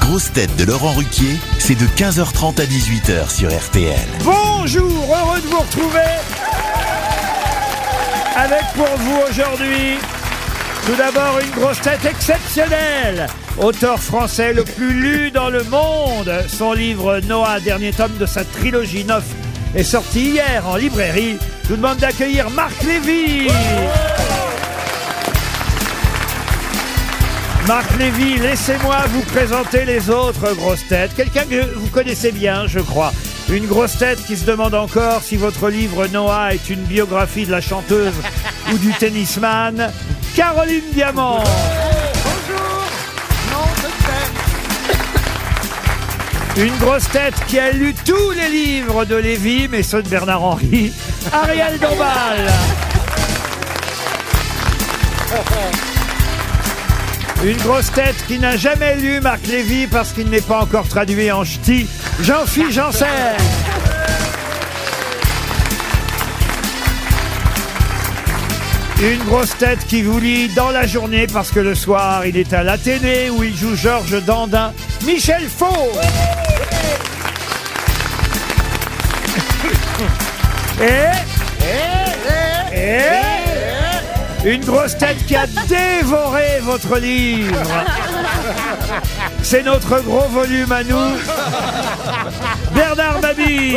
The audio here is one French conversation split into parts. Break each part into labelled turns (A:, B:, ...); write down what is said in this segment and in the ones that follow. A: grosses têtes de Laurent Ruquier, c'est de 15h30 à 18h sur RTL.
B: Bonjour, heureux de vous retrouver avec pour vous aujourd'hui tout d'abord une grosse tête exceptionnelle. Auteur français le plus lu dans le monde, son livre Noah, dernier tome de sa trilogie 9, est sorti hier en librairie. Je vous demande d'accueillir Marc Lévy. Marc Lévy, laissez-moi vous présenter les autres grosses têtes. Quelqu'un que vous connaissez bien, je crois. Une grosse tête qui se demande encore si votre livre Noah est une biographie de la chanteuse ou du tennisman. Caroline Diamant. Une grosse tête qui a lu tous les livres de Lévy, mais ceux de Bernard Henry. Ariel Dombal. Une grosse tête qui n'a jamais lu Marc Lévy parce qu'il n'est pas encore traduit en ch'ti. Jean-Philippe Janssen. Une grosse tête qui vous lit dans la journée parce que le soir, il est à l'Athénée où il joue Georges Dandin. Michel Faux. Et... Et... Une grosse tête qui a dévoré votre livre. C'est notre gros volume à nous. Bernard Mabille.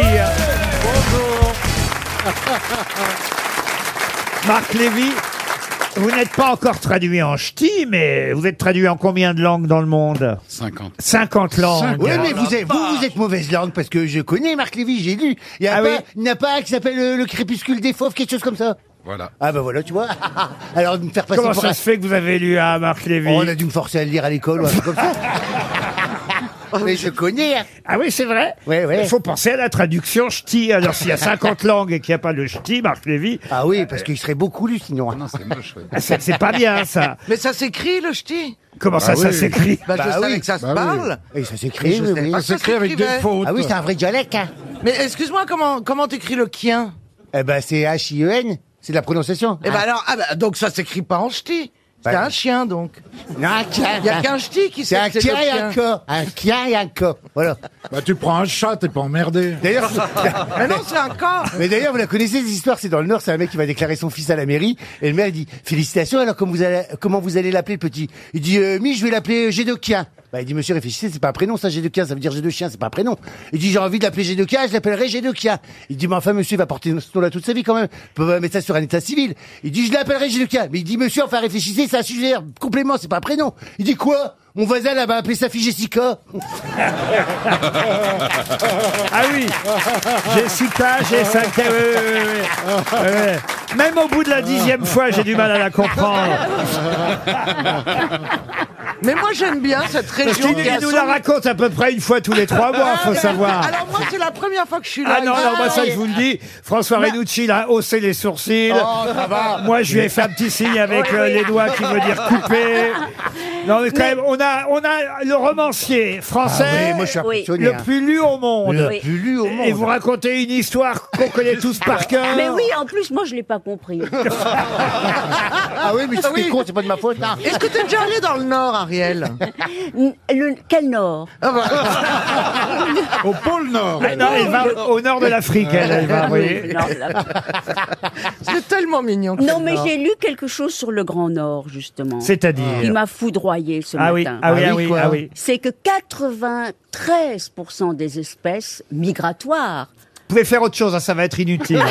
B: Marc Lévy, vous n'êtes pas encore traduit en ch'ti, mais vous êtes traduit en combien de langues dans le monde
C: 50.
B: 50 langues.
D: Oui, mais vous êtes, vous, vous êtes mauvaise langue parce que je connais Marc Lévy, j'ai lu. Il y a
B: Ah
D: pas,
B: oui.
D: il n'y a pas un qui s'appelle euh, le crépuscule des fauves, quelque chose comme ça.
C: Voilà.
D: Ah ben voilà, tu vois. Alors de me faire passer
B: Comment
D: pour
B: ça
D: un-
B: se fait que vous avez lu à Marc Lévy
D: Oh, on a dû me forcer à le lire à l'école ou un truc comme ça. mais je connais. hein.
B: Ah oui, c'est vrai
D: Ouais, ouais.
B: Il faut penser à la traduction ch'ti. Alors, s'il y a 50 langues et qu'il n'y a pas le ch'ti, Marc Lévy,
D: Ah oui, parce qu'il serait beaucoup lu sinon. hein.
C: Non, c'est moche. ouais.
B: ah, c'est c'est pas bien, ça.
E: Mais ça s'écrit le ch'ti
B: Comment ça, ça s'écrit
E: bah,
D: Bah
E: Je savais
D: oui,
E: que ça se
C: bah oui.
E: parle.
D: Et ça s'écrit,
E: je
D: oui,
E: savais
D: oui.
E: pas que ça
C: S'écrit avec deux
E: s'écrivait.
C: fautes.
D: Ah oui, c'est un vrai dialecte. Hein.
E: Mais excuse-moi, comment comment t'écris le quien
D: Eh ben c'est H-I-E-N, c'est de la prononciation.
E: Eh ben alors, ah bah, donc ça s'écrit pas en ch'ti. C'est
D: Bah.
E: un chien donc.
D: Non, un tien.
E: Il y a qu'un ch'ti qui
D: C'est
E: sait
D: un
E: que c'est
D: tien
E: le
D: et un
E: quien.
D: co. Un tien et un co. Voilà.
C: Bah, tu prends un chat, t'es pas emmerdé.
D: D'ailleurs,
E: Mais Ah non, c'est un corps.
D: Mais d'ailleurs, vous la connaissez cette histoire, c'est dans le Nord, c'est un mec qui va déclarer son fils à la mairie, et le maire il dit félicitations. Alors comme vous allez- comment vous allez l'appeler le petit Il dit euh, mi, je vais l'appeler Gédoquien. Bah il dit monsieur réfléchissez, c'est pas un prénom ça Gédoquien, ça veut dire j'ai deux chiens, c'est pas un prénom. Il dit j'ai envie de l'appeler Gédoquien, je l'appellerai Gédoquien. Il dit mais enfin monsieur il va porter ce nom-là toute sa vie quand même, il peut pas mettre ça sur un état civil. Il dit je l'appellerai Gédoquien, mais il dit monsieur enfin réfléchissez, c'est un sujet complément, c'est pas un prénom. Il dit quoi Mon voisin là va appeler sa fille Jessica.
B: Ah oui Jessica, Jessica, oui, oui, oui, oui. Oui, oui. Même au bout de la dixième fois, j'ai du mal à la comprendre.
E: Mais moi j'aime bien cette
B: Parce
E: région.
B: qu'il
E: qui a
B: il nous
E: son-
B: la raconte à peu près une fois tous les trois mois, faut
E: Ah,
B: savoir.
E: Alors moi c'est la première fois que je suis là.
B: Ah non, non, moi ça je vous le dis, François Renucci il a haussé les sourcils.
E: Oh,
B: Moi je lui ai fait un petit signe avec euh, les doigts qui veut dire couper. Non mais quand même, on a, on a le romancier français
D: Ouais, Ah moi je suis
F: Oui.
D: impressionné.
B: le
D: hein.
B: plus lu au monde.
D: Le
F: Oui.
D: plus lu au monde.
B: Et vous racontez une histoire qu'on connaît tous par cœur.
F: Mais oui, en plus, moi, je l'ai pas compris.
D: Ah oui, mais si t'es con, c'est pas de ma faute. hein.
E: Est-ce que t'es déjà allé dans le Nord, Ariel
F: N- le- quel Nord
E: Ah bah,
C: Au pôle Nord.
B: Ah non, elle va au nord de l'Afrique, elle, elle va, vous voyez.
F: Non, là-
E: C'est tellement mignon. que
F: non,
E: le
F: mais
E: Nord.
F: j'ai lu quelque chose sur le Grand Nord, justement. Il
B: C'est-à-dire.
F: m'a foudroyé ce
B: Ah oui,
F: matin.
B: ah oui,
D: Ah
B: ah
D: oui,
B: oui,
D: quoi.
B: ah oui.
F: C'est que 93% des espèces migratoires
B: Vous pouvez faire autre chose, hein, ça va être inutile.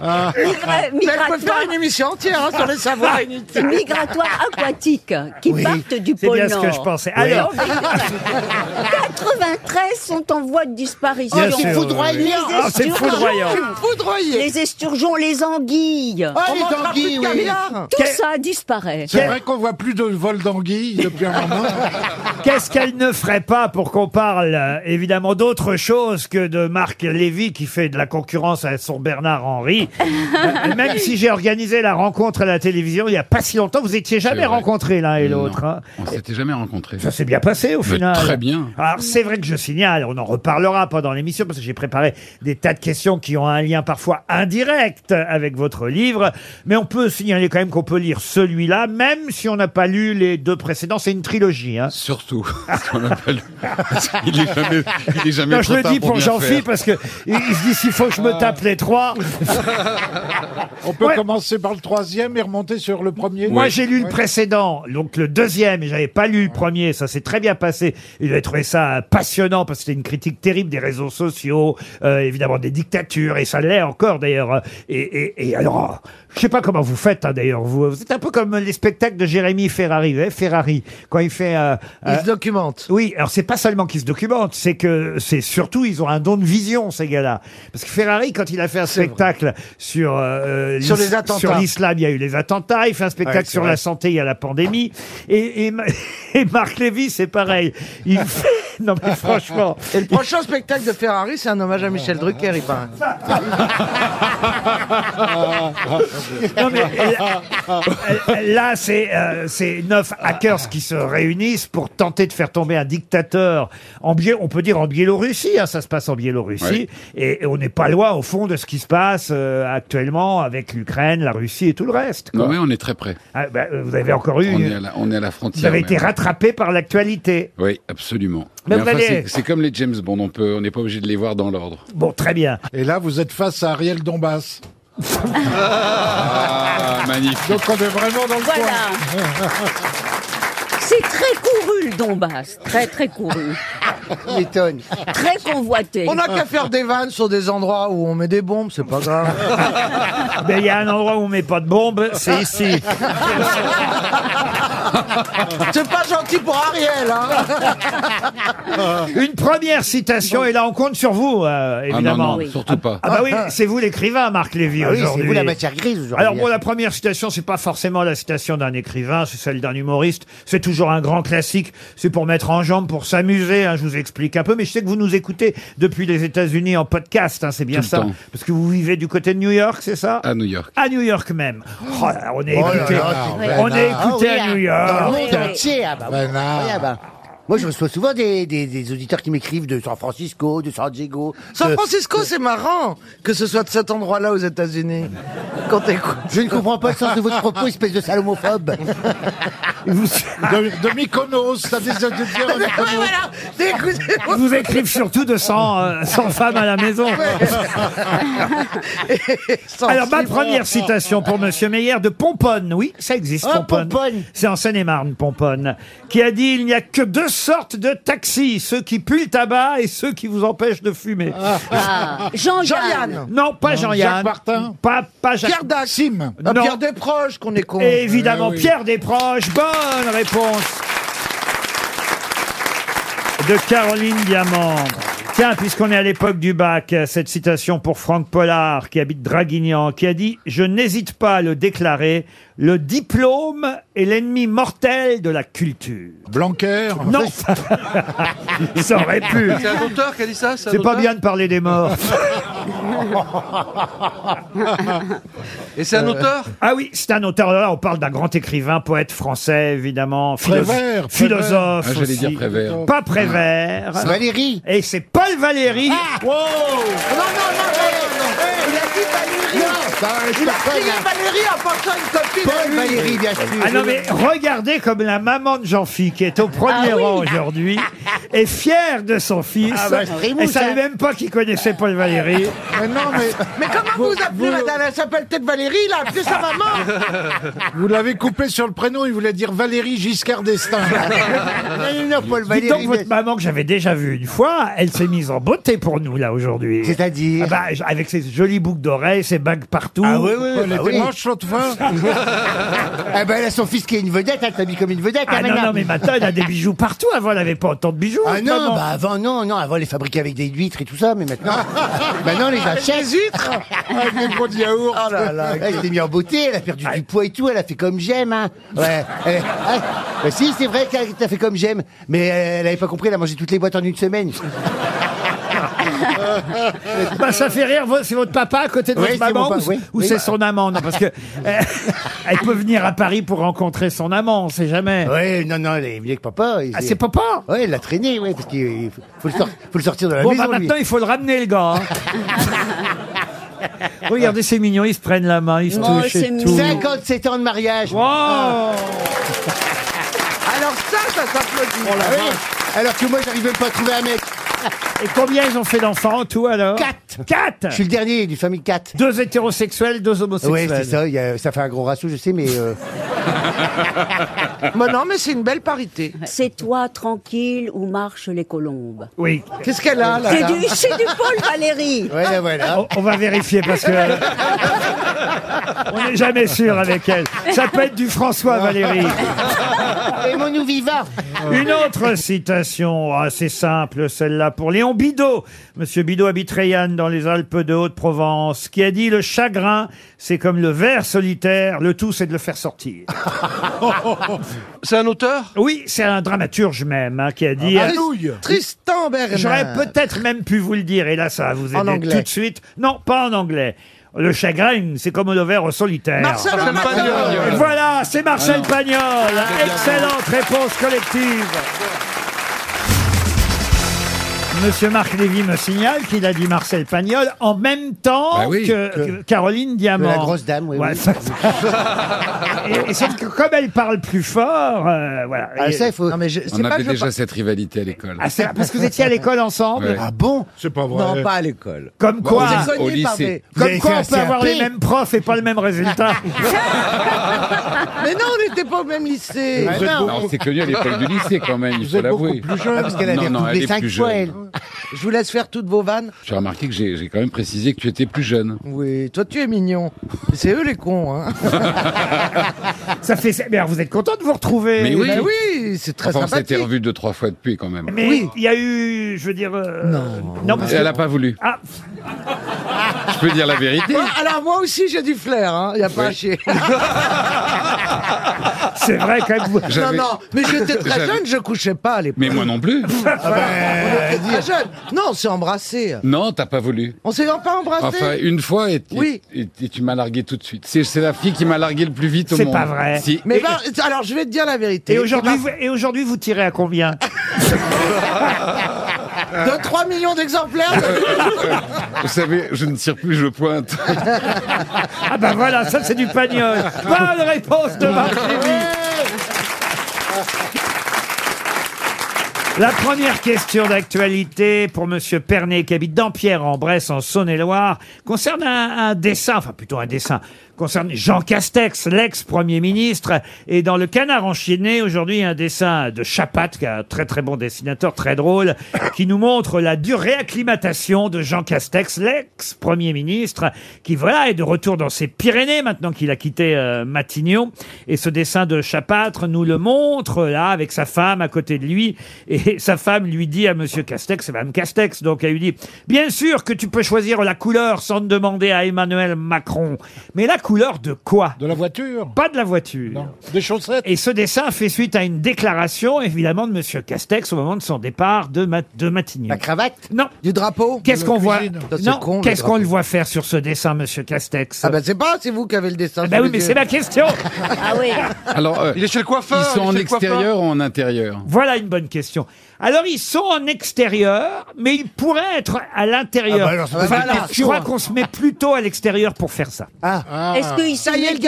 B: Ah.
F: migra-
E: Mais elle peut faire
F: migratoires,
E: une émission entière hein, sur les savoirs inutiles.
F: migratoires aquatiques qui
D: Oui,
F: partent du
B: C'est
F: pôle
B: bien
F: Nord.
B: ce que je pensais. Alors,
F: 93 sont en voie de disparition.
B: Bien sûr,
D: foudroyé.
F: Les
B: Oh, Ah, c'est
F: esturgeons-
B: foudroyant.
E: Foudroyé.
F: Les esturgeons, les anguilles.
D: Ah,
E: On
D: les
E: mangera plus
D: anguilles,
E: de
D: oui.
E: caviar.
F: Tout
B: quel-
F: ça disparaît.
C: C'est vrai qu'on voit plus de vol d'anguilles depuis un moment.
B: Qu'est-ce qu'elle ne ferait pas pour qu'on parle euh, évidemment d'autre chose que de Marc Lévy qui fait de la concurrence référence à son Bernard Henry. Euh, Même si j'ai organisé la rencontre à la télévision il n'y a pas si longtemps, vous étiez jamais
G: vrai.
B: rencontrés l'un et l'autre. hein.
G: On s'était jamais rencontrés.
B: Ça s'est bien passé au
G: Mais
B: final.
G: très bien.
B: Alors c'est vrai que je signale, on en reparlera pendant l'émission parce que j'ai préparé des tas de questions qui ont un lien parfois indirect avec votre livre, mais on peut signaler quand même qu'on peut lire celui-là même si on n'a pas lu les deux précédents, c'est une trilogie. Hein.
G: Surtout. ce qu'on appelle- il est jamais, il est jamais
B: Non, je
G: trop
B: le
G: tard
B: dis pour
G: bien
B: Jean-Philippe
G: faire.
B: parce que il, il se dit s'il faut que je me tape les trois.
C: Ah. On peut
B: Ouais.
C: commencer par le troisième et remonter sur le premier.
B: Moi, j'ai lu le précédent, donc le deuxième, et j'avais pas lu le premier. Ça s'est très bien passé. Il avait trouvé ça euh, passionnant parce que c'était une critique terrible des réseaux sociaux, euh, évidemment des dictatures, et ça l'est encore d'ailleurs. Et, et- et alors, oh, je sais pas comment vous faites hein, d'ailleurs. Vous, vous êtes un peu comme les spectacles de Jérémy Ferrari, vous savez, Ferrari, quand il fait. euh, euh,
E: Il se documente.
B: oui, alors c'est pas seulement qu'ils se documentent, c'est que c'est surtout ils ont un don de vision ces gars-là. Parce que Ferrari, quand il a fait un spectacle sur euh,
E: Sur
B: l'is-
E: les attentats.
B: sur l'islam, il y a eu les attentats. Il fait un spectacle
D: Ouais, c'est
B: sur
D: vrai.
B: la santé, il y a la pandémie. Et, et, Ma- et Marc Lévy, c'est pareil. Il fait... Non mais franchement,
E: Et le prochain spectacle de Ferrari, c'est un hommage à Michel Drucker, il paraît.
B: non mais euh, là, là, c'est euh, c'est neuf hackers qui se réunissent pour tenter de faire tomber un dictateur en Bié- on peut dire en Biélorussie, hein, ça se passe en Biélorussie, et, et on n'est pas loin au fond de ce qui se passe euh, actuellement avec l'Ukraine, la Russie et tout le reste. quoi.
G: Non, mais on est très près.
B: Ah, bah, euh, vous avez encore eu,
G: On est à la, on est à la frontière.
B: vous avez été
G: même.
B: rattrapé par l'actualité.
G: Oui, absolument.
B: Mais vous allez-
G: c'est- c'est comme les James Bond, on peut, on n'est pas obligé de les voir dans l'ordre.
B: Bon, très bien.
C: Et là, vous êtes face à Ariel Dombas.
G: Ah, magnifique.
C: Donc on est vraiment dans le coin.
F: Voilà. C'est très couru le Donbass, très très couru,
D: M'étonne.
F: très convoité.
E: On n'a qu'à faire des vannes sur des endroits où on met des bombes, c'est pas grave.
B: Ben, Il y a un endroit où on met pas de bombe, c'est ici.
E: C'est pas gentil pour Ariel, hein
B: Euh, Une première citation, et là on compte sur vous, euh,
G: Ah non,
B: évidemment.
G: non, surtout pas.
B: Ah bah oui, c'est vous l'écrivain, Marc Lévy,
D: Ah oui, c'est
B: aujourd'hui.
D: vous la matière grise aujourd'hui. hein.
B: Alors bon, la première citation, c'est pas forcément la citation d'un écrivain, c'est celle d'un humoriste. C'est toujours un grand classique. C'est pour mettre en jambe, pour s'amuser. hein, je vous explique un peu, mais je sais que vous nous écoutez depuis les États-Unis en podcast. hein, c'est bien
G: Tout le
B: ça,
G: temps.
B: parce que vous vivez du côté de New York, c'est ça
G: À New York.
B: À New York même. Oh là, on est
D: Oh là
B: écouté.
D: là,
B: on est
D: Bernard.
B: écouté
D: Ah oui,
B: à
D: hein.
B: New York.
D: Dans le monde
F: Ah oui.
D: entier, ah bah,
C: Bernard.
D: incroyable, hein. Moi, je reçois souvent des, des, des auditeurs qui m'écrivent de San Francisco, de San Diego.
E: San
D: de-
E: Francisco, c'est marrant que ce soit de cet endroit-là aux États-Unis. Quand t'écoutes.
D: Je ne comprends pas le sens de votre propos, espèce de salomophobe.
C: De, de Mykonos, t'as des auditeurs à Mykonos.
E: Ouais, voilà, t'écoutes.
B: Ils vous écrivent surtout de 100, euh, 100 femmes à la maison.
D: Ah
E: Sans
B: Alors, ma
E: slip.
B: première citation pour Monsieur Meyer de Pomponne. Oui, ça existe,
D: Ah,
B: Pomponne.
D: Pomponne.
B: C'est en Seine-et-Marne, Pomponne. Qui a dit, il n'y a que deux sortes de taxis. Ceux qui puent le tabac et ceux qui vous empêchent de fumer.
F: Ah, Jean-Yann.
E: Jean-Yann.
B: Non, pas Jean-Yann.
C: Jacques Martin.
B: Pas, pas Jacques.
E: Hein Pierre Dac.
C: Sim.
E: Ah,
B: Non.
E: Pierre Desproges, qu'on est con.
B: Et évidemment,
C: Ah oui.
B: Pierre Desproges. Bonne réponse. De Caroline Diamant. Tiens, puisqu'on est à l'époque du bac, euh, cette citation pour Franck Pollard, qui habite Draguignan, qui a dit « Je n'hésite pas à le déclarer, le diplôme est l'ennemi mortel de la culture.
C: Blanquer. »
B: Non Ça aurait pu
H: C'est un auteur qui a dit ça un
B: C'est pas
H: auteur
B: bien de parler des morts.
E: Oh,
H: Et c'est un auteur
B: Ah oui, c'est un auteur. Là, on parle d'un grand écrivain, poète français, évidemment. philo-
C: Prévert, Prévert.
B: Philosophe
G: Ah, j'allais
B: aussi.
G: dire Prévert.
B: Pas Prévert.
D: Valérie. Ah.
B: Et c'est Paul Valéry.
E: Non, non, non, non, non. Il a dit Valérie.
D: Ça reste
E: Il a
D: Paul,
E: crié
D: hein.
E: Valérie en portant une copine. à
D: Paul
E: lui.
D: Valérie, bien sûr.
B: Ah non mais regardez comme la maman de Jean-Phi qui est au premier
F: Ah oui.
B: rang aujourd'hui est fière de son fils.
D: Ah bah, c'est
B: Elle
D: Rimousse,
B: savait
D: hein.
B: même pas qu'il connaissait Paul Valéry.
C: Mais non, mais
E: Mais comment vous, appelez madame Elle s'appelle peut-être Valérie, il a appelé sa maman.
C: vous l'avez coupé sur le prénom, il voulait dire Valérie Giscard d'Estaing.
D: non, non, Paul
B: Dites donc
D: Valéry.
B: votre
D: bien-
B: maman que j'avais déjà vue une fois, elle s'est mise en beauté pour nous là aujourd'hui.
D: C'est-à-dire
B: Ah bah, avec ses jolies boucles d'oreilles, ses bagues partout.
D: Ah oui, oui,
C: Elle
D: bah
C: était
D: oui.
C: moche l'autre fois.
D: Ah ben, elle a son fils qui est une vedette, elle t'habille comme une vedette.
B: Ah
D: hein,
B: non,
D: maintenant.
B: non, mais maintenant, elle a des bijoux partout. Avant, elle avait pas autant de bijoux.
D: Ah non,
B: maman.
D: bah avant, non, non, avant, elle les fabriquait avec des huîtres et tout ça, mais maintenant, maintenant, on les achète.
E: Les huîtres.
C: Avec des pots de yaourt.
E: Oh là là.
D: Elle s'est mise en beauté, elle a perdu du poids et tout, elle a fait comme j'aime. Hein. Ouais. elle- ah, bah si, c'est vrai qu'elle a fait comme j'aime, mais elle n'avait pas compris, elle a mangé toutes les boîtes en une semaine.
B: Bah, ça fait rire, vo- c'est votre papa à côté de
D: Oui,
B: votre
D: c'est mon
B: maman
D: papa,
B: ou, c-
D: oui.
B: ou
D: Oui,
B: c'est
D: bah-
B: son amant Non, parce que euh, elle peut venir à Paris pour rencontrer son amant, on sait jamais.
D: Ouais, non, non, il est venu avec papa. il-
B: Ah, c'est papa
D: Ouais, il l'a traîné, ouais, parce qu'il il faut, faut le sor- faut le sortir de la
B: Bon,
D: maison,
B: bah,
D: lui.
B: maintenant, il faut le ramener, le gars. hein. Regardez, c'est mignon, ils se prennent la main, ils se
F: Oh,
B: touchent
F: c'est
B: et tout.
F: mignon.
D: 57 ans de mariage.
B: Wow
E: Alors ça, ça s'applaudit.
B: Oh
D: Oui, alors que moi, j'arrivais pas à trouver un mec.
B: Et combien ils ont fait d'enfants en tout, alors
D: Quatre.
B: Quatre
D: Je suis le dernier d'une famille de 4.
B: Deux hétérosexuels, deux
D: Ouais,
B: homosexuels.
D: c'est ça, il y a- ça fait un gros ratio, je sais, mais euh,
E: Bon, non, mais c'est une belle parité.
F: C'est toi tranquille où marchent les colombes.
B: Oui.
E: Qu'est-ce qu'elle a là,
F: C'est
E: là
F: du, c'est du Paul Valéry.
D: ouais, là, voilà.
B: Ah. On, on va vérifier parce que. euh, on n'est jamais sûr avec elle. Ça peut être du François Valéry.
D: Et mon nous viva
B: Une autre citation assez simple, celle-là pour Léon Bidot. Monsieur Bidot habite Rayanne dans les Alpes de Haute-Provence, qui a dit le chagrin, c'est comme le ver solitaire, le tout c'est de le faire sortir.
H: C'est un auteur Ah, bah
B: Oui, c'est un dramaturge même hein, qui a dit. euh,
E: Tristan Bernard.
B: J'aurais peut-être même pu vous le dire, et là ça va vous aider
E: En anglais.
B: tout de suite. Non, pas en anglais. Le chagrin, c'est comme le ver au solitaire.
E: Marcel
H: Marcel
E: Pagnol.
H: Pagnol.
B: Voilà, c'est Marcel Pagnol. Excellente réponse collective. Monsieur Marc Lévy me signale qu'il a dit Marcel Pagnol en même temps
G: Bah oui,
B: que, que Caroline Diamant.
D: Que la grosse dame, oui, oui.
B: ça- et et c'est que comme elle parle plus fort, euh, voilà.
D: Ah,
B: Et-
D: ça, il faut...
E: Non, mais je, c'est
G: On
E: pas
G: avait
E: que je
G: déjà
E: par-
G: cette rivalité à l'école.
B: Ah, c'est- parce que vous étiez à l'école ensemble.
G: Ouais.
D: Ah bon
C: C'est pas vrai.
E: Non, pas à l'école.
B: Comme quoi,
E: Vous êtes
G: Au
E: connu par
G: lycée.
E: des...
D: Vous
B: comme
D: avez
B: quoi
D: fait un
B: on peut avoir
D: CAP.
B: les mêmes profs et pas le même résultat.
E: Mais non, on n'était pas au même lycée.
D: Ah,
C: Vous êtes
D: non,
G: Alors, c'est connu à l'époque du lycée quand même, il
C: Vous
G: faut
C: êtes
G: l'avouer.
C: beaucoup plus
D: Ah,
C: jeune.
D: Parce qu'elle avait
G: Non, non, elle
D: doublé
G: est
D: 5
G: plus
D: fois, elle.
G: jeune.
E: Je vous laisse faire toutes vos vannes.
G: J'ai remarqué que j'ai j'ai quand même précisé que tu étais plus jeune.
E: Oui, toi tu es mignon. Mais C'est eux les cons, hein.
B: Ça fait. Mais alors, vous êtes content de vous retrouver.
G: Mais oui.
E: Bah oui, c'est très
G: Enfin, on s'était
E: sympathique.
G: revus deux, trois fois depuis quand même.
B: Mais
E: Oui.
B: il y a eu, je veux dire. euh, Non. Non, parce
G: Et
B: que-
G: elle n'a pas voulu.
B: Ah.
G: Je peux dire la vérité.
E: Moi, Bah, alors moi aussi j'ai du flair, hein. Y a pas
G: Oui.
E: à chier.
B: C'est vrai quand même. vous-
E: non,
G: J'avais-
E: non, mais j'étais très
G: J'avais-
E: jeune, je couchais pas à l'époque. Ah ben,
G: Mais moi non plus.
E: J'étais très ah, jeune. Non, on s'est embrassé.
G: Non, t'as pas voulu.
E: On s'est pas embrassé.
G: Enfin, une fois, et, et-
E: Oui.
G: et- et tu m'as largué tout de suite. C'est c'est la fille qui m'a largué le plus vite au
B: C'est
G: monde.
B: pas vrai.
G: Si.
E: Mais ben, alors je vais te dire la vérité.
B: Et aujourd'hui, vous, et aujourd'hui, vous tirez à combien
E: de 3 millions d'exemplaires.
G: Ah. Vous savez, je ne tire plus, je pointe.
B: Ah bah voilà, ça c'est du pagnol. Bonne réponse de Marc Lévy. La première question d'actualité pour Monsieur Pernet, qui habite Dampierre, en Bresse, en Saône-et-Loire, concerne un, un dessin, enfin plutôt un dessin, concerne Jean Castex, l'ex-premier ministre. Et dans le canard enchaîné, aujourd'hui, un dessin de Chapat, qui est un très très bon dessinateur, très drôle, qui nous montre la dure réacclimatation de Jean Castex, l'ex-premier ministre, qui voilà, est de retour dans ses Pyrénées, maintenant qu'il a quitté euh, Matignon. Et ce dessin de Chapâtre nous le montre, là, avec sa femme à côté de lui. Et sa femme lui dit à Monsieur Castex, c'est Madame Castex, donc elle lui dit, bien sûr que tu peux choisir la couleur sans te demander à Emmanuel Macron. Mais la couleur de quoi
C: De la voiture
B: Pas de la voiture.
C: Non. Des chaussettes
B: Et ce dessin fait suite à une déclaration, évidemment, de Monsieur Castex au moment de son départ de, Ma- de Matignon.
D: La cravate
B: Non.
E: du drapeau.
B: Qu'est-ce qu'on voit
C: cuisine.
E: Ça, c'est con,
B: Non,
E: le
B: qu'est-ce qu'on
E: drapeau.
B: le voit faire sur ce dessin, Monsieur Castex
E: Ah ben c'est pas, c'est vous qui avez le dessin.
B: Eh ben
E: sous
B: oui, mais
E: les yeux.
B: c'est ma question.
F: Ah oui.
G: Alors, euh,
H: Il est chez le coiffeur
G: ils sont
H: il est chez
G: en
H: le coiffeur.
G: extérieur ou en intérieur
B: Voilà une bonne question. Alors ils sont en extérieur, mais ils pourraient être à l'intérieur.
D: Ah bah alors, ça va être
B: Voilà,
D: une
B: je
D: question,
B: crois
D: hein.
B: qu'on se met plutôt à l'extérieur pour faire ça.
F: Ah. Est-ce qu'il
E: Ça y
F: s'agit
E: est, Ah. le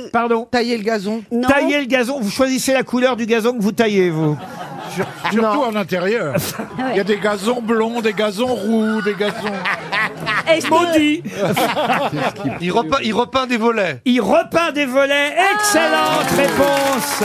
E: gazon.
B: Pardon.
E: Tailler le gazon.
F: Non.
B: Tailler le gazon, vous choisissez la couleur du gazon que vous taillez, vous.
C: Sur- Surtout en intérieur. Il y a des gazons blonds, des gazons roux, des gazons...
F: Est-ce que-
B: Maudit
H: Il repeint, il repeint des volets.
B: Il repeint des volets. Excellente
C: Ah.
B: réponse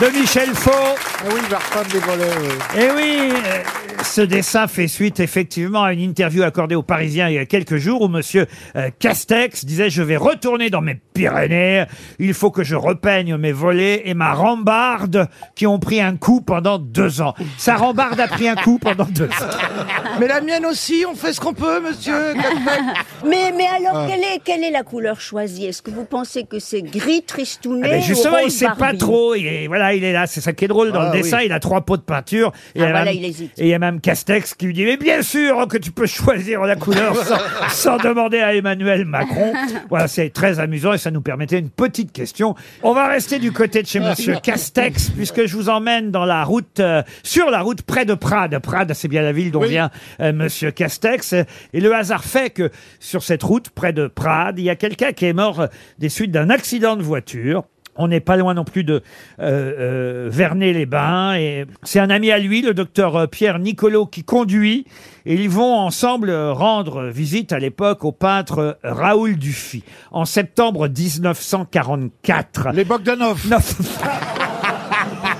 B: de Michel Faux.
C: Ah oui, il va repeindre des volets. oui.
B: Eh oui, euh, ce dessin fait suite effectivement à une interview accordée aux Parisiens il y a quelques jours où monsieur euh, Castex disait je vais retourner dans mes Pyrénées, il faut que je repeigne mes volets et ma rambarde qui ont pris un coup pendant deux ans. Sa rambarde a pris un coup pendant deux ans.
E: Mais la mienne aussi, on fait ce qu'on peut, monsieur.
F: Ah.
E: Ah.
F: Mais, mais alors, quelle, est, quelle est la couleur choisie Est-ce que vous pensez que c'est gris tristounet ou
B: Mais Ah
G: Ah,
B: ben justement, il
F: rose
B: sait pas
F: Barbie
B: trop. Et voilà, là, il est là. C'est ça qui est drôle dans
D: Ah,
B: le dessin.
D: oui.
B: Il a trois pots de peinture.
F: Ah,
B: Et il y a
F: voilà,
B: même-
F: il hésite.
B: Et il y a même Castex qui lui dit Mais bien sûr hein, que tu peux choisir la couleur sans, sans demander à Emmanuel Macron. Voilà, c'est très amusant et ça nous permettait une petite question. On va rester du côté de chez Monsieur Castex puisque je vous emmène dans la route, euh, sur la route près de Prades. Prades, c'est bien la ville dont vient euh, Monsieur Castex. Et le hasard fait que sur cette route près de Prades, il y a quelqu'un qui est mort euh, des suites d'un accident de voiture. On n'est pas loin non plus de euh, les bains et c'est un ami à lui, le docteur euh, Pierre Nicolo, qui conduit et ils vont ensemble euh, rendre euh, visite à l'époque au peintre euh, Raoul Dufy en septembre 1944.
C: Les Bogdanov.
B: Non.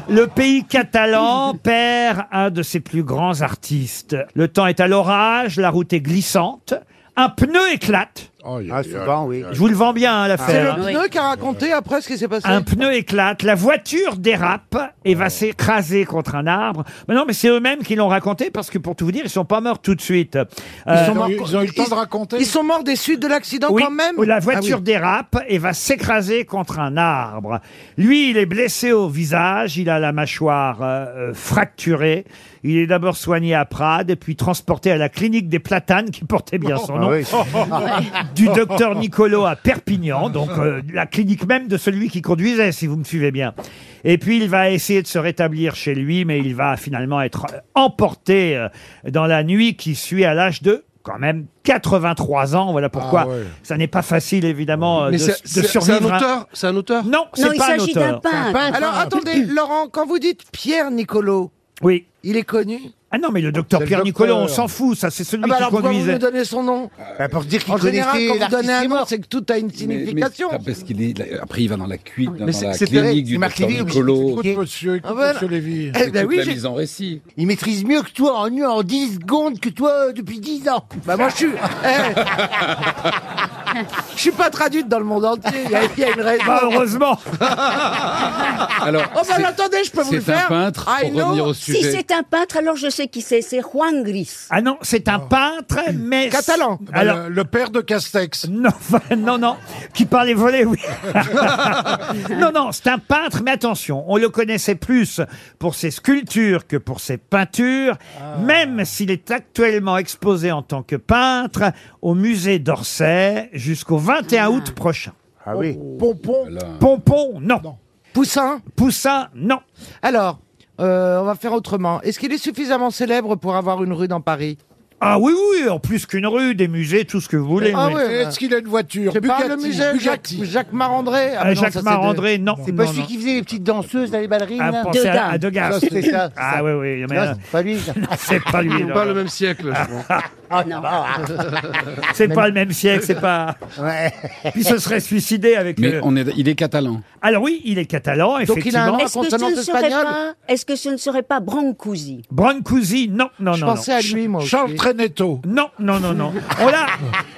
B: Le pays catalan perd un de ses plus grands artistes. Le temps est à l'orage, la route est glissante, un pneu éclate.
C: Oh,
G: Aïe,
D: Ah,
G: aïe,
D: souvent,
G: aïe,
D: oui.
G: aïe.
B: Je vous le vends bien hein,
E: Ah. C'est
F: Ah,
B: l'affaire.
E: le pneu qui a raconté après ce qui s'est passé.
B: Un pneu éclate, la voiture dérape et va s'écraser contre un arbre. Mais non, mais c'est eux-mêmes qui l'ont raconté parce que pour tout vous dire, ils sont pas morts tout de suite. Euh,
C: Ils, ont eu,
E: morts-
C: ils ont eu le temps
E: ils-
C: de raconter.
E: Ils sont morts des suites de l'accident
B: oui,
E: quand même Ah
B: où la voiture dérape et va s'écraser contre un arbre. Lui, il est blessé au visage, il a la mâchoire euh, euh, fracturée. Il est d'abord soigné à Prades, et puis transporté à la clinique des platanes, qui portait bien son nom,
D: Ah oui.
B: du docteur Nicolo à Perpignan, donc euh, la clinique même de celui qui conduisait, si vous me suivez bien. Et puis il va essayer de se rétablir chez lui, mais il va finalement être euh, emporté euh, dans la nuit qui suit à l'âge de quand même 83 ans. Voilà pourquoi
C: Ah ouais.
B: ça n'est pas facile évidemment euh, de,
H: Mais c'est
B: de
H: c'est- c'est un
B: survivre. à-
H: auteur C'est un auteur
B: Non,
F: Non,
B: c'est
F: il
B: pas un
F: s'agit d'un
B: auteur. Ah,
F: peintre.
E: Alors attendez, Laurent, quand vous dites Pierre Nicolo,
B: Oui.
E: il est connu
B: Ah non, mais le docteur
C: C'est le
B: Pierre
C: docteur.
B: Nicolas, on s'en fout, ça c'est celui
E: Ah bah
B: qui
E: alors pourquoi vous
B: conduisait.
E: nous donnez son nom
D: Bah, pour dire qu'il
E: En général,
D: connaissait
E: quand vous
D: l'artiste
E: donnez
D: qui
E: un
D: est
E: nom,
D: mort.
E: c'est que tout a une
G: Mais- mais
E: signification.
G: c'est parce qu'il est, là- après, il va dans la cuite, dans
C: Mais c'est-
G: la
C: c'est terrible,
G: clinique
D: c'est
G: du
D: Marc
G: docteur
D: Lévy, oui.
G: Nicolo.
C: Écoute, monsieur, écoute,
E: Ah voilà.
C: monsieur Lévy.
E: Eh ben
G: toute
E: oui,
G: la
E: j'ai-
G: mise en récit.
D: Il maîtrise mieux que toi en, en 10 secondes que toi euh, depuis 10 ans.
E: bah moi je suis. Eh. Je suis pas traduite dans le monde entier. Il y a, il y a une
B: Bah,
E: raison.
B: heureusement.
G: Alors,
E: Oh bah
G: c'est-
E: attendez, je peux vous le
G: c'est un
E: faire. Ah,
G: peintre,
E: I
G: pour
E: know.
G: revenir au
F: Si
G: sujet.
F: c'est un peintre, alors je sais qui c'est. C'est Juan Gris.
B: Ah non, c'est un peintre, mais
E: Catalan.
C: Bah,
B: Alors,
C: le, le père de Castex.
B: Non, non, non, qui parlait volé, oui. non, non, c'est un peintre, mais attention, on le connaissait plus pour ses sculptures que pour ses peintures, même s'il est actuellement exposé en tant que peintre au musée d'Orsay jusqu'au 21 août prochain.
D: Ah oui.
C: Oh.
E: Pompon.
G: Voilà.
B: Pompon, non.
E: Poussin.
B: Poussin, non.
E: Alors, euh, on va faire autrement. Est-ce qu'il est suffisamment célèbre pour avoir une rue dans Paris
B: Ah oui, oui, en plus qu'une rue, des musées, tout ce que vous voulez.
E: Ah
B: oui.
E: ouais,
C: Et Est-ce qu'il a une voiture
E: Je sais pas,
C: Bugatti.
E: le musée Jacques,
C: Bugatti.
E: Jacques Marandré. Ah,
B: Euh,
E: mais non, ça,
B: Jacques
E: c'est de-
B: Marandré, non.
D: C'est
B: non,
D: pas
B: non.
D: celui qui faisait les petites danseuses, là, les ballerines
B: Ah,
D: là
B: pensez à,
F: Degas.
B: à Degas.
D: Ça, c'est ça, c'est
B: Ah
D: ça.
B: oui, oui, mais, euh,
D: Non, c'est pas lui. ça.
B: c'est pas lui.
H: C'est
B: non,
H: Pas
B: non.
H: le même siècle. je pense.
E: Oh,
F: Ah non.
B: C'est pas le même siècle, c'est pas.
D: Ouais.
B: Puis se serait suicidé avec.
G: Mais
B: le-
G: on est, il est catalan.
B: Alors oui, il est
G: Ah,
B: catalan,
E: Donc il a
B: effectivement.
E: un nom-
F: Est-ce que, ce
E: consonante
F: ne serait
E: espagnole.
F: pas, est-ce que ce ne serait pas Brancusi
B: Brancusi, non, non,
E: Je
B: non, non.
E: pensais à lui, moi. aussi.
C: Charles Trenetto.
B: Non, non, non, non. On l'a,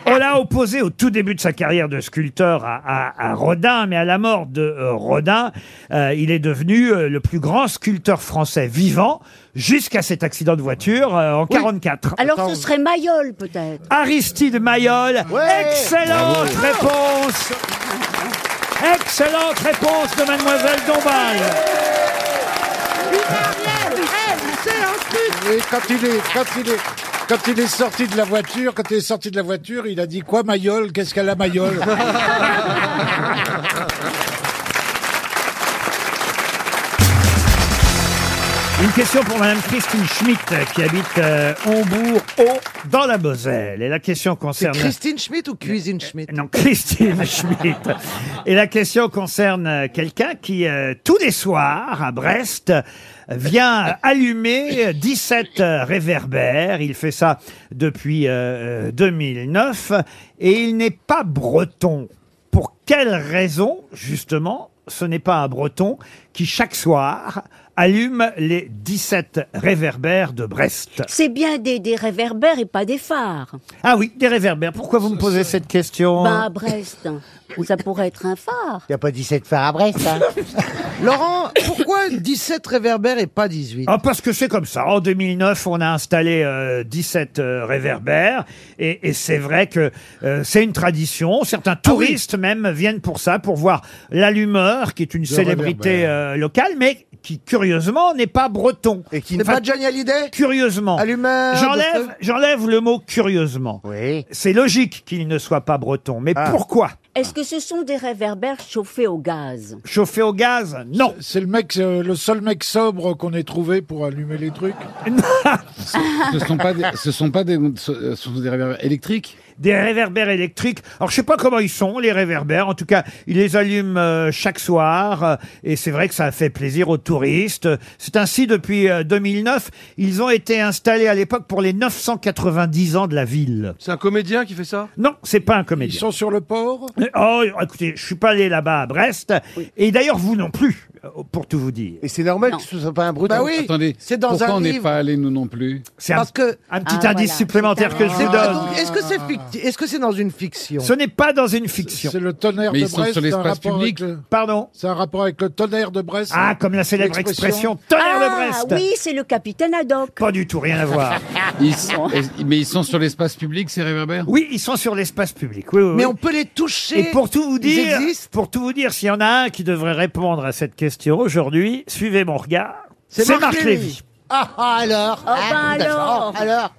B: on l'a opposé au tout début de sa carrière de sculpteur à, à- à Rodin, mais à la mort de euh, Rodin, euh, il est devenu euh, le plus grand sculpteur français vivant jusqu'à cet accident de voiture euh, en 44.
F: Alors ce serait Mayol peut-être.
B: Aristide Mayol.
D: Ouais.
B: Excellente réponse. Excellente réponse de Mademoiselle Dombal.
C: Et Eh, quand il est, quand il est, quand il est sorti de la voiture, quand il est sorti de la voiture, il a dit quoi, Mayol Qu'est-ce qu'elle a, Mayol
B: Une question pour Madame Christine Schmitt euh, qui habite euh, Hombourg, haut dans la Moselle. Et la question concerne.
E: Christine Schmidt ou Cuisine Schmidt
B: Euh, Non, Christine Schmitt. Et la question concerne euh, quelqu'un qui, euh, tous les soirs, à Brest, euh, vient allumer 17 euh, réverbères. Il fait ça depuis euh, euh, 2009 et il n'est pas breton. Pour quelle raison, justement, ce n'est pas un breton qui, chaque soir, allume les 17 réverbères de Brest
F: C'est bien des, des réverbères et pas des phares.
B: Ah oui, des réverbères. Pourquoi vous me posez cette
E: Oh.
B: question
F: Bah à Brest, ça pourrait être un phare.
D: Il n'y a pas 17 phares à Brest, hein.
E: Laurent, pourquoi 17 réverbères et pas 18
B: Ah, parce que c'est comme ça. En 2009, on a installé euh, 17 euh, réverbères. Et, et c'est vrai que euh, c'est une tradition. Certains touristes même viennent pour ça, pour voir l'allumeur, qui est une célébrité
C: réverbère.
B: euh, euh, local, mais qui, curieusement, n'est pas breton.
D: Et qui
E: C'est pas Johnny Hallyday
B: Curieusement.
E: Allumeur de feu.
B: J'enlève, j'enlève le mot curieusement.
D: Oui.
B: C'est logique qu'il ne soit pas breton, mais
D: Ah.
B: pourquoi
F: Est-ce que ce sont des réverbères chauffés au gaz
B: Chauffé au gaz Non.
C: C'est le mec, euh, le seul mec sobre qu'on ait trouvé pour allumer les trucs.
G: Ce sont pas des, ce sont pas des, ce sont des réverbères électriques.
B: Des réverbères électriques. Alors, je sais pas comment ils sont, les réverbères. En tout cas, ils les allument euh, chaque soir. euh, et c'est vrai que ça fait plaisir aux touristes. C'est ainsi depuis euh, 2009. Ils ont été installés à l'époque pour les 990 ans de la ville.
H: C'est un comédien qui fait ça
B: Non, c'est pas un
C: Ils
B: comédien.
C: sont sur le port.
B: Oh, écoutez, je suis pas allé là-bas à Brest. Et d'ailleurs, vous non plus, euh, pour tout vous dire.
D: Et c'est normal
F: Non.
D: que ce soit pas un breton.
E: Bah oui,
G: Attendez,
E: c'est dans
G: pourquoi
E: un
G: on n'est
E: livre.
G: pas allé nous non plus
B: C'est un,
E: Parce que
B: un petit
F: Ah,
B: indice
F: voilà.
B: supplémentaire que je vous
E: Ah,
B: donne.
E: donc, est-ce que c'est ficti- Est-ce que c'est dans une fiction
B: Ce n'est pas dans une fiction.
C: C'est le tonnerre
G: Mais
C: de
G: ils sont
C: Brest.
G: sur
C: c'est un
G: l'espace
C: rapport avec
G: public.
C: le-
B: Pardon
C: C'est un rapport avec le tonnerre de Brest.
B: Ah, comme la célèbre expression
C: L'expression.
B: Tonnerre de
F: Ah
B: Brest
F: oui, c'est le capitaine Haddock.
B: Pas du tout, rien à voir.
G: Ils- est- Mais ils sont sur l'espace public, ces réverbères
B: Oui, ils sont sur l'espace public. Oui, oui,
E: Mais
B: oui.
E: on peut les toucher.
B: Et pour tout vous
E: ils
B: dire,
E: existent
B: pour tout vous dire, s'il y en a un qui devrait répondre à cette question aujourd'hui, suivez mon regard.
E: C'est
B: C'est
E: Marc
B: Marc
E: Lévy.
B: Lévy.
E: Ah, ah, alors
F: Oh ben alors
D: Ah,
E: Alors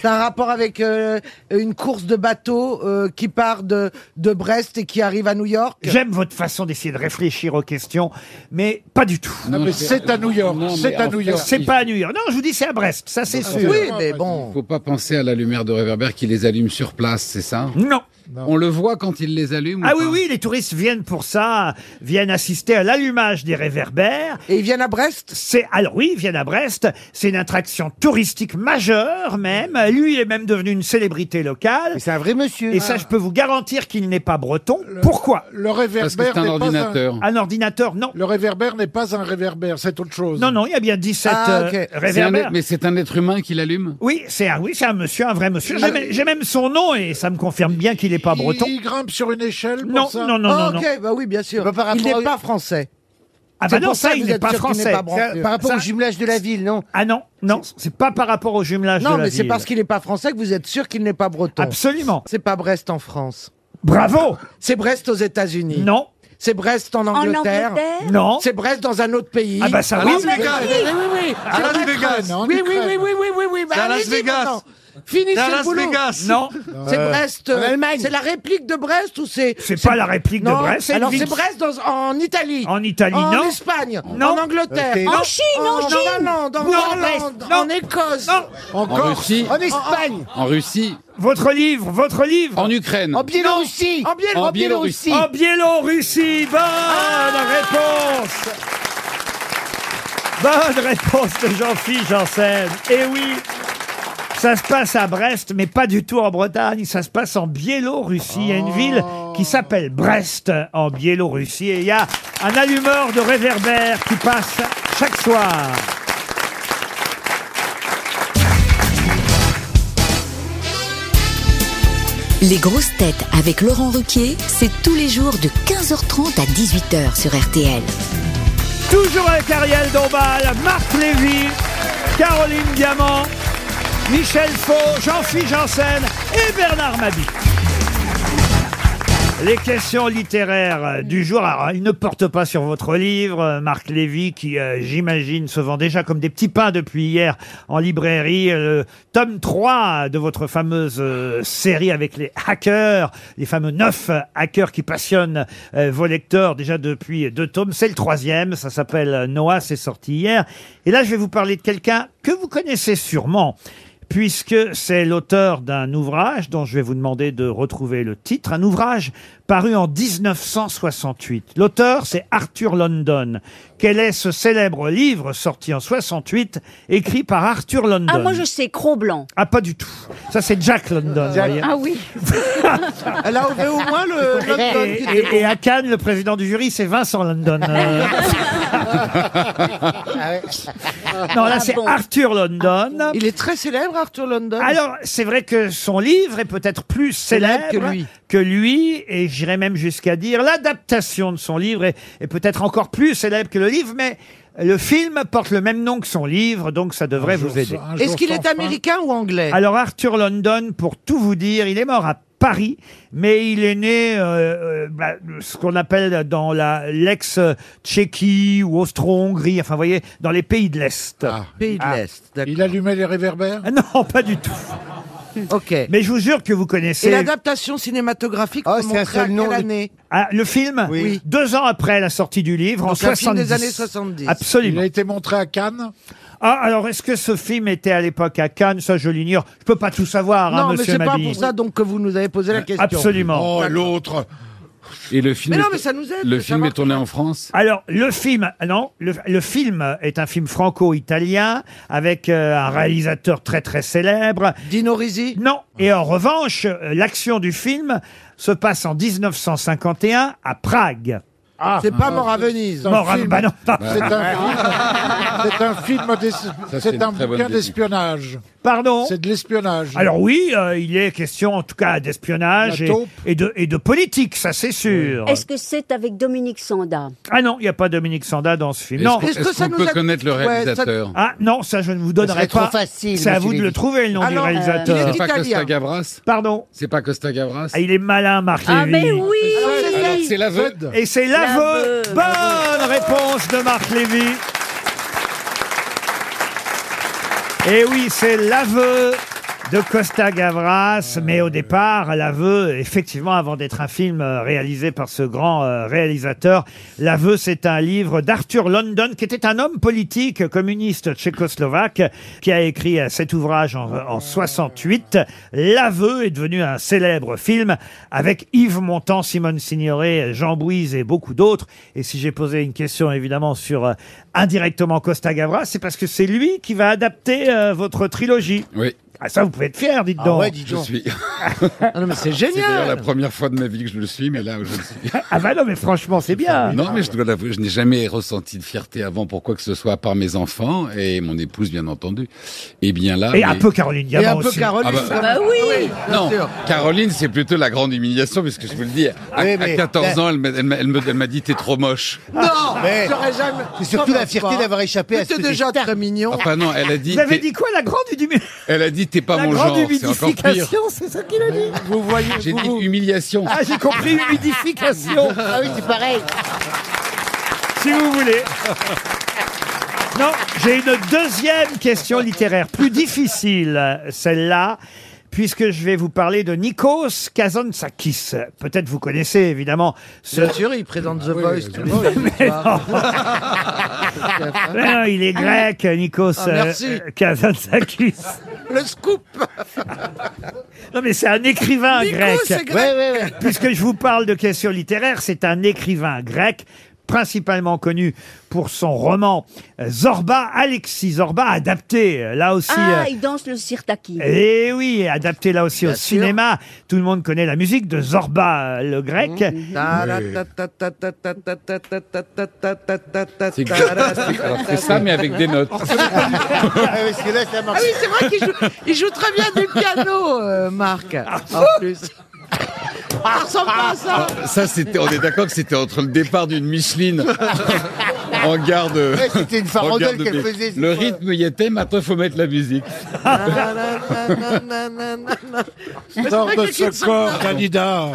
E: C'est un rapport avec euh, une course de bateau euh, qui part de, de Brest et qui arrive à New York.
B: J'aime votre façon d'essayer de réfléchir aux questions, mais pas du tout.
C: Ah,
G: Non,
C: mais
G: c'est- euh,
C: c'est à New York.
G: Non, mais
C: C'est à
G: en
C: New
G: fait,
C: York.
B: C'est
G: Il-
B: pas à New York. Non, je vous dis c'est à Brest, ça c'est sûr.
E: Oui, mais bon.
G: Faut pas penser à la lumière de réverbère qui les allume sur place, c'est ça
B: Non.
G: On le voit quand ils les allument
B: Ah
G: ou
B: oui,
G: pas
B: oui, les touristes viennent pour ça, viennent assister à l'allumage des réverbères.
E: Et ils viennent à Brest
B: C'est alors oui, ils viennent à Brest. C'est une attraction touristique majeure même. Lui il est même devenu une célébrité locale.
D: Mais c'est un vrai monsieur.
B: Et ça, je peux vous garantir qu'il n'est pas breton. Pourquoi
C: Le
G: Parce que c'est
C: réverbère
G: un
C: n'est pas
G: ordinateur.
B: Un ordinateur, non.
C: Le réverbère n'est pas un réverbère, c'est autre chose.
B: Non, non, il y a bien 17
E: Ah, ok.
B: euh,
G: C'est un
B: réverbères.
G: être- mais c'est un être humain qui l'allume
B: Oui, c'est un, oui, c'est un monsieur, un vrai monsieur. J'ai même- J'ai même son nom et ça me confirme bien qu'il n'est pas
C: Il-
B: breton.
C: Ah. Il, grimpe sur une échelle pour
B: Non,
C: ça.
B: non, non, non,
E: Ah,
B: non.
E: Ok, bah oui, bien sûr.
D: Bah, par
E: il
D: rapport
E: n'est
D: à-
E: pas français.
B: Ah
E: C'est
B: bah non,
E: pour ça
B: ça,
E: que
B: il
E: vous
B: n'est
E: êtes
B: pas
E: sûr qu'il
B: français.
E: n'est pas breton.
D: C'est un- Par rapport
B: Ça-
D: au jumelage de la ville, non
B: Ah non, non, c'est pas par rapport au jumelage de
E: Non,
B: la
E: mais c'est
B: ville.
E: parce qu'il n'est pas français que vous êtes sûr qu'il n'est pas breton.
B: Absolument.
E: C'est pas Brest en France.
B: Bravo.
E: C'est Brest aux États-Unis.
B: Non,
E: C'est Brest en
F: En
E: Angleterre.
F: Angleterre
B: non.
E: C'est Brest dans un autre pays.
B: Ah bah ça
H: À
B: oui.
H: Las Vegas
E: Oui, oui, oui.
H: À Las
E: C'est
H: Vegas.
E: Brest.
C: En
E: Oui, oui,
C: Ukraine.
E: oui, oui, oui, oui, oui.
H: C'est à
E: Bah,
H: Las
E: allez-y
H: Vegas.
E: maintenant. Finissez
H: C'est à
E: le
H: Las
E: boulot.
H: Vegas
B: Non,
E: C'est Brest. euh,
D: en Allemagne.
E: C'est la réplique de Brest ou c'est
B: c'est pas la réplique
E: Non.
B: de Brest.
E: Alors
B: une
E: c'est
B: ville-
E: Brest dans- en Italie.
B: En Italie,
E: en
B: non.
E: Espagne.
B: Non.
E: En Angleterre.
D: Ok.
E: en-
F: En Chine, en
E: en
F: Chine
E: Hollande, en
B: Non.
E: Hollande,
B: Non.
E: en Écosse.
B: Non.
G: En Russie,
D: En Espagne
G: en Russie,
B: Votre livre, votre livre.
G: en Ukraine,
E: Oh,
D: En
B: Oh,
D: Biélorussie
E: En Biélorussie.
G: En Biélorussie.
B: En Biélorussie, bonne
G: Ah
B: réponse Bonne réponse de Jean-Philippe Janssen. Eh oui ça se passe à Brest, mais pas du tout en Bretagne. Ça se passe en Biélorussie. Il y a
G: Oh.
B: une ville qui s'appelle Brest en Biélorussie. Et il y a un allumeur de réverbère qui passe chaque soir.
I: Les grosses têtes avec Laurent Ruquier, c'est tous les jours de 15h30 à 18h sur RTL.
B: Toujours avec Ariel Dombal, Marc Lévy, Caroline Diamant, Michel Faux, Jean-Philippe Janssen et Bernard Mabi. Les questions littéraires euh, du jour, alors, ils ne portent pas sur votre livre, euh, Marc Lévy, qui, euh, j'imagine, se vend déjà comme des petits pains depuis hier en librairie. Euh, le tome 3 de votre fameuse euh, série avec les hackers, les fameux neuf euh, hackers qui passionnent euh, vos lecteurs déjà depuis deux tomes. C'est le troisième, ça s'appelle euh, Noah, c'est sorti hier. Et là, je vais vous parler de quelqu'un que vous connaissez sûrement puisque c'est l'auteur d'un ouvrage dont je vais vous demander de retrouver le titre, un ouvrage paru en 1968. L'auteur, c'est Arthur London. Quel est ce célèbre livre sorti en 68, écrit par Arthur London
F: Ah, moi je sais, Cro-Blanc.
B: Ah, pas du tout. Ça, c'est Jack London. vous voyez.
F: Ah oui. Ah,
E: Elle a ouvert au moins le.
B: Et,
E: l'autre qui-
B: et- et à Cannes, le président du jury, c'est Vincent London. Euh, non, là, c'est
F: Ah, bon. Ah,
B: Arthur London.
E: Ah, Il est très célèbre, Arthur London.
B: Alors, c'est vrai que son livre est peut-être plus célèbre
E: que lui.
B: que lui, et j'irais même jusqu'à dire l'adaptation de son livre est, est peut-être encore plus célèbre que le livre, mais le film porte le même nom que son livre, donc ça devrait vous aider.
E: Est-ce qu'il est américain ou anglais
B: Alors, Arthur London, pour tout vous dire, il est mort à Paris, mais il est né euh, euh, bah, ce qu'on appelle dans la l'ex-Tchéquie ou Austro-Hongrie, enfin vous voyez, dans les pays de l'Est.
E: Pays de l'Est. d'accord.
C: Ah. Il allumait les réverbères
B: Ah Non, pas du tout.
E: Ok. Et
B: Mais je vous jure que vous connaissez
E: l'adaptation cinématographique,
D: Ah,
E: oh,
D: c'est un
E: montrée à
D: seul nom
E: quelle
D: de-
E: année
B: Ah, le film.
E: Oui.
B: Deux ans après la sortie du livre, en
E: Donc, un
B: 70.
E: film des années 70.
C: Il
B: Absolument.
C: a été montré à Cannes
B: Ah, alors est-ce que ce film était à l'époque à Cannes Ça, je l'ignore. Je peux pas tout savoir, hein,
E: Non, mais
B: monsieur
E: c'est pas
B: Mabille.
E: pour ça donc que vous nous avez posé la question.
B: Absolument.
C: Oh, l'autre
G: Et le film.
E: Mais non,
G: est-
E: mais ça nous aide
G: Le
E: de
G: film
E: savoir
G: est tourné en France.
B: Alors, le film, ah non, le, le film est un film franco-italien avec euh, un réalisateur très très célèbre.
E: Dino Risi
B: Non, et en revanche, euh, l'action du film se passe en 1951 à Prague.
C: Ah.
E: C'est pas mort à Venise.
B: Ah. Mort à-
C: film.
B: bah non,
C: C'est un film, c'est un film d'es-
G: c'est
C: c'est
G: une
C: un
G: très bonne
C: bouquin
G: déduction.
C: d'espionnage.
B: pardon.
C: C'est de l'espionnage.
B: Alors oui, euh, il est question en tout cas d'espionnage
C: La
B: et,
C: taupe.
B: et de, et de politique, ça c'est sûr.
F: Est-ce que c'est avec Dominique Sanda
B: Ah non, il n'y a pas Dominique Sanda dans ce film. Non.
G: Est-ce qu'on-
E: Est-ce que
G: est-ce
E: ça
G: qu'on
E: nous
G: peut
E: a-
G: connaître le
E: Ouais, ça-
G: réalisateur
B: Ah non, ça je ne vous
D: Ce
B: donnerai
D: serait
B: pas.
D: trop facile.
B: C'est à
D: monsieur
B: vous de le
D: Lévy.
B: trouver le nom
E: Alors, euh,
B: du
E: il
B: réalisateur.
E: est
G: C'est pas
E: italien.
G: Costa Gavras
B: Pardon.
G: C'est pas Costa Gavras
B: Ah, il est malin, Marc
F: Ah,
B: Lévy.
J: ben
F: mais oui
E: Alors, c'est
G: Alors c'est la veuve.
C: Fred,
B: Et c'est l'aveu.
F: L'aveu.
B: Bonne réponse de Marc Lévy. Et oui, c'est l'aveu de Costa Gavras, mais au départ, l'aveu, effectivement, avant d'être un film euh, réalisé par ce grand euh, réalisateur, l'aveu, c'est un livre d'Arthur London, qui était un homme politique communiste tchécoslovaque, qui a écrit euh, cet ouvrage en, en 68. L'aveu est devenu un célèbre film avec Yves Montand, Simone Signoret, Jean Bouise et beaucoup d'autres. Et si j'ai posé une question évidemment sur euh, indirectement Costa Gavras, c'est parce que c'est lui qui va adapter euh, votre trilogie.
G: Oui,
B: Ah ça, vous pouvez être fier, dites
D: Ah
B: donc.
D: ouais, dis
G: je
D: donc.
G: suis.
E: Ah non, mais c'est
G: C'est d'ailleurs la
E: génial
G: première fois de ma vie que je le suis, mais là je le suis.
B: Ah bah non, mais franchement, c'est bien.
G: Non, mais je dois l'avouer, je n'ai jamais ressenti de fierté avant pour quoi que ce soit, à part mes enfants et mon épouse, bien entendu. Et bien là.
B: Et
G: mais-
B: un peu Caroline Diamant
E: Et un peu
B: aussi.
E: Caroline.
G: Ah bah-
E: quand même.
F: Bah oui
G: Non,
E: sûr.
G: Caroline, c'est plutôt la grande humiliation, puisque je vous le dis, à,
D: Oui,
G: à
D: mais-
G: 14 ans, elle m'a- elle m'a- elle me- elle m'a dit t'es trop moche.
E: Ah,
D: Mais-
E: Non J'aurais jamais.
D: C'est surtout la
E: Commence
D: fierté
E: pas.
D: d'avoir échappé à
E: Mais
D: ce
E: t'es déjà très mignon.
G: Enfin non, elle a dit.
B: Vous avez
G: t'es-
B: dit quoi, la grande, humi-
G: Elle a dit t'es pas
B: la
G: mon
B: grande
G: genre, c'est encore pire.
B: humidification, c'est ça qu'il a dit
C: vous voyez,
G: J'ai
C: vous-
G: dit
C: vous-
G: humiliation.
B: Ah, j'ai compris, humidification.
D: Ah oui, c'est pareil.
B: si vous voulez. Non, j'ai une deuxième question littéraire, plus difficile, euh, celle-là, puisque je vais vous parler de Nikos Kazantzakis. Peut-être vous connaissez évidemment ce.
E: Bien sûr, il présente The Voice tous les jours. tu vois.
B: Ah non, il est grec, Nikos
E: Ah, merci.
B: euh, Kazantzakis.
E: Le scoop
B: Non, mais c'est un écrivain grec.
E: Nico, c'est
D: Ouais, ouais, ouais.
B: Puisque je vous parle de questions littéraires, c'est un écrivain grec principalement connu pour son roman euh, Zorba, Alexis Zorba, adapté euh, là aussi. euh,
F: Ah, il danse le sirtaki.
B: Eh oui, adapté là aussi
E: Bien
B: au
E: sûr.
B: cinéma. Tout le monde connaît la musique de Zorba, euh, le grec.
E: Mhm.
G: C'est Alors, c'est ça, mais avec des notes.
D: Ah, parce que là, ça
E: Ah
D: marche.
E: oui, c'est vrai qu'il joue, il joue très bien du piano, euh, Marc. En plus. Ça ressemble pas à ça.
G: Ça, c'était, on est d'accord que c'était entre le départ d'une Micheline en garde.
D: Ouais, c'était une farandole qu'elle faisait, c'est
G: euh, Le
D: quoi
G: rythme y était, maintenant il faut mettre la musique. Ah,
C: sors de
E: quelqu'un qui
C: ce corps, Dalida.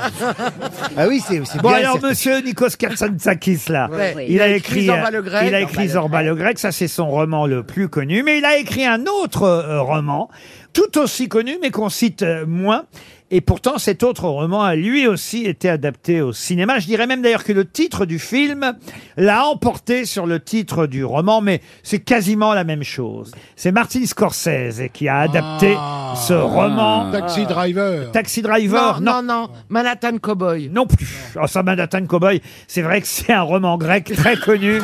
D: Ah oui, c'est c'est
B: Bon
D: bien.
B: alors
D: c'est-
B: monsieur Nikos Katsantzakis là,
E: Ouais.
B: il, a écrit,
E: Zorba
B: euh,
E: le Grec.
B: il a écrit Zorba le grec, ça c'est son roman le plus connu, mais il a écrit un autre euh, roman tout aussi connu mais qu'on cite euh, moins. Et pourtant, cet autre roman a lui aussi été adapté au cinéma. Je dirais même d'ailleurs que le titre du film l'a emporté sur le titre du roman, mais c'est quasiment la même chose. C'est Martin Scorsese qui a adapté
C: Ah.
B: ce roman.
C: Taxi driver.
B: Taxi Driver, non.
E: non, non, Manhattan Cowboy.
B: Non plus. Alors ça, Manhattan Cowboy, c'est vrai que c'est un roman grec très connu.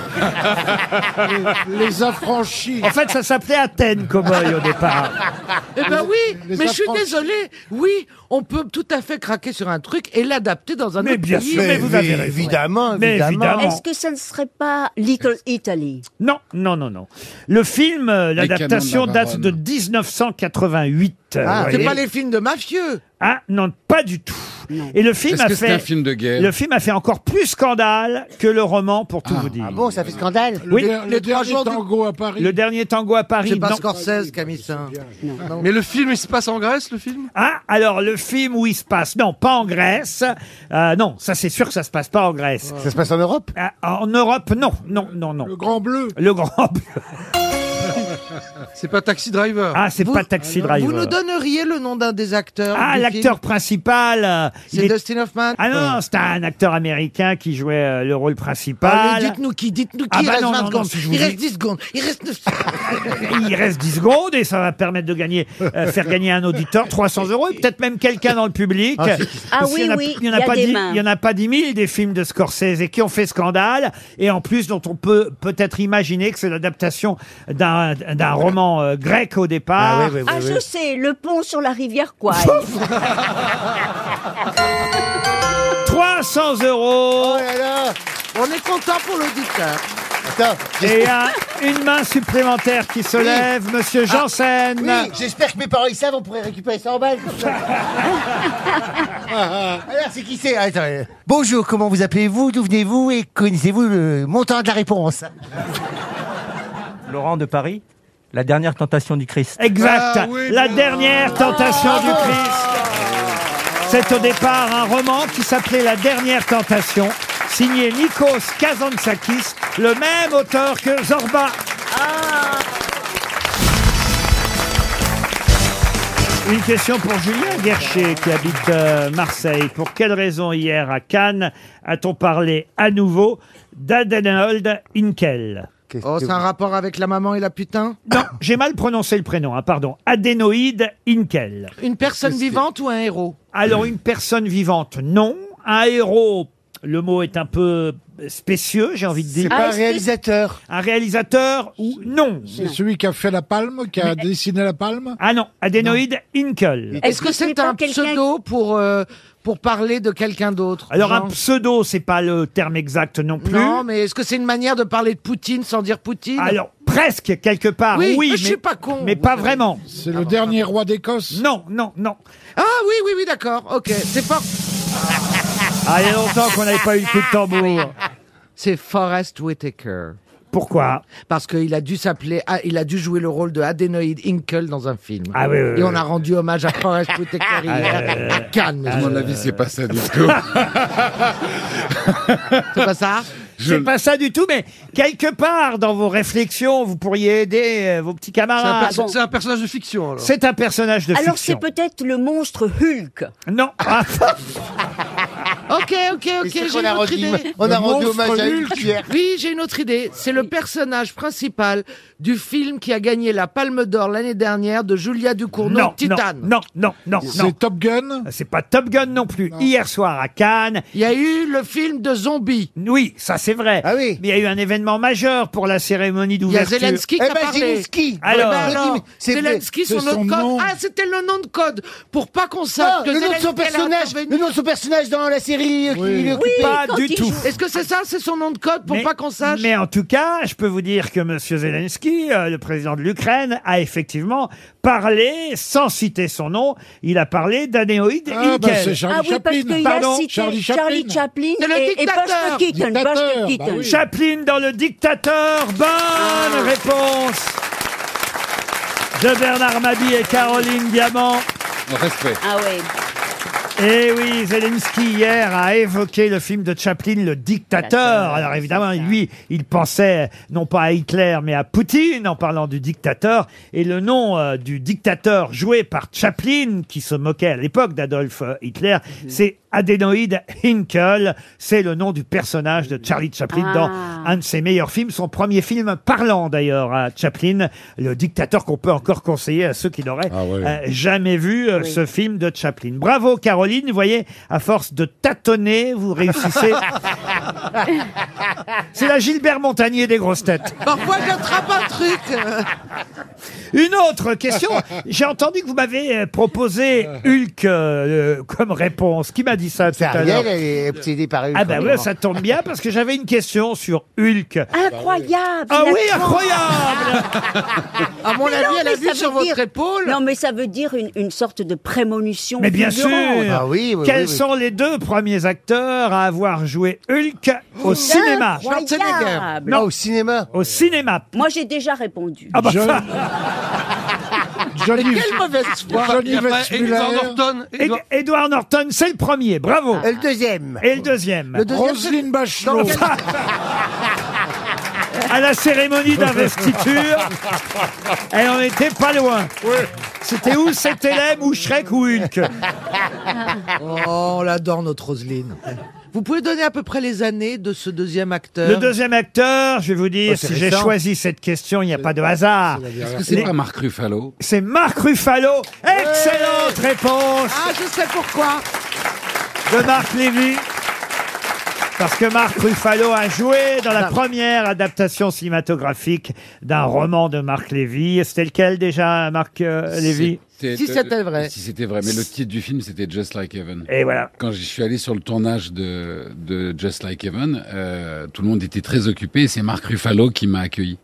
C: Les affranchis.
B: En fait, ça s'appelait Athènes Cowboy au départ.
E: Eh ben oui,
C: les
E: mais je suis
C: affranchis.
E: désolé. Oui, on peut tout à fait craquer sur un truc et l'adapter dans un
B: Mais
E: autre
B: bien
E: pays.
B: sûr, mais vous avez raison.
D: Évidemment,
B: Mais
D: évidemment.
B: évidemment.
F: Est-ce que ça ne serait pas Little Italy
B: Non, non, non, non. Le film, euh,
G: Les
B: l'adaptation
G: canons de la
B: date de
G: Baronne.
B: 1988. euh,
D: Ah,
B: vous
E: C'est
B: voyez.
E: pas les films de mafieux.
B: Ah, non, pas du tout. Et le film
G: Est-ce
B: a
G: que c'est
B: fait
G: un film de guerre
B: Le film a fait encore plus scandale que le roman, pour tout vous dire.
D: Bon, ça fait scandale.
C: Le,
B: Oui,
C: der- le
E: les trois
C: dernier
E: jours du-
C: tango à Paris. Ah,
B: Le dernier tango à Paris.
E: C'est pas
B: non.
E: Scorsese qui a mis ça.
H: Mais le film, il se passe en Grèce, le film
B: Ah, alors le film où il se passe, non, pas en Grèce. Euh, non, ça c'est sûr que ça se passe pas en Grèce.
D: Ça se passe en Europe
B: Ah, en Europe, non, non, non, non.
C: Le Grand Bleu.
B: Le grand bleu.
H: C'est pas Taxi Driver.
B: Ah, c'est
E: Vous-
B: pas Taxi Driver.
E: Vous nous donneriez le nom d'un des acteurs
B: ah,
E: du film
B: l'acteur principal. euh, il
E: C'est
B: est-
E: Dustin Hoffman
B: Ah non, non, c'est un acteur américain qui jouait euh, le rôle
E: Allez,
B: principal.
E: Dites-nous qui, dites-nous qui,
B: Ah
E: il
B: bah
E: reste
B: non,
E: 20
B: non, non,
E: secondes,
B: si je vous
E: il reste
B: dis-
E: 10 secondes, il reste 9
B: Il reste 10 secondes et ça va permettre de gagner, euh, faire gagner un auditeur 300 euros et peut-être même quelqu'un dans le public.
D: Ah, c'est-
F: Ah
B: Parce qu'il y en
F: oui,
B: a-
F: oui,
B: il y en a,
F: il y a
B: pas
F: des
B: dix-
F: mains.
B: il y en a pas 10 000 des films de Scorsese et qui ont fait scandale et en plus dont on peut peut-être imaginer que c'est l'adaptation d'un d'un roman euh, grec au départ.
D: Ah oui, oui,
F: Ah,
D: oui, oui.
F: je sais, le pont sur la rivière Kouai.
B: 300 euros
D: Oh là là
E: On est content pour l'auditeur.
D: Attends,
B: et
D: j'espère-
B: un- une main supplémentaire qui se lève, Monsieur Janssen.
D: Ah, oui, j'espère que mes parents ils savent, on pourrait récupérer 100 balles comme ça.
J: Ah,
D: Alors, c'est qui c'est Attends, euh, Bonjour, comment vous appelez-vous D'où venez-vous Et connaissez-vous le montant de la réponse
K: Laurent de Paris, la dernière tentation du Christ.
B: Exact.
H: Ah oui,
B: la
H: bien.
B: dernière tentation du Christ. C'est au départ un roman qui s'appelait La dernière tentation, signé Nikos Kazantzakis, le même auteur que Zorba. Une question pour Julien Guercher qui habite euh, Marseille. Pour quelle raison hier à Cannes a-t-on parlé à nouveau d'Adenhold Inkel
E: Oh, c'est un rapport avec la maman et la putain
B: Non, j'ai mal prononcé le prénom, hein, pardon. Adénoïde Inkel.
E: Une personne vivante ou un héros
B: Alors, une personne vivante, non. Un héros, le mot est un peu spécieux, j'ai envie de
D: C'est
B: dire.
D: pas un
F: est-ce que-
D: réalisateur.
B: Ah, Un réalisateur ou non
C: C'est celui qui a fait la palme, qui a dessiné la palme.
B: Ah non, adénoïde Inkel.
E: Est-ce que c'est
F: pas
E: un
F: quelqu'un-
E: pseudo pour, euh, pour parler de quelqu'un d'autre
B: Alors un
E: genre
B: pseudo, c'est pas le terme exact non plus.
E: Non, mais est-ce que c'est une manière de parler de Poutine sans dire Poutine
B: Alors presque quelque part,
E: Oui,
B: oui,
E: mais
B: mais,
E: je suis pas con,
B: mais
E: vous
B: pas
E: savez.
B: vraiment.
C: C'est le dernier roi d'Écosse.
B: Non, non, non.
E: Ah oui, oui, oui, d'accord, ok. C'est for...
B: Ah, il y a longtemps qu'on n'avait pas eu de coup de tambour.
E: C'est Forrest Whitaker.
B: Pourquoi
E: Parce qu'il a dû s'appeler, ah, il a dû jouer le rôle de Adenoid Hinkle dans un film.
B: Ah oui, oui, oui. Ah, euh,
E: Et on a rendu hommage à Forrest Whitaker hier à Cannes.
G: euh, À
E: monsieur.
G: mon avis, c'est pas ça du tout.
E: C'est pas ça
G: Je-
B: C'est pas ça du tout, mais quelque part dans vos réflexions, vous pourriez aider euh, vos petits
H: C'est un,
B: camarades. Ah,
H: perso- c'est un personnage de fiction, alors.
B: C'est un personnage de
F: Alors c'est
B: fiction.
F: peut-être le monstre Hulk.
B: Non. Ah,
E: Ok, ok, ok,
D: C'est
E: j'ai
D: sûr qu'on
E: une
D: a
E: autre
D: rendu,
E: idée.
D: on a
C: Le
D: rendu
C: monstre
D: hommage à
C: Hulk.
D: Hulk hier.
E: Oui, j'ai une autre idée. C'est le personnage principal du film qui a gagné la Palme d'Or l'année dernière de Julia Ducournau,
B: Ah, non, non,
E: Titane.
B: non, non, non, non. Euh,
C: C'est Top Gun.
B: C'est pas Top Gun non plus. Hier soir à Cannes,
E: Il y a eu le film de Zombie.
B: oui, ça c'est vrai.
D: Ah oui.
B: Mais il y a eu un événement majeur pour la cérémonie
E: Il y a
B: d'ouverture.
E: Zelensky qui
D: Eh
E: a
D: ben,
E: parlé.
D: Zelensky.
B: Alors.
E: Eh ben alors,
D: Mais c'est-
E: Zelensky,
C: c'est
E: son, nom
C: son
E: de code.
C: nom.
E: Ah, c'était le nom de code pour pas qu'on sache
D: Ah,
E: que
D: le nom de
E: Zelensky
D: son
E: allait
D: personnage,
E: intervenir.
D: le nom de son personnage dans la série euh, qui
C: Oui.
D: lui occupe.
B: Pas
F: quand
B: du
F: il
B: tout.
F: joue.
E: Est-ce que c'est ça, c'est son nom de code pour
B: Mais-
E: pas qu'on sache
B: Mais en tout cas, je peux vous dire que M. Zelensky, euh, le président de l'Ukraine, a effectivement parlé, sans citer son nom, il a parlé d'adénoïde
C: Ah, bah,
B: Inkel.
C: c'est
F: Ah
C: Charlie
F: oui, parce
C: Chaplin.
F: qu'il a cité Charlie
C: Charlie Chaplin.
F: Chaplin,
E: C'est le
F: et, et
E: dictateur.
F: Buster Keaton.
C: Dictateur,
F: Buster
C: bah
F: Keaton.
C: oui. Ah.
B: Chaplin dans Le Dictateur. Bonne réponse de Bernard Mabie et Caroline Diamant.
G: Respect.
F: Ah oui.
B: Et Eh oui, Zelensky hier a évoqué le film de Chaplin, Le Dictateur. Alors évidemment, lui, il pensait non pas à Hitler, mais à Poutine en parlant du dictateur. Et le nom euh, du dictateur joué par Chaplin, qui se moquait à l'époque d'Adolf euh, Hitler,
F: Mhm.
B: c'est Adénoïde Hinkel. C'est le nom du personnage de Charlie Chaplin
F: Ah.
B: dans un de ses meilleurs films, son premier film parlant d'ailleurs à Chaplin, le dictateur qu'on peut encore conseiller à ceux qui n'auraient
G: Ah ouais.
B: euh, jamais vu euh, ce film de Chaplin. Bravo Caroline, vous voyez, à force de tâtonner, vous réussissez. C'est la Gilbert Montagnier des grosses têtes.
E: Parfois, j'attrape un truc.
B: Une autre question, j'ai entendu que vous m'avez euh, proposé Hulk euh, euh, comme réponse. Qui m'a dit ça tout
D: C'est
B: à l'heure
D: Ariel, elle est obsédée par Hulk.
B: Ah ben ouais,
D: vraiment.
B: ça tombe bien parce que j'avais une question sur Hulk.
F: Incroyable.
B: Ah
F: il a
B: oui,
F: trente-
B: incroyable
F: À
L: mon avis, elle a vu sur votre
F: épaule. Non, mais ça veut dire une, une sorte de prémonition.
B: Mais bien sûr
F: fulgurante.
B: Ah Quels sont les deux premiers acteurs à avoir joué Hulk au cinéma
F: Incroyable. Schwarzenegger.
B: Ah, au cinéma. Au cinéma.
F: Moi, j'ai déjà répondu.
B: Ah bah
F: Je-
B: ça-
F: Mais quelle mauvaise foi.
B: Johnny
F: Y a pas
B: Weissmuller.
F: Edward Norton,
B: Ed-
F: Edward-
B: Edward Norton, c'est le premier, bravo. Et Ah, le deuxième. Et le deuxième.
C: Le deuxième, c'est- Roselyne
B: Dans
C: Bachelot.
B: le- à la cérémonie d'investiture, elle en était pas loin. C'était où C'était Lem ou Shrek ou Hulk
E: Oh, on l'adore, notre Roselyne. Vous pouvez donner à peu près les années de ce deuxième acteur
B: Le deuxième acteur, je vais vous dire,
E: Oh, c'est
B: si j'ai
E: récent.
B: choisi cette question, il n'y a pas de hasard.
G: Est-ce que c'est
B: Les-
G: pas Marc Ruffalo
B: C'est Marc Ruffalo. Excellente réponse. Ah,
E: je sais pourquoi.
B: De Marc Lévy. Parce que Marc Ruffalo a joué dans la première adaptation cinématographique d'un roman de Marc Lévy. C'était lequel déjà, Marc euh, Lévy
G: C'était- Si c'était vrai. Mais le titre du film, c'était Just Like Heaven.
B: Et voilà.
G: Quand je suis allé sur le tournage de, de Just Like Heaven, euh, tout le monde était très occupé. et C'est Marc Ruffalo qui m'a accueilli.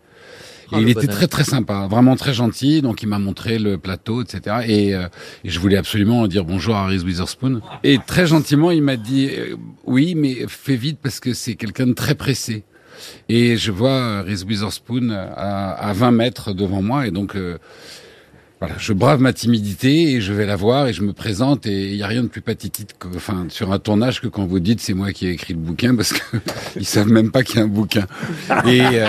M: Oh,
G: Et il
M: le
G: était
M: bonheur.
G: très très sympa, vraiment très gentil. Donc il m'a montré le plateau, etc. Et, euh, et je voulais absolument dire bonjour à Reese Witherspoon. Et très gentiment, il m'a dit euh, oui, mais fais vite parce que c'est quelqu'un de très pressé. Et je vois euh, Reese Witherspoon à, à 20 mètres devant moi, et donc. euh, voilà, je brave ma timidité et je vais la voir et je me présente et il y a rien de plus pathétique que, enfin, sur un tournage que quand vous dites c'est moi qui ai écrit le bouquin parce que ils savent même pas qu'il y a un bouquin. Et, euh,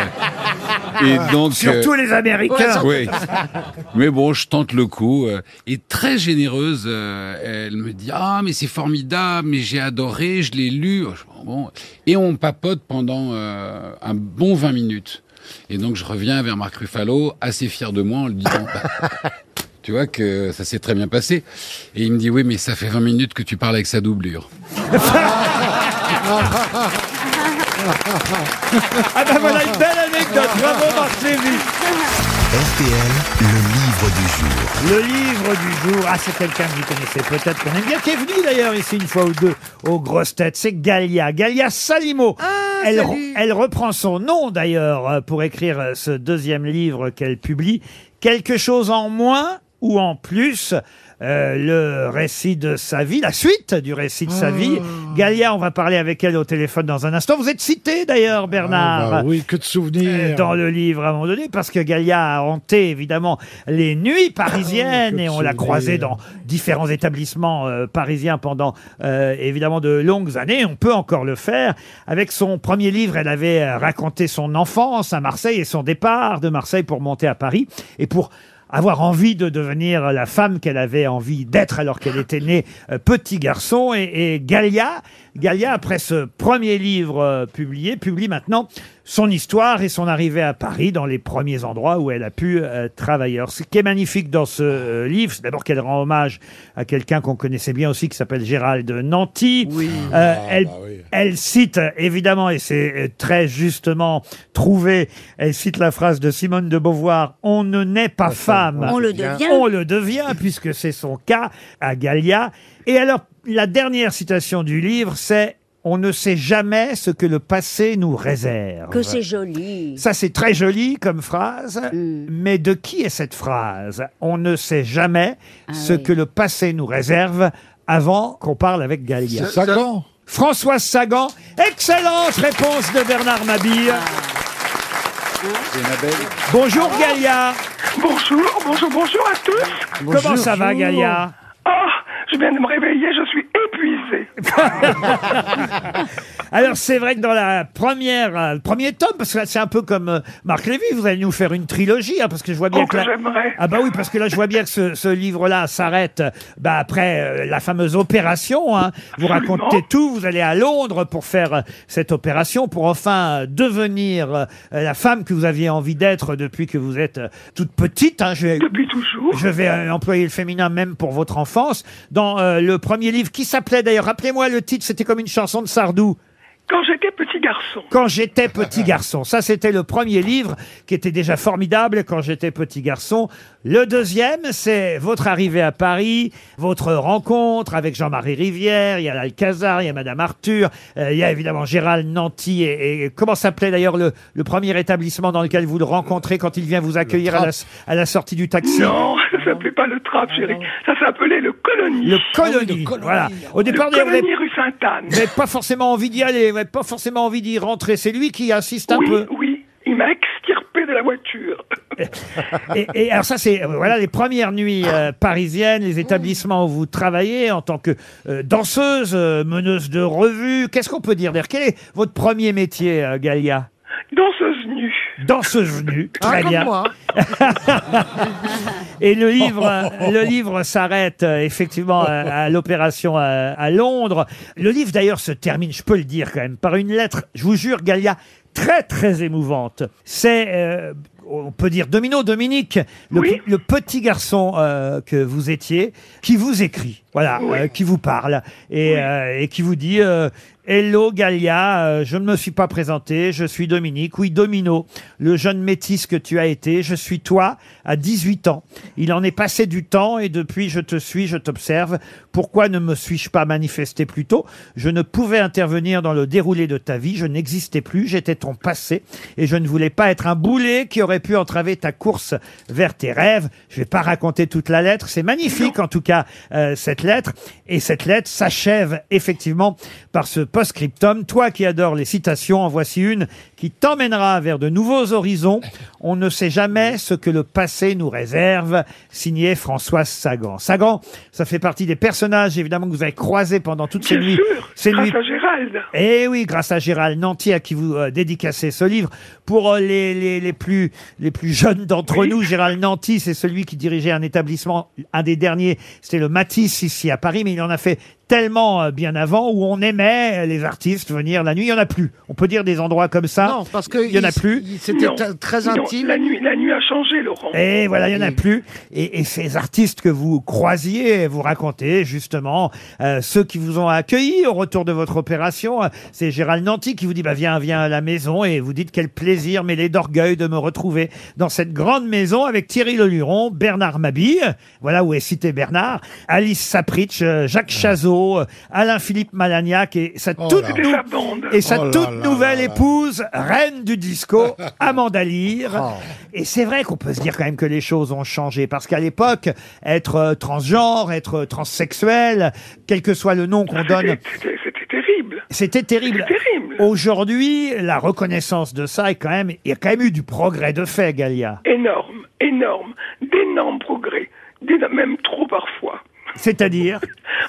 G: et donc. euh,
B: Surtout les Américains. Ouais, surtout.
G: Oui. Mais bon, je tente le coup. euh, et très généreuse, euh, elle me dit Ah, mais c'est formidable, mais j'ai adoré, je l'ai lu. Oh, Je dis, Bon. Et on papote pendant euh, un bon 20 minutes. Et donc, je reviens vers Marc Ruffalo, assez fier de moi, en lui disant Bah, Tu vois que ça s'est très bien passé. Et il me dit Oui, mais ça fait 20 minutes que tu parles avec sa doublure.
B: Ah ben voilà une belle anecdote. Bravo Marc Lévy.
A: RTL, le livre du jour.
B: Le livre du jour, ah c'est quelqu'un que vous connaissez peut-être, qu'on aime bien, qui est venu d'ailleurs ici une fois ou deux aux grosses têtes, c'est Galia, Galia Salimo.
C: Ah,
B: elle, re- elle reprend son nom d'ailleurs euh, pour écrire euh, ce deuxième livre qu'elle publie, Quelque chose en moins ou en plus, euh, le récit de sa vie, la suite du récit de
C: Ah.
B: sa vie. Galia, on va parler avec elle au téléphone dans un instant. Vous êtes cité d'ailleurs Bernard.
C: Ah bah oui, que de souvenirs.
B: Euh, dans le livre à un moment donné, parce que Galia a hanté évidemment les
C: Ah
B: nuits parisiennes et on l'a croisée dans différents établissements euh, parisiens pendant euh, évidemment de longues années. On peut encore le faire. Avec son premier livre, elle avait euh, raconté son enfance à Marseille et son départ de Marseille pour monter à Paris et pour avoir envie de devenir la femme qu'elle avait envie d'être alors qu'elle était née euh, petit garçon. Et, et Galia, Galia, après ce premier livre euh, publié, publie maintenant son histoire et son arrivée à Paris dans les premiers endroits où elle a pu euh, travailler. Alors, ce qui est magnifique dans ce euh, livre, c'est d'abord qu'elle rend hommage à quelqu'un qu'on connaissait bien aussi qui s'appelle Gérald Nanty. Euh, elle, elle cite euh, évidemment, et c'est euh, très justement trouvé, elle cite la phrase de Simone de Beauvoir, On ne naît pas femme.
F: on le devient.
B: On le devient, puisque c'est son cas à Gallia. Et alors, la dernière citation du livre, c'est On ne sait jamais ce que le passé nous réserve.
F: Que c'est joli.
B: Ça, c'est très joli comme phrase,
F: Mm.
B: mais de qui est cette phrase On ne sait jamais
F: Ah
B: ce que le passé nous réserve avant qu'on parle avec Galia.
C: C'est Sagan
B: François Sagan. Excellente réponse de Bernard Mabille.
F: Ah.
B: Bonjour Galia.
N: Bonjour, bonjour, bonjour à tous.
B: Bonjour. Comment ça va, Galia
N: Ah, je viens de me réveiller, je suis épuisé.
B: Alors c'est vrai que dans la première, euh, le premier tome, parce que là, c'est un peu comme euh, Marc Lévy, vous allez nous faire une trilogie, hein, parce que je vois bien
N: Oh, que
B: là-
N: j'aimerais.
B: ah bah oui, parce que là je vois bien que ce, ce livre-là s'arrête euh, bah, après euh, la fameuse opération. hein. Vous
N: Absolument.
B: racontez tout, vous allez à Londres pour faire euh, cette opération, pour enfin euh, devenir euh, la femme que vous aviez envie d'être depuis que vous êtes euh, toute petite. hein. Je vais,
N: depuis toujours.
B: Je vais euh, employer le féminin même pour votre enfance. Dans euh, le premier livre qui s'appelait d'ailleurs, rappelez-moi le titre, c'était comme une chanson de Sardou.
N: Quand j'étais petit garçon.
B: Quand j'étais petit garçon. Ça, c'était le premier livre qui était déjà formidable quand j'étais petit garçon. Le deuxième, c'est votre arrivée à Paris, votre rencontre avec Jean-Marie Rivière, il y a l'Alcazar, il y a Madame Arthur, euh, il y a évidemment Gérald Nanty et, et comment s'appelait d'ailleurs le, le premier établissement dans lequel vous le rencontrez quand il vient vous accueillir à la, s- à la sortie du taxi
N: Non, ça s'appelait pas le trap, chérie. Ça s'appelait le colonie.
B: Ah Le colonie, voilà. Au départ,
N: le
B: d'ailleurs, vous avez-
N: colonie rue Sainte-Anne.
B: Vous n'avez pas forcément envie d'y aller, vous n'avez pas forcément envie d'y rentrer. C'est lui qui insiste un peu.
N: Oui, il m'a extirpé de la voiture.
B: Et, et alors ça, c'est euh, voilà les premières nuits euh, parisiennes, les établissements où vous travaillez en tant que euh, danseuse, euh, meneuse de revue. Qu'est-ce qu'on peut dire d'ailleurs Quel est votre premier métier, euh, Galia
N: Danseuse nue.
B: Danseuse nue,
N: Hein,
D: Ah,
B: très
N: comme
B: bien.
N: moi.
B: Et le livre, euh, le livre s'arrête euh, effectivement à, à l'opération euh, à Londres. Le livre d'ailleurs se termine, je peux le dire quand même, par une lettre. Je vous jure, Galia, très très émouvante. C'est euh, on peut dire Domino Dominique, le, pe- le petit garçon euh, que vous étiez, qui vous écrit, voilà, euh, qui vous parle et, euh, et qui vous dit euh, Hello Galia, euh, je ne me suis pas présenté, je suis Dominique, oui Domino, le jeune métis que tu as été, je suis toi à 18 ans. Il en est passé du temps et depuis je te suis, je t'observe. Pourquoi ne me suis-je pas manifesté plus tôt Je ne pouvais intervenir dans le déroulé de ta vie, je n'existais plus, j'étais ton passé et je ne voulais pas être un boulet qui aurait pu entraver ta course vers tes rêves. Je vais pas raconter toute la lettre, c'est magnifique en tout cas euh, cette lettre et cette lettre s'achève effectivement par ce post-scriptum. Toi qui adores les citations, en voici une qui t'emmènera vers de nouveaux horizons. On ne sait jamais ce que le passé nous réserve. Signé Françoise Sagan. Sagan, ça fait partie des personnages évidemment que vous avez croisés pendant toutes ces nuits. Ces
N: Grâce
B: nuits-
N: à Gérald.
B: eh oui, grâce à Gérald Nanty, à qui vous euh, dédicacez ce livre. Pour euh, les, les, les, plus, les plus jeunes d'entre nous, Gérald Nanty, c'est celui qui dirigeait un établissement, un des derniers, c'était le Matisse ici à Paris, mais il en a fait tellement euh, bien avant où on aimait euh, les artistes venir la nuit. Il n'y en a plus. On peut dire des endroits comme ça. Non, parce qu'il n'y en a plus.
N: Non, non, La nuit, la nuit a changé, Laurent.
B: Et voilà, il n'y en
N: Mm.
B: a plus. Et, et ces artistes que vous croisiez, vous racontez justement euh, ceux qui vous ont accueillis au retour de votre opération. Euh, C'est Gérald Nanty qui vous dit bah, viens, viens à la maison et vous dites quel plaisir mêlé d'orgueil de me retrouver dans cette grande maison avec Thierry Leluron, Bernard Mabille, voilà où est cité Bernard, Alice Sapritch, euh, Jacques Chazot, euh, Alain-Philippe Malagnac et sa toute,
N: Oh là. C'était sa bande.
B: et sa
N: Oh là
B: toute
N: là
B: nouvelle
N: là là.
B: épouse, reine du disco, Amanda Lear. Et c'est vrai qu'on peut se dire quand même que les choses ont changé, parce qu'à l'époque, être euh, transgenre, être euh, transsexuel, quel que soit le nom
N: Ah,
B: qu'on donne,
N: C'était c'était terrible.
B: c'était terrible. Aujourd'hui, la reconnaissance de ça est quand même, il y a quand même eu du progrès de fait, Galia.
N: Énorme, énorme. D'énormes progrès. d'énormes- Même trop parfois.
B: C'est-à-dire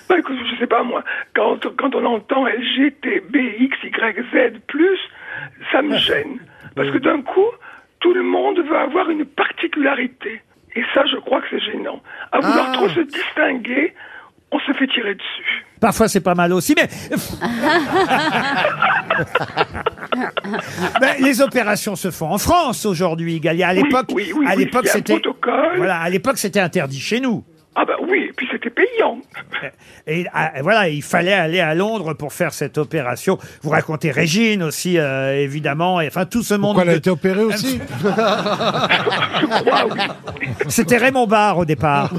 N: Bah écoute, je sais pas moi, quand, quand on entend LGTBXYZ+, ça me gêne. Parce que d'un coup, tout le monde veut avoir une particularité. Et ça, je crois que c'est gênant. À vouloir trop se distinguer, on se fait tirer dessus.
B: Parfois, c'est pas mal aussi, mais Ben, les opérations se font en France aujourd'hui, Galia. À
N: Oui,
B: l'époque,
N: oui, oui,
B: à
N: oui,
B: l'époque,
N: il y a un
B: c'était
N: protocole.
B: voilà, à l'époque, c'était interdit chez nous.
N: Ah bah oui, et puis c'était payant.
B: Et ah, et voilà, il fallait aller à Londres pour faire cette opération. Vous racontez Régine aussi, euh, évidemment. Et enfin, tout ce monde.
C: Pourquoi elle a
B: de-
C: été opérée aussi
B: C'était Raymond Barre au départ.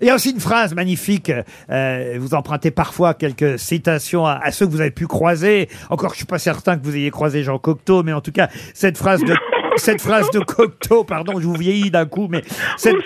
B: Il y a aussi une phrase magnifique. euh, vous empruntez parfois quelques citations à, à ceux que vous avez pu croiser. Encore, je suis pas certain que vous ayez croisé Jean Cocteau, mais en tout cas, cette phrase de cette phrase de Cocteau, pardon, je vous vieillis d'un coup, mais cette,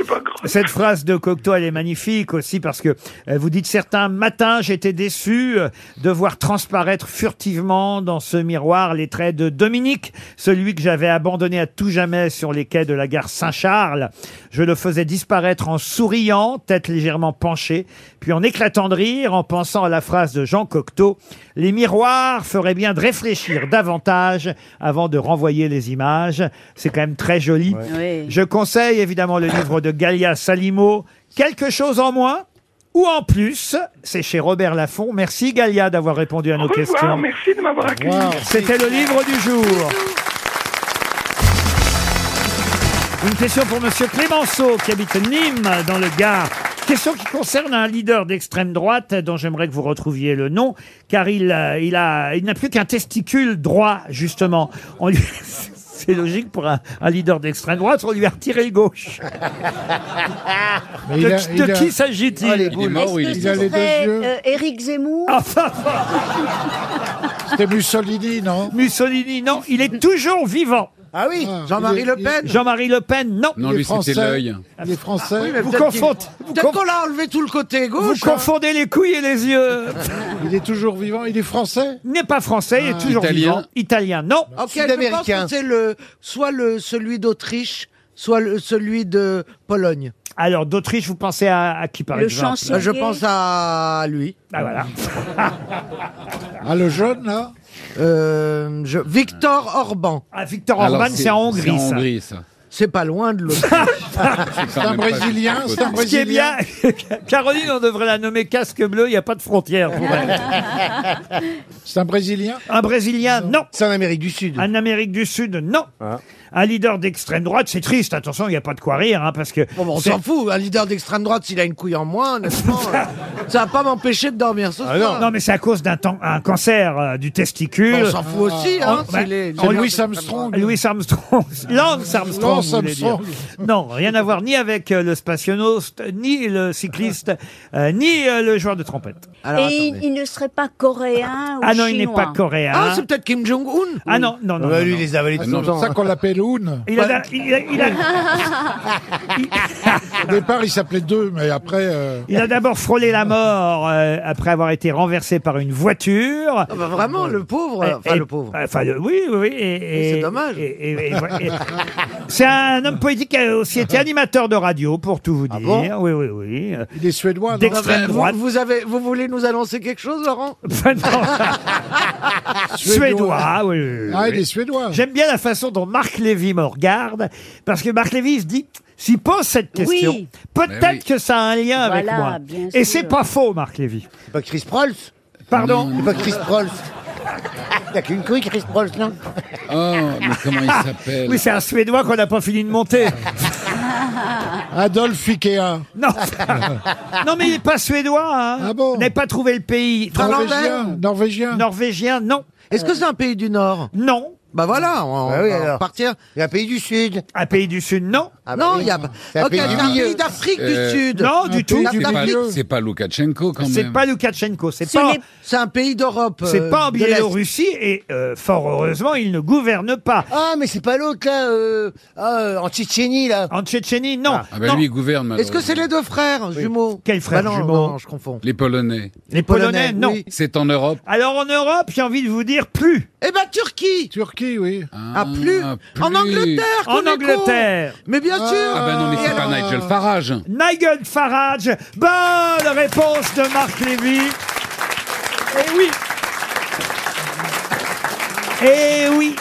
B: cette phrase de Cocteau, elle est magnifique aussi parce que euh, vous dites certains matins, j'étais déçu euh, de voir transparaître furtivement dans ce miroir les traits de Dominique, celui que j'avais abandonné à tout jamais sur les quais de la gare Saint-Charles. Je le faisais disparaître en souriant, tête légèrement penchée, puis en éclatant de rire, en pensant à la phrase de Jean Cocteau Les miroirs feraient bien de réfléchir davantage avant de renvoyer les images. C'est quand même très joli.
F: Ouais. Oui.
B: Je conseille évidemment le livre de Galia Salimo, Quelque chose en moins ou en plus. C'est chez Robert Laffont. Merci Galia d'avoir répondu à nos
N: Au revoir,
B: questions.
N: merci de m'avoir accueilli.
B: C'était le livre du jour. Une question pour Monsieur Clémenceau qui habite Nîmes dans le Gard. Question qui concerne un leader d'extrême droite dont j'aimerais que vous retrouviez le nom, car il, euh, il a, il n'a plus qu'un testicule droit, justement. On lui- C'est logique pour un, un leader d'extrême droite, on lui a retiré le gauche.
C: Mais
B: de
C: il a-
B: qui-
C: il
B: de
C: a-
B: qui s'agit-il
C: Oh, les boules. Il est mort ou il est
F: Il a
C: vivant
F: euh, Éric Zemmour
B: C'était Mussolini, non Mussolini, non. Il est toujours vivant. Ah oui
E: Jean-Marie il est- Le Pen il-
B: Jean-Marie Le Pen, non. Ah
G: Non, Il est lui, c'était français. l'œil.
C: Il est français.
E: Oui, mais
B: vous
E: peut-être qu'il-
B: confondez. vous
E: Peut-être
B: conf-
E: qu'on l'a enlevé tout le côté gauche.
B: vous confondez les couilles et les yeux.
C: Il est toujours vivant. Il est français Ah.
B: Il n'est pas français, il est toujours
G: Italien.
B: vivant. Italien, non.
E: Ok, je pense que c'est le, soit le, celui d'Autriche, soit le, celui de Pologne.
B: Alors, d'Autriche, vous pensez à, à qui, par
E: Le
B: exemple
E: chancelier. Je pense à lui.
B: Ah, voilà.
C: Ah, le jeune, là
E: Euh, je... Victor Orban.
B: Ah, Victor Alors, Orban, c'est- c'est en Hongrie, c'est en ça. Hongrie, ça.
E: C'est pas loin de l'autre.
C: C'est un Brésilien, c'est un
B: Ce qui est bien,
C: Brésilien.
B: Caroline, on devrait la nommer casque bleu, il n'y a pas de frontière pour elle.
C: C'est un Brésilien
B: Un Brésilien, non. C'est en Amérique du Sud. En Amérique du Sud, non.
E: Ah.
B: Un leader d'extrême droite, c'est triste, attention, il n'y a pas de quoi rire, hein, parce que...
E: Bon, on
B: c'est-
E: s'en fout, un leader d'extrême droite, s'il a une couille en moins, honnêtement, euh, ça va pas m'empêcher de dormir ce soir.
B: Ah non. mais c'est à cause d'un temps- un cancer euh, du testicule. Ah,
E: On s'en fout aussi, hein, s'il est-
B: on-
E: Louis
C: Armstrong.
B: Louis Armstrong. Lance Armstrong.
C: Lance
B: vous voulez dire.
C: Armstrong.
B: Non, rien à voir ni avec euh, le spationaute, ni le cycliste, euh, ni euh, le joueur de trompette.
F: Et il, il ne serait pas coréen ou
B: Ah non, il n'est
F: chinois.
B: pas coréen.
E: Ah, c'est peut-être Kim Jong-un
B: Ah non, non, non.
D: Ah bah,
B: non,
D: lui,
B: non.
D: il les a avalés tout
C: C'est
D: le temps.
C: pour ça qu'on l'appelle Oun.
B: Il a- il a- il a-
C: Au départ, il s'appelait deux, mais après. euh,
B: Il a d'abord frôlé la mort euh, après avoir été renversé par une voiture.
E: Ah bah vraiment, le pauvre.
B: Et-
E: Enfin,
B: et-
E: le pauvre.
B: Enfin, le- oui, oui, oui.
E: Mais
B: Et,
E: c'est
B: et-
E: dommage.
B: et- et- et- et- c'est un homme politique qui a aussi été animateur de radio, pour tout vous dire.
E: bon Ah bah
B: oui, oui, oui.
C: Il est suédois, non
B: D'extrême
E: vous,
B: droite.
E: vous avez, vous voulez nous annoncer quelque chose, Laurent
B: Suédois, oui, oui, oui,
C: Ah, il
B: oui.
C: est suédois.
B: J'aime bien la façon dont Marc Lévy me regarde, parce que Marc Lévy il se dit, s'il pose cette question,
F: Oui.
B: peut-être
G: Mais oui.
B: que ça a un lien avec
F: Voilà,
B: moi.
F: bien
B: Et
F: sûr.
B: c'est pas faux, Marc Lévy.
D: C'est pas Chris Prolls
B: Pardon
D: C'est pas Chris Prolls Il a qu'une couille, Chris Prolls, non
G: Oh, mais comment il s'appelle
B: Oui, c'est un Suédois qu'on n'a pas fini de monter.
C: Adolphe Ikea.
B: Non, non mais il n'est pas suédois. Hein.
C: Ah bon
B: On n'a pas trouvé le pays.
C: Norvégien. Norvégien.
B: Norvégien, non.
E: Est-ce que c'est un pays du Nord
B: Non.
E: Bah voilà, on,
D: Bah oui,
E: on va
D: alors.
E: partir.
D: Il y a un pays du Sud.
B: Un pays du Sud, non.
D: Ah bah
E: non,
D: oui.
E: il y a pas.
D: C'est un
E: Ok,
D: pays
E: c'est
D: du
E: un
D: milieu.
E: pays d'Afrique
G: Euh,
E: du Sud.
B: Non, du tout.
G: C'est
E: La
G: pas,
E: Belgique.
G: c'est pas Loukachenko quand
B: C'est
G: même.
B: pas Loukachenko. C'est
F: Ce
B: pas.
F: n'est-
E: C'est un pays d'Europe. euh,
B: C'est pas en
E: de l'Est.
B: Biélorussie et euh, fort heureusement il ne gouverne pas.
D: Ah, mais c'est pas l'autre, là, euh, ah, euh, en Tchétchénie, là.
B: En Tchétchénie, non.
G: Ah ben
B: Non.
G: lui, il gouverne
E: Est-ce que c'est les deux frères jumeaux
B: Quels frères
E: Bah non,
B: jumeaux
E: Non, je confonds.
G: Les Polonais.
B: Les Polonais, non. Ah,
E: oui.
G: C'est en Europe
B: Alors en Europe, j'ai envie de vous dire plus.
E: Eh ben Turquie
C: Turquie, oui.
E: Ah, plus. En Angleterre
B: En
E: qu'on est con.
B: Angleterre.
E: Mais bien sûr
G: Ah ben non, mais
E: Et
G: c'est
E: alors-
G: pas Nigel Farage.
B: Nigel Farage. Bonne réponse de Marc Lévy. Et oui. Et Eh oui.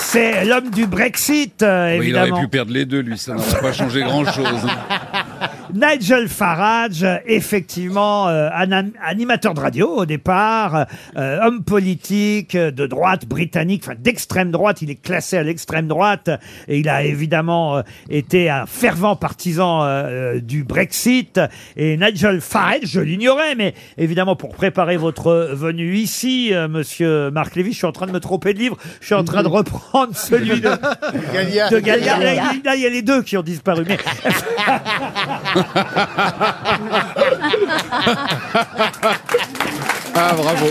B: C'est l'homme du Brexit, euh,
G: Oui, il aurait
B: évidemment.
G: pu perdre les deux, lui, ça n'aurait pas changé grand-chose. hein.
B: Nigel Farage, euh, effectivement, euh, un an- animateur de radio au départ, euh, homme politique euh, de droite britannique, enfin d'extrême droite, il est classé à l'extrême droite et il a évidemment euh, été un fervent partisan euh, euh, du Brexit. Et Nigel Farage, je l'ignorais, mais évidemment pour préparer votre venue ici, euh, Monsieur Marc Lévy, je suis en train de me tromper de livre, je suis en train de reprendre celui de,
D: Galia.
B: de Galliard. Là, il- là, il y a les deux qui ont disparu. Mais
G: Ah, bravo.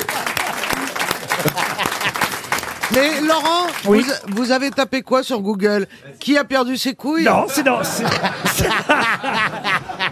E: Mais Laurent,
B: Oui.
E: vous, vous avez tapé quoi sur Google Qui a perdu ses couilles
B: Non, c'est dans. c'est-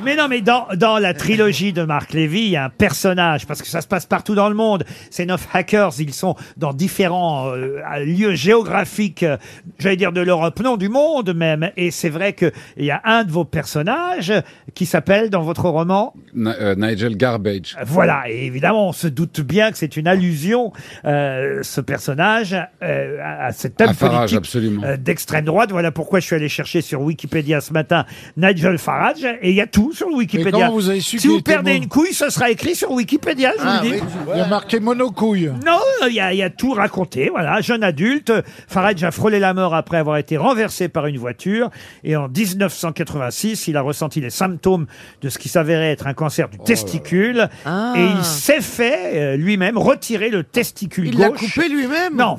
B: mais non, mais dans, dans la trilogie de Marc Lévy, il y a un personnage, parce que ça se passe partout dans le monde. Ces neuf hackers, ils sont dans différents euh, lieux géographiques, euh, j'allais dire de l'Europe, non, du monde même. Et c'est vrai qu'il y a un de vos personnages qui s'appelle dans votre roman.
G: Ni- euh, Nigel Garbage.
B: Voilà, et évidemment, on se doute bien que c'est une allusion, euh, ce personnage, euh, à à cet homme
G: À Farage,
B: politique,
G: absolument.
B: euh, d'extrême droite. Voilà pourquoi je suis allé chercher sur Wikipédia ce matin Nigel Farage, et il y a tout sur le Wikipédia.
C: comment vous avez su
B: si
C: qu'il
B: vous
C: était
B: perdez
C: beau
B: une couille, ce sera écrit sur Wikipédia, je
C: Ah
B: vous le
C: oui,
B: dis.
C: tu vois. Il y a marqué monocouille.
B: Non, il y, a- il y a tout raconté. Voilà, jeune adulte, Faradj a frôlé la mort après avoir été renversé par une voiture. Et en 1986, il a ressenti les symptômes de ce qui s'avérait être un cancer
C: Oh
B: du testicule.
L: Ah.
B: Et il s'est fait euh, lui-même retirer le testicule
L: Il
B: gauche.
L: l'a coupé
B: lui-même Non.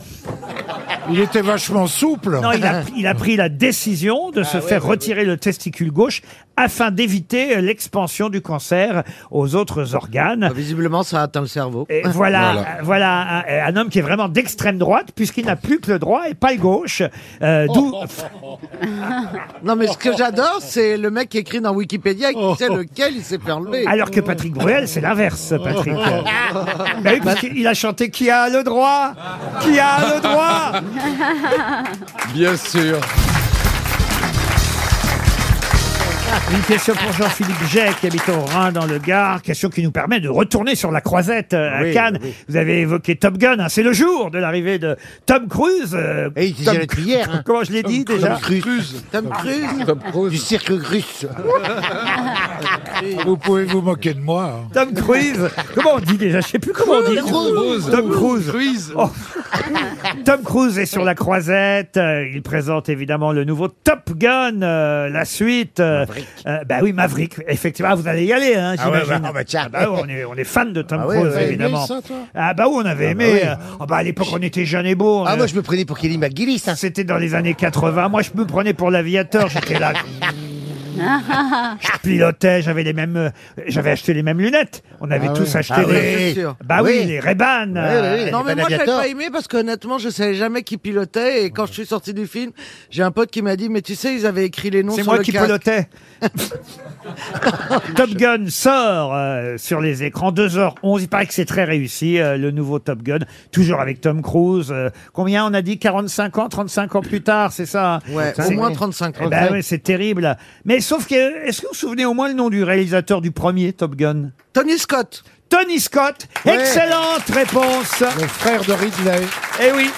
C: Il était vachement souple.
B: Non, il a, il a pris la décision
L: Ah
B: de se faire retirer le testicule gauche afin d'éviter euh, l'expansion du cancer aux autres organes.
L: Bah, Visiblement, ça atteint le cerveau.
B: Et voilà, euh, voilà, un, un homme qui est vraiment d'extrême droite puisqu'il n'a plus que le droit et pas le gauche. Euh, D'où
L: Oh, non, mais ce que j'adore, c'est le mec qui écrit dans Wikipédia qui sait lequel il s'est fait enlever.
B: Oh. alors que Patrick Bruel, c'est l'inverse, Patrick. Bah oui, parce qu'il a chanté qui a le droit, qui a le droit.
G: Bien sûr.
B: Ah, Une question pour Jean-Philippe Jay, qui habite au Rhin, dans le Gard. Question qui nous permet de retourner sur la croisette euh, à
D: Oui,
B: Cannes.
D: oui.
B: Vous avez évoqué Top Gun. hein. C'est le jour de l'arrivée de Tom Cruise. euh, Tom
D: déjà depuis
B: Cru-
D: hier, hein.
B: Comment je l'ai dit
D: Tom
B: déjà
D: Cruise.
L: Tom Cruise.
D: Du cirque russe.
C: Vous pouvez vous moquer de moi. hein.
B: Tom Cruise. Comment on dit déjà Je sais plus comment on dit.
C: Cruise.
B: Tom Cruise. Oh. Tom Cruise est sur la croisette. Euh, Il présente évidemment le nouveau Top Gun, euh, la suite. Euh, euh, bah oui, Maverick. Effectivement, Ah, vous allez y aller, hein,
D: Ah ouais,
B: j'imagine.
D: bah, ah bah tiens.
B: Ah bah ouais, on, est, on est fan de Tom
D: Ah ouais,
B: Cruise,
D: vous avez aimé
B: évidemment.
D: ça, toi
B: ah bah oui, on avait
D: Ah bah
B: aimé.
D: oui.
B: euh, ah bah à l'époque, on était jeune et beau.
D: Ah, moi, je
B: me prenais pour Kelly McGillis.
D: hein.
B: C'était dans les années 80. Moi, je me prenais pour l'aviateur. J'étais là.
F: Ah
B: Je pilotais, j'avais les mêmes, euh, j'avais acheté les mêmes lunettes. On avait
L: Ah
B: tous
L: oui.
B: acheté
L: Ah oui,
B: les,
L: c'est sûr.
B: bah oui,
L: Oui.
B: les Ray-Ban. euh,
L: non, mais moi, je
B: Aviator.
L: pas aimé parce qu'honnêtement, je savais jamais qui pilotait. Et quand je suis sorti du film, j'ai un pote qui m'a dit Mais tu sais, ils avaient écrit les noms
B: C'est
L: sur
B: moi
L: le
B: qui
L: casque.
B: pilotais. Top Gun sort euh, sur les écrans 2h11. Il paraît que c'est très réussi euh, le nouveau Top Gun, toujours avec Tom Cruise. euh, combien on a dit 45 ans, 35 ans plus tard, c'est ça hein
L: Ouais,
B: C'est-
L: au moins 35 ans.
B: Eh ben ouais, c'est terrible. Mais sauf que est-ce que vous vous souvenez au moins le nom du réalisateur du premier Top Gun
L: Tony Scott.
B: Tony Scott.
C: Ouais.
B: Excellente réponse.
C: Le frère de Ridley.
B: Eh oui.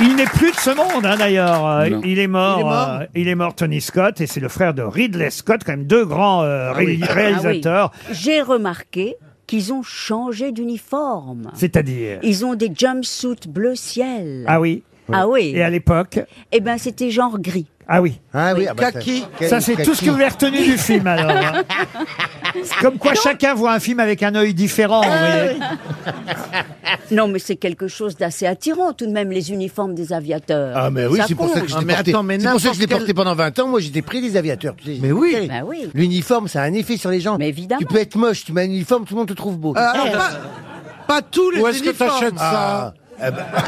B: Il n'est plus de ce monde, hein, d'ailleurs. Euh,
C: Non.
B: Il est mort.
C: Il est mort.
B: euh, il est mort, Tony Scott, et c'est le frère de Ridley Scott, quand même deux grands euh, ré- réalisateurs.
F: Ah oui. J'ai remarqué qu'ils ont changé d'uniforme.
B: C'est-à-dire.
F: Ils ont des jumpsuits bleu ciel.
B: Ah oui.
F: Ah oui.
B: Et à l'époque.
F: Eh ben, c'était genre gris.
B: Ah oui.
D: Ah oui,
F: Oui.
D: ah bah,
F: Kaki.
B: Ça, c'est tout ce que vous avez retenu du film, alors. hein. C'est Comme quoi, chacun voit un film avec un œil différent. Oh, vous
F: Ah
B: voyez.
F: Euh. Non, mais c'est quelque chose d'assez attirant, tout de même, les uniformes des aviateurs.
D: Ah, mais oui,
F: Ça
D: c'est pour ça que
F: compte.
D: je l'ai porté. C'est pour ça que je l'ai porté pendant 20 ans. Moi, j'étais pris des aviateurs. Mais
L: oui.
D: L'uniforme, ça a un effet sur les gens. Bah Mais évidemment. Tu peux être moche, tu mets un uniforme, tout le monde te trouve beau. Eh,
L: Euh,
A: Ah,
L: alors, pas, pas tous les
D: Ah,
L: eh
D: Où est-ce que
L: uniformes.
D: t'achètes ça Ah,
L: ben.
D: bah.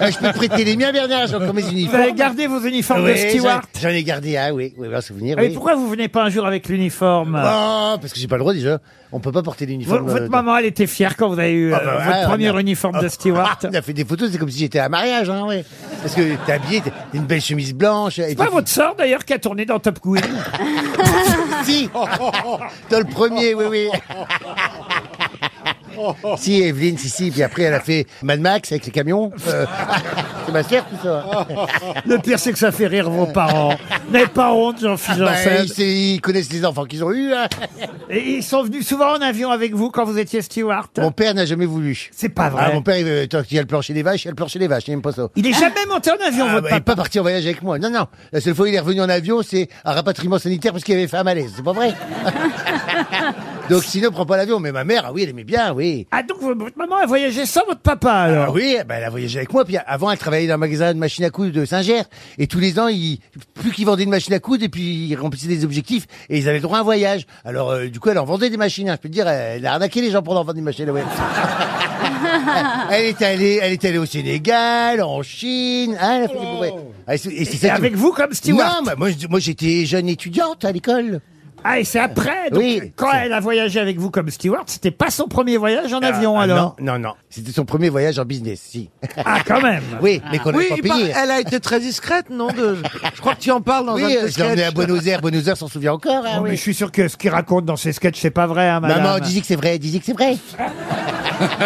D: Ah, Je peux te prêter les miens, Bernard, j'ai encore mes uniformes.
B: avez gardé vos uniformes de
D: Oui, j'en-
B: steward
D: J'en ai gardé un, oui, oui, un souvenir.
B: Mais
D: oui.
B: Ah pourquoi vous venez pas un jour avec l'uniforme
D: Ah, parce que j'ai pas le droit déjà. On peut pas porter l'uniforme. euh,
B: Votre maman, elle était fière quand vous avez eu euh, votre premier uniforme de steward.
D: on a fait des photos, c'est comme si j'étais à un mariage, hein, ouais. Parce que t'es habillé, t'as une belle chemise blanche. C'est
B: pas votre sœur d'ailleurs qui a tourné dans Top Gun.
D: si Dans le premier, oui, oui. si, Evelyne, si, si. Puis après, elle a fait Mad Max avec les camions. Euh, c'est ma sœur, tout ça.
B: Le pire, c'est que ça fait rire vos parents. N'avez pas honte, Jean-Philippe
D: Bah,
B: Janssen.
D: ils, c'est- ils connaissent les enfants qu'ils ont eus. hein.
B: Et ils sont venus souvent en avion avec vous quand vous étiez steward
D: Mon père n'a jamais voulu.
B: C'est pas vrai.
D: Ah, mon père, il, veut- tant qu'il y a le plancher des vaches, il y a le plancher des vaches. Il n'aime pas ça.
B: Il est jamais monté en avion,
D: Ah,
B: votre
D: bah, il n'est
B: papa.
D: pas parti en voyage avec moi. Non, non. La seule fois où il est revenu en avion, c'est un rapatriement sanitaire parce qu'il avait fait un malaise. C'est pas vrai. Donc, sinon, prend pas l'avion. Mais ma mère, ah oui, elle aimait bien, oui.
B: Ah, donc votre maman a voyagé sans votre papa, alors
D: Ah oui, bah, elle a voyagé avec moi. Puis avant, elle travaillait dans un magasin de machines à coudre de Saint-Ger. Et tous les ans, ils, plus qu'ils vendaient une machine à coudre, et puis ils remplissaient des objectifs, et ils avaient le droit à un voyage. Alors, euh, du coup, elle en vendait des machines. hein. Je peux te dire, elle a arnaqué les gens pour en vendre des machines. ouais. Ah. elle est allée, elle est allée au Sénégal, en Chine. hein, elle a fait des bourrées. Ah, et c'est- et c'est
B: Oh. Et
D: ça qui-
B: avec vous comme steward
D: Non, mais moi, je- moi, j'étais jeune étudiante à l'école.
B: Ah, et c'est après donc,
D: Oui.
B: Quand elle a voyagé avec vous comme steward, c'était pas son premier voyage en avion,
D: Ah,
B: alors
D: Non, non, non. C'était son premier voyage en business, si.
B: Ah, quand même
D: Oui, mais qu'on n'a
L: Oui,
D: pas
L: il paraît-
D: payé.
L: elle a été très discrète, non de- Je crois que tu en parles dans
D: Oui,
L: un de tes
D: je l'ai emmené à
L: sketchs.
D: Buenos Aires. Buenos Aires s'en souvient encore. hein,
B: Non, mais
D: oui.
B: je suis sûr que ce qu'il raconte dans ses sketchs, c'est pas vrai, hein, madame.
D: Maman, dis que c'est vrai, dis que c'est vrai.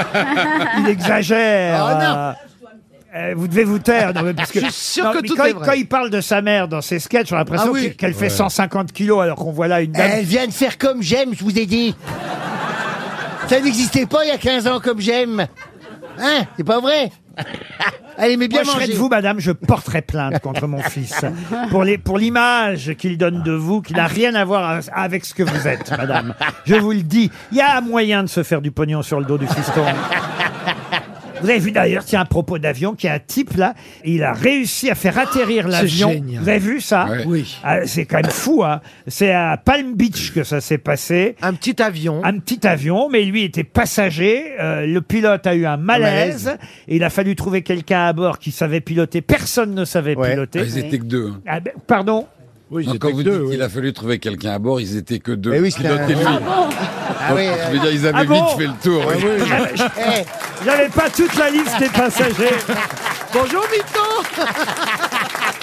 B: Il exagère.
L: Ah,
D: Oh, non.
B: Euh, vous devez vous taire. Non, mais parce que,
H: Je suis sûr
B: Non,
H: que
B: mais
H: tout
B: quand,
H: est
B: il-
H: vrai.
B: quand il parle de sa mère dans ses sketchs, j'ai l'impression
D: Ah oui.
B: qu'elle- qu'elle fait
D: Ouais.
B: 150 kilos alors qu'on voit là une dame.
D: Elle vient de faire comme j'aime, je vous ai dit. Ça n'existait pas il y a 15 ans comme j'aime. Hein C'est pas vrai Elle aimait bien
B: Moi, je serais
D: manger.
B: de vous, madame, je porterai plainte contre mon fils. Pour les- pour l'image qu'il donne de vous, qui n'a rien à voir à- avec ce que vous êtes, madame. Je vous le dis, il y a moyen de se faire du pognon sur le dos du fiston. Vous avez vu d'ailleurs, tiens, à propos d'avion, qu'il y a un type là, il a réussi à faire atterrir l'avion.
H: génial.
B: Vous avez vu ça Oui. c'est quand même fou, hein. C'est à Palm Beach que ça s'est passé. Un petit avion. Un petit avion, mais lui était passager. Euh, le pilote a eu un malaise.
G: malaise.
B: Et il a fallu trouver quelqu'un à bord qui savait piloter. Personne ne savait piloter.
G: Ah, ils étaient que deux. hein.
B: Ah, ben, pardon
G: Non, quand vous dites qu'il a fallu trouver quelqu'un à bord, ils étaient que deux.
B: Eh oui,
G: Pilote
B: c'était un-
G: et lui.
B: Ah bon
G: Donc, je veux dire, ils avaient
B: Ah bon Eh,
G: vite fait le tour. oui.
B: J'avais pas toute la liste des passagers.
L: Bonjour, Vito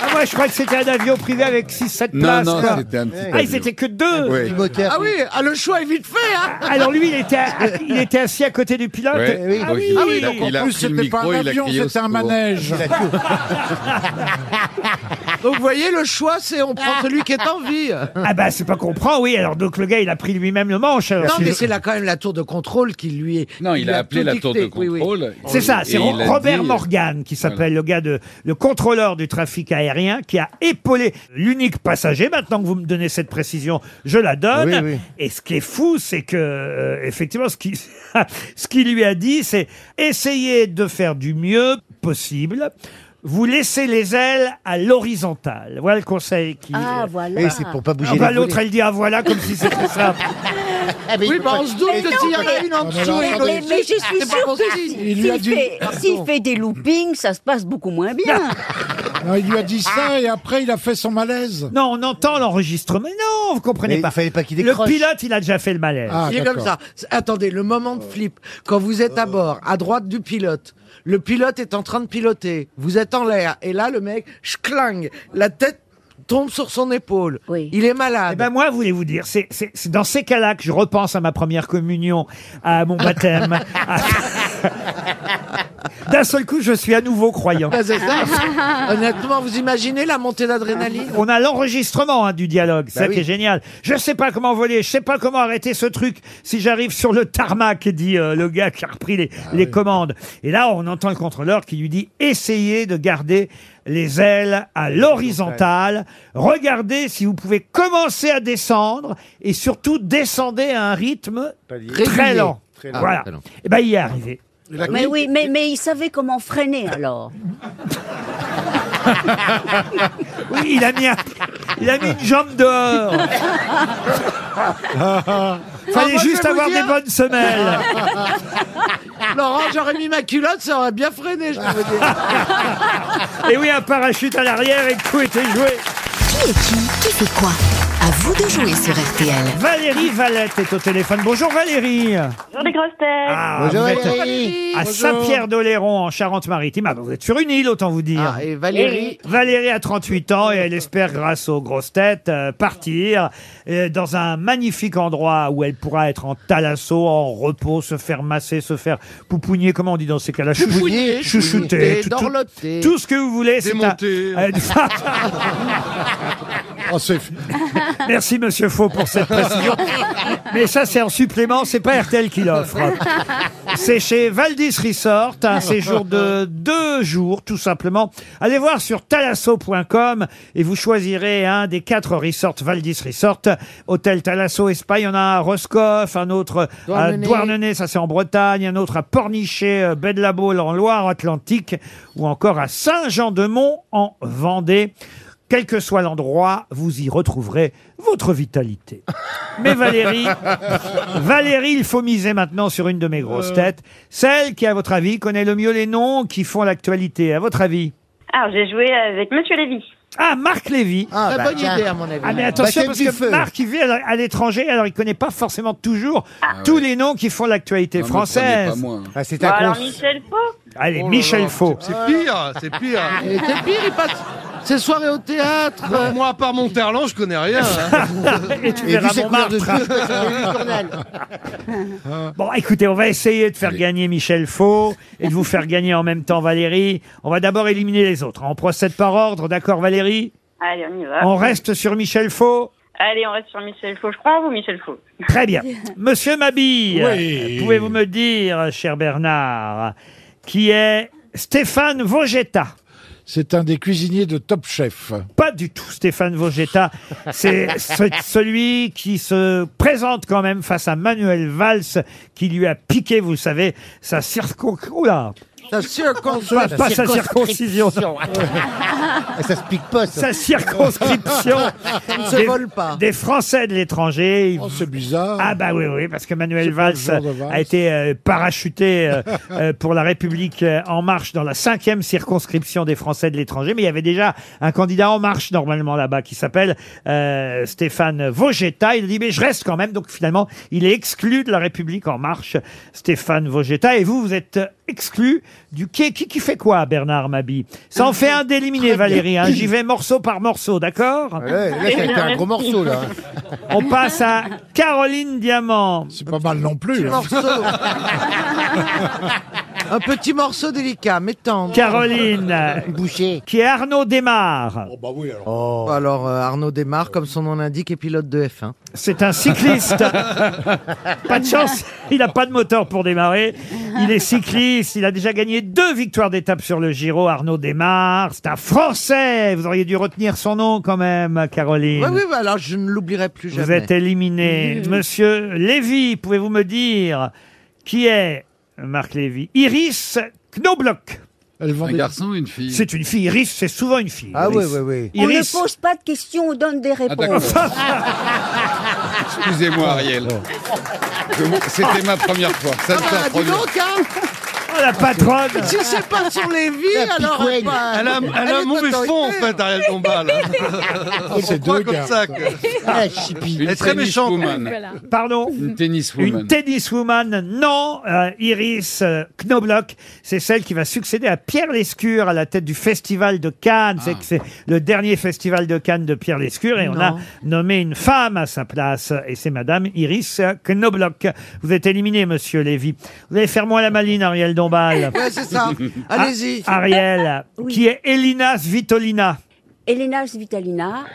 B: Ah, moi, je crois que c'était un avion privé avec 6-7
G: Non,
B: places.
G: non,
B: quoi.
G: c'était un petit
B: Ah, ils
G: avion.
B: étaient que deux.
G: Oui.
L: Ah oui, ah, le choix est vite fait hein
B: Alors lui, il était, à- il était assis à côté du pilote.
G: Ouais. Ah
L: Eh
G: Oui.
B: Ah oui.
G: Il a- il a- il a pris le micro, il a crié au secours.
L: Donc vous voyez, le choix, c'est on prend celui qui est en vie.
B: Ah bah c'est pas qu'on prend, oui. Alors donc le gars, il a pris lui-même le manche.
L: Non, mais c'est là quand même la tour de contrôle qui lui est.
G: Non,
L: qui
G: il
L: lui
G: a appelé
L: tout
G: la tour de
L: dicté. Oui, oui.
G: contrôle.
B: C'est ça, c'est
G: Et
B: Ro-
G: il a
B: Robert
D: euh,
G: dit-
B: Morgan qui s'appelle le gars de le contrôleur du trafic aérien qui a épaulé l'unique passager. Maintenant que vous me donnez cette précision, je la donne.
D: Oui, oui.
B: Et ce qui est fou, c'est que euh, effectivement, ce qui ce qu'il lui a dit, c'est essayez de faire du mieux possible. Vous laissez les ailes à l'horizontale. Voilà le conseil qui.
F: Ah, voilà.
D: Et Eh, c'est pour pas bouger
B: Ah,
D: les
B: bah,
D: volets.
B: l'autre, elle dit ah voilà comme si c'était
D: Ah,
B: ça.
L: Oui, bah, on se doute
F: Mais
L: que
F: non,
L: s'il y en a
F: mais- Ah,
L: une en
B: mais
L: dessous
B: non,
L: et une
B: attendez.
F: Mais, mais je suis
L: au-dessus, c'est pas
F: sûre que
L: possible.
F: si- s'il fait, s'il fait des loopings, ça se passe beaucoup moins bien.
L: Ah,
C: Non, Ah, il lui a dit ça et après il a fait son malaise.
B: Non, on entend l'enregistrement. Non, vous comprenez
C: Mais
B: pas.
C: il fallait pas qu'il
B: Le
C: décroche.
B: pilote, il a déjà fait le malaise.
C: Ah,
D: Ah,
L: il est comme ça. C'est- Attendez, le moment de flip. Quand vous êtes à
D: Euh.
L: bord, à droite du pilote, le pilote est en train de piloter. Vous êtes en l'air. Et là, le mec, schklang, la tête tombe sur son épaule. Il est malade.
B: Eh ben moi, voulez-vous dire, c'est- c'est c'est dans ces cas-là que je repense à ma première communion, à mon baptême. À- D'un seul coup, je suis à nouveau croyant.
C: Ben,
L: Ah, c'est ça. Honnêtement, vous imaginez la montée d'adrénaline
B: On a l'enregistrement hein, du dialogue, c'est
L: Bah
B: ça qui
L: oui.
B: est génial. Je sais pas comment voler, je sais pas comment arrêter ce truc si j'arrive sur le tarmac, dit euh, le gars qui a repris les,
C: Ah
B: les commandes. Et là, on entend le contrôleur qui lui dit essayez de garder les ailes à l'horizontale, regardez si vous pouvez commencer à descendre et surtout descendez à un rythme
D: Régulier.
B: très lent.
D: Très lent.
B: Voilà.
D: Très lent.
B: Et ben il y est arrivé.
F: Mais oui, mais, mais il savait comment freiner alors.
B: Oui, il a mis, un- il a mis une jambe dehors. Fallait
L: Ah, moi, je
B: juste
L: vais vous
B: avoir
L: dire-
B: des bonnes semelles.
L: Laurent, j'aurais mis ma culotte, ça aurait bien freiné, je peux vous dire.
B: Et oui, un parachute à l'arrière et tout était joué.
I: Qui est qui Qui fait quoi À vous de jouer sur RTL.
B: Valérie Valette est au téléphone. Bonjour Valérie.
M: Bonjour les grosses têtes.
B: Ah, vous êtes À Saint-Pierre-d'Oléron, en Charente-Maritime. Ah, bah, vous êtes sur une île, autant vous dire.
L: et Valérie-
B: Valérie a 38 ans et elle espère, grâce aux grosses têtes, euh, partir euh, dans un magnifique endroit où elle pourra être en talasso, en repos, se faire masser, se faire poupougner. Comment on dit dans ces cas-là
L: Chouchouter,
B: chouchouter, tout- tout-
L: dorloter.
B: Tout ce que vous voulez. c'est un- Euh, Merci Monsieur Faux pour cette précision. Mais ça, c'est en supplément, c'est pas RTL qui l'offre. C'est chez Valdis Resort, un séjour de deux jours, tout simplement. Allez voir sur talasso.com et vous choisirez un des quatre resorts Valdis Resort. Hôtel Talasso Espagne, il y en a un à Roscoff, un autre à
L: Douarnenez.
B: Douarnenez, ça c'est en Bretagne, un autre à Pornichet, euh, Baie-de-la-Baule en Loire-Atlantique, ou encore à Saint-Jean-de-Mont en Vendée. Quel que soit l'endroit, vous y retrouverez votre vitalité. Mais Valérie, Valérie, il faut miser maintenant sur une de mes
L: Euh.
B: grosses têtes, celle qui, à votre avis, connaît le mieux les noms qui font l'actualité. À votre avis
M: Alors Ah, j'ai joué avec Monsieur Lévy.
B: Ah, Marc Lévy.
L: Ah, Très bah, bonne tiens. idée, à mon avis.
B: Ah, mais
L: Ouais.
B: attention,
L: Baptême
B: parce
L: du
B: que
L: feu.
B: Marc, il vit à l- à l'étranger, alors il connaît pas forcément toujours tous les noms qui font l'actualité
G: Ah Non, me prenez
B: française.
G: pas, moi. hein.
B: Ah, c'est
M: Bah, alors Michel Faux.
B: Allez,
M: Oh là
B: Michel
M: là,
B: Faux.
H: C'est pire, c'est pire.
L: Et c'est pire, il passe. C'est soirée au théâtre.
H: Bah, Moi, à part Monterland, je connais rien. hein.
B: Et tu Et verras tu sais couleur de Montmartre. pute, Ah. Bon, écoutez, on va essayer de faire gagner Michel Faux et de vous faire gagner en même temps Valérie. On va d'abord éliminer les autres. On procède par ordre, d'accord Valérie
M: Allez, on y va.
B: On reste sur Michel Faux.
M: Allez, on reste sur Michel Faux. Je crois vous, Michel Faux
B: Très bien. Monsieur Mabille,
M: Oui.
B: euh, pouvez-vous me dire, cher Bernard, qui est Stéphane Vogetta
C: C'est un des cuisiniers de Top Chef.
B: Pas du tout Stéphane Vogetta. C'est ce- celui qui se présente quand même face à Manuel Valls qui lui a piqué, vous savez, sa circon... Oula
L: Sa
B: Pas, pas sa circoncision. ça se pique pas,
L: ça.
B: Sa circonscription.
L: Ça ne se
B: des-
L: vole pas.
B: Des Français de l'étranger.
C: Oh,
B: c'est bizarre. Ah bah oui, oui, parce que Manuel Valls,
C: genre de Valls.
B: a été euh, parachuté euh, euh, pour la République euh, En Marche dans la cinquième circonscription des Français de l'étranger. Mais il y avait déjà un candidat En Marche normalement là-bas qui s'appelle euh, Stéphane Vogetta. Il a dit mais je reste quand même. Donc finalement, il est exclu de la République En Marche, Stéphane Vogetta. Et vous, vous êtes euh, exclu du qui, qui, qui fait quoi, Bernard Mabi Ça
C: Euh,
B: en fait un d'éliminer, Valérie. hein. J'y vais morceau par morceau, d'accord
D: là, ça a été un gros morceau, là.
B: On passe à Caroline Diamant. C'est pas mal non plus. hein.
L: Un petit morceau délicat, mais tendre.
B: Caroline. Boucher. Qui est Arnaud Desmar.
L: Oh bah oui alors. Alors euh, Arnaud Desmar, comme son nom l'indique, est pilote de F1.
B: C'est un cycliste. Pas de chance, il n'a pas de moteur pour démarrer. Il est cycliste, il a déjà gagné deux victoires d'étape sur le Giro. Arnaud Desmar, c'est un Français. Vous auriez dû retenir son nom quand même, Caroline.
L: Oui, oui, bah, alors je ne l'oublierai plus jamais.
B: Vous êtes éliminé.
L: Mhm.
B: Monsieur Lévy, pouvez-vous me dire qui est Marc Lévy Iris Knobloch.
G: Un garçon ou une fille
B: C'est une fille. Iris, c'est souvent une fille.
G: Ah
B: Iris.
G: oui, oui, oui.
F: On
B: Iris.
F: ne pose pas de questions, on donne des réponses.
G: Ah, Excusez-moi, Ariel. Je vous- C'était ma première fois. Ça ne
L: Ah, dis
G: s'introduit.
L: donc, hein
B: Oh, la patronne
L: Si c'est pas sur les vies,
H: La
L: alors...
H: picouenne.
L: bah,
H: Elle a- elle a un
L: est
H: mauvais fond, en
L: autoritaire.
H: fait, Ariel Dombal. On
G: c'est
H: croit
G: deux
H: comme
G: gars.
H: ça que-
G: Ah, chippie.
H: Elle est
G: Une
H: très
G: tennis
H: méchante.
G: woman.
B: Pardon
G: Une tenniswoman.
B: Une tenniswoman, non. euh, Iris euh, Knobloch, c'est celle qui va succéder à Pierre Lescure à la tête du Festival de Cannes.
G: Ah.
B: C'est que C'est le dernier Festival de Cannes de Pierre Lescure et on a
L: Non.
B: nommé une femme à sa place et c'est Madame Iris Knobloch. Vous êtes éliminé, Monsieur Lévy. Vous allez faire moins la maline, Ariel Dombal.
L: Ouais, c'est ça.
B: Ah,
L: Allez-y.
B: Ariel,
F: Oui.
B: qui est Elina Svitolina.
F: Elena Svitalina,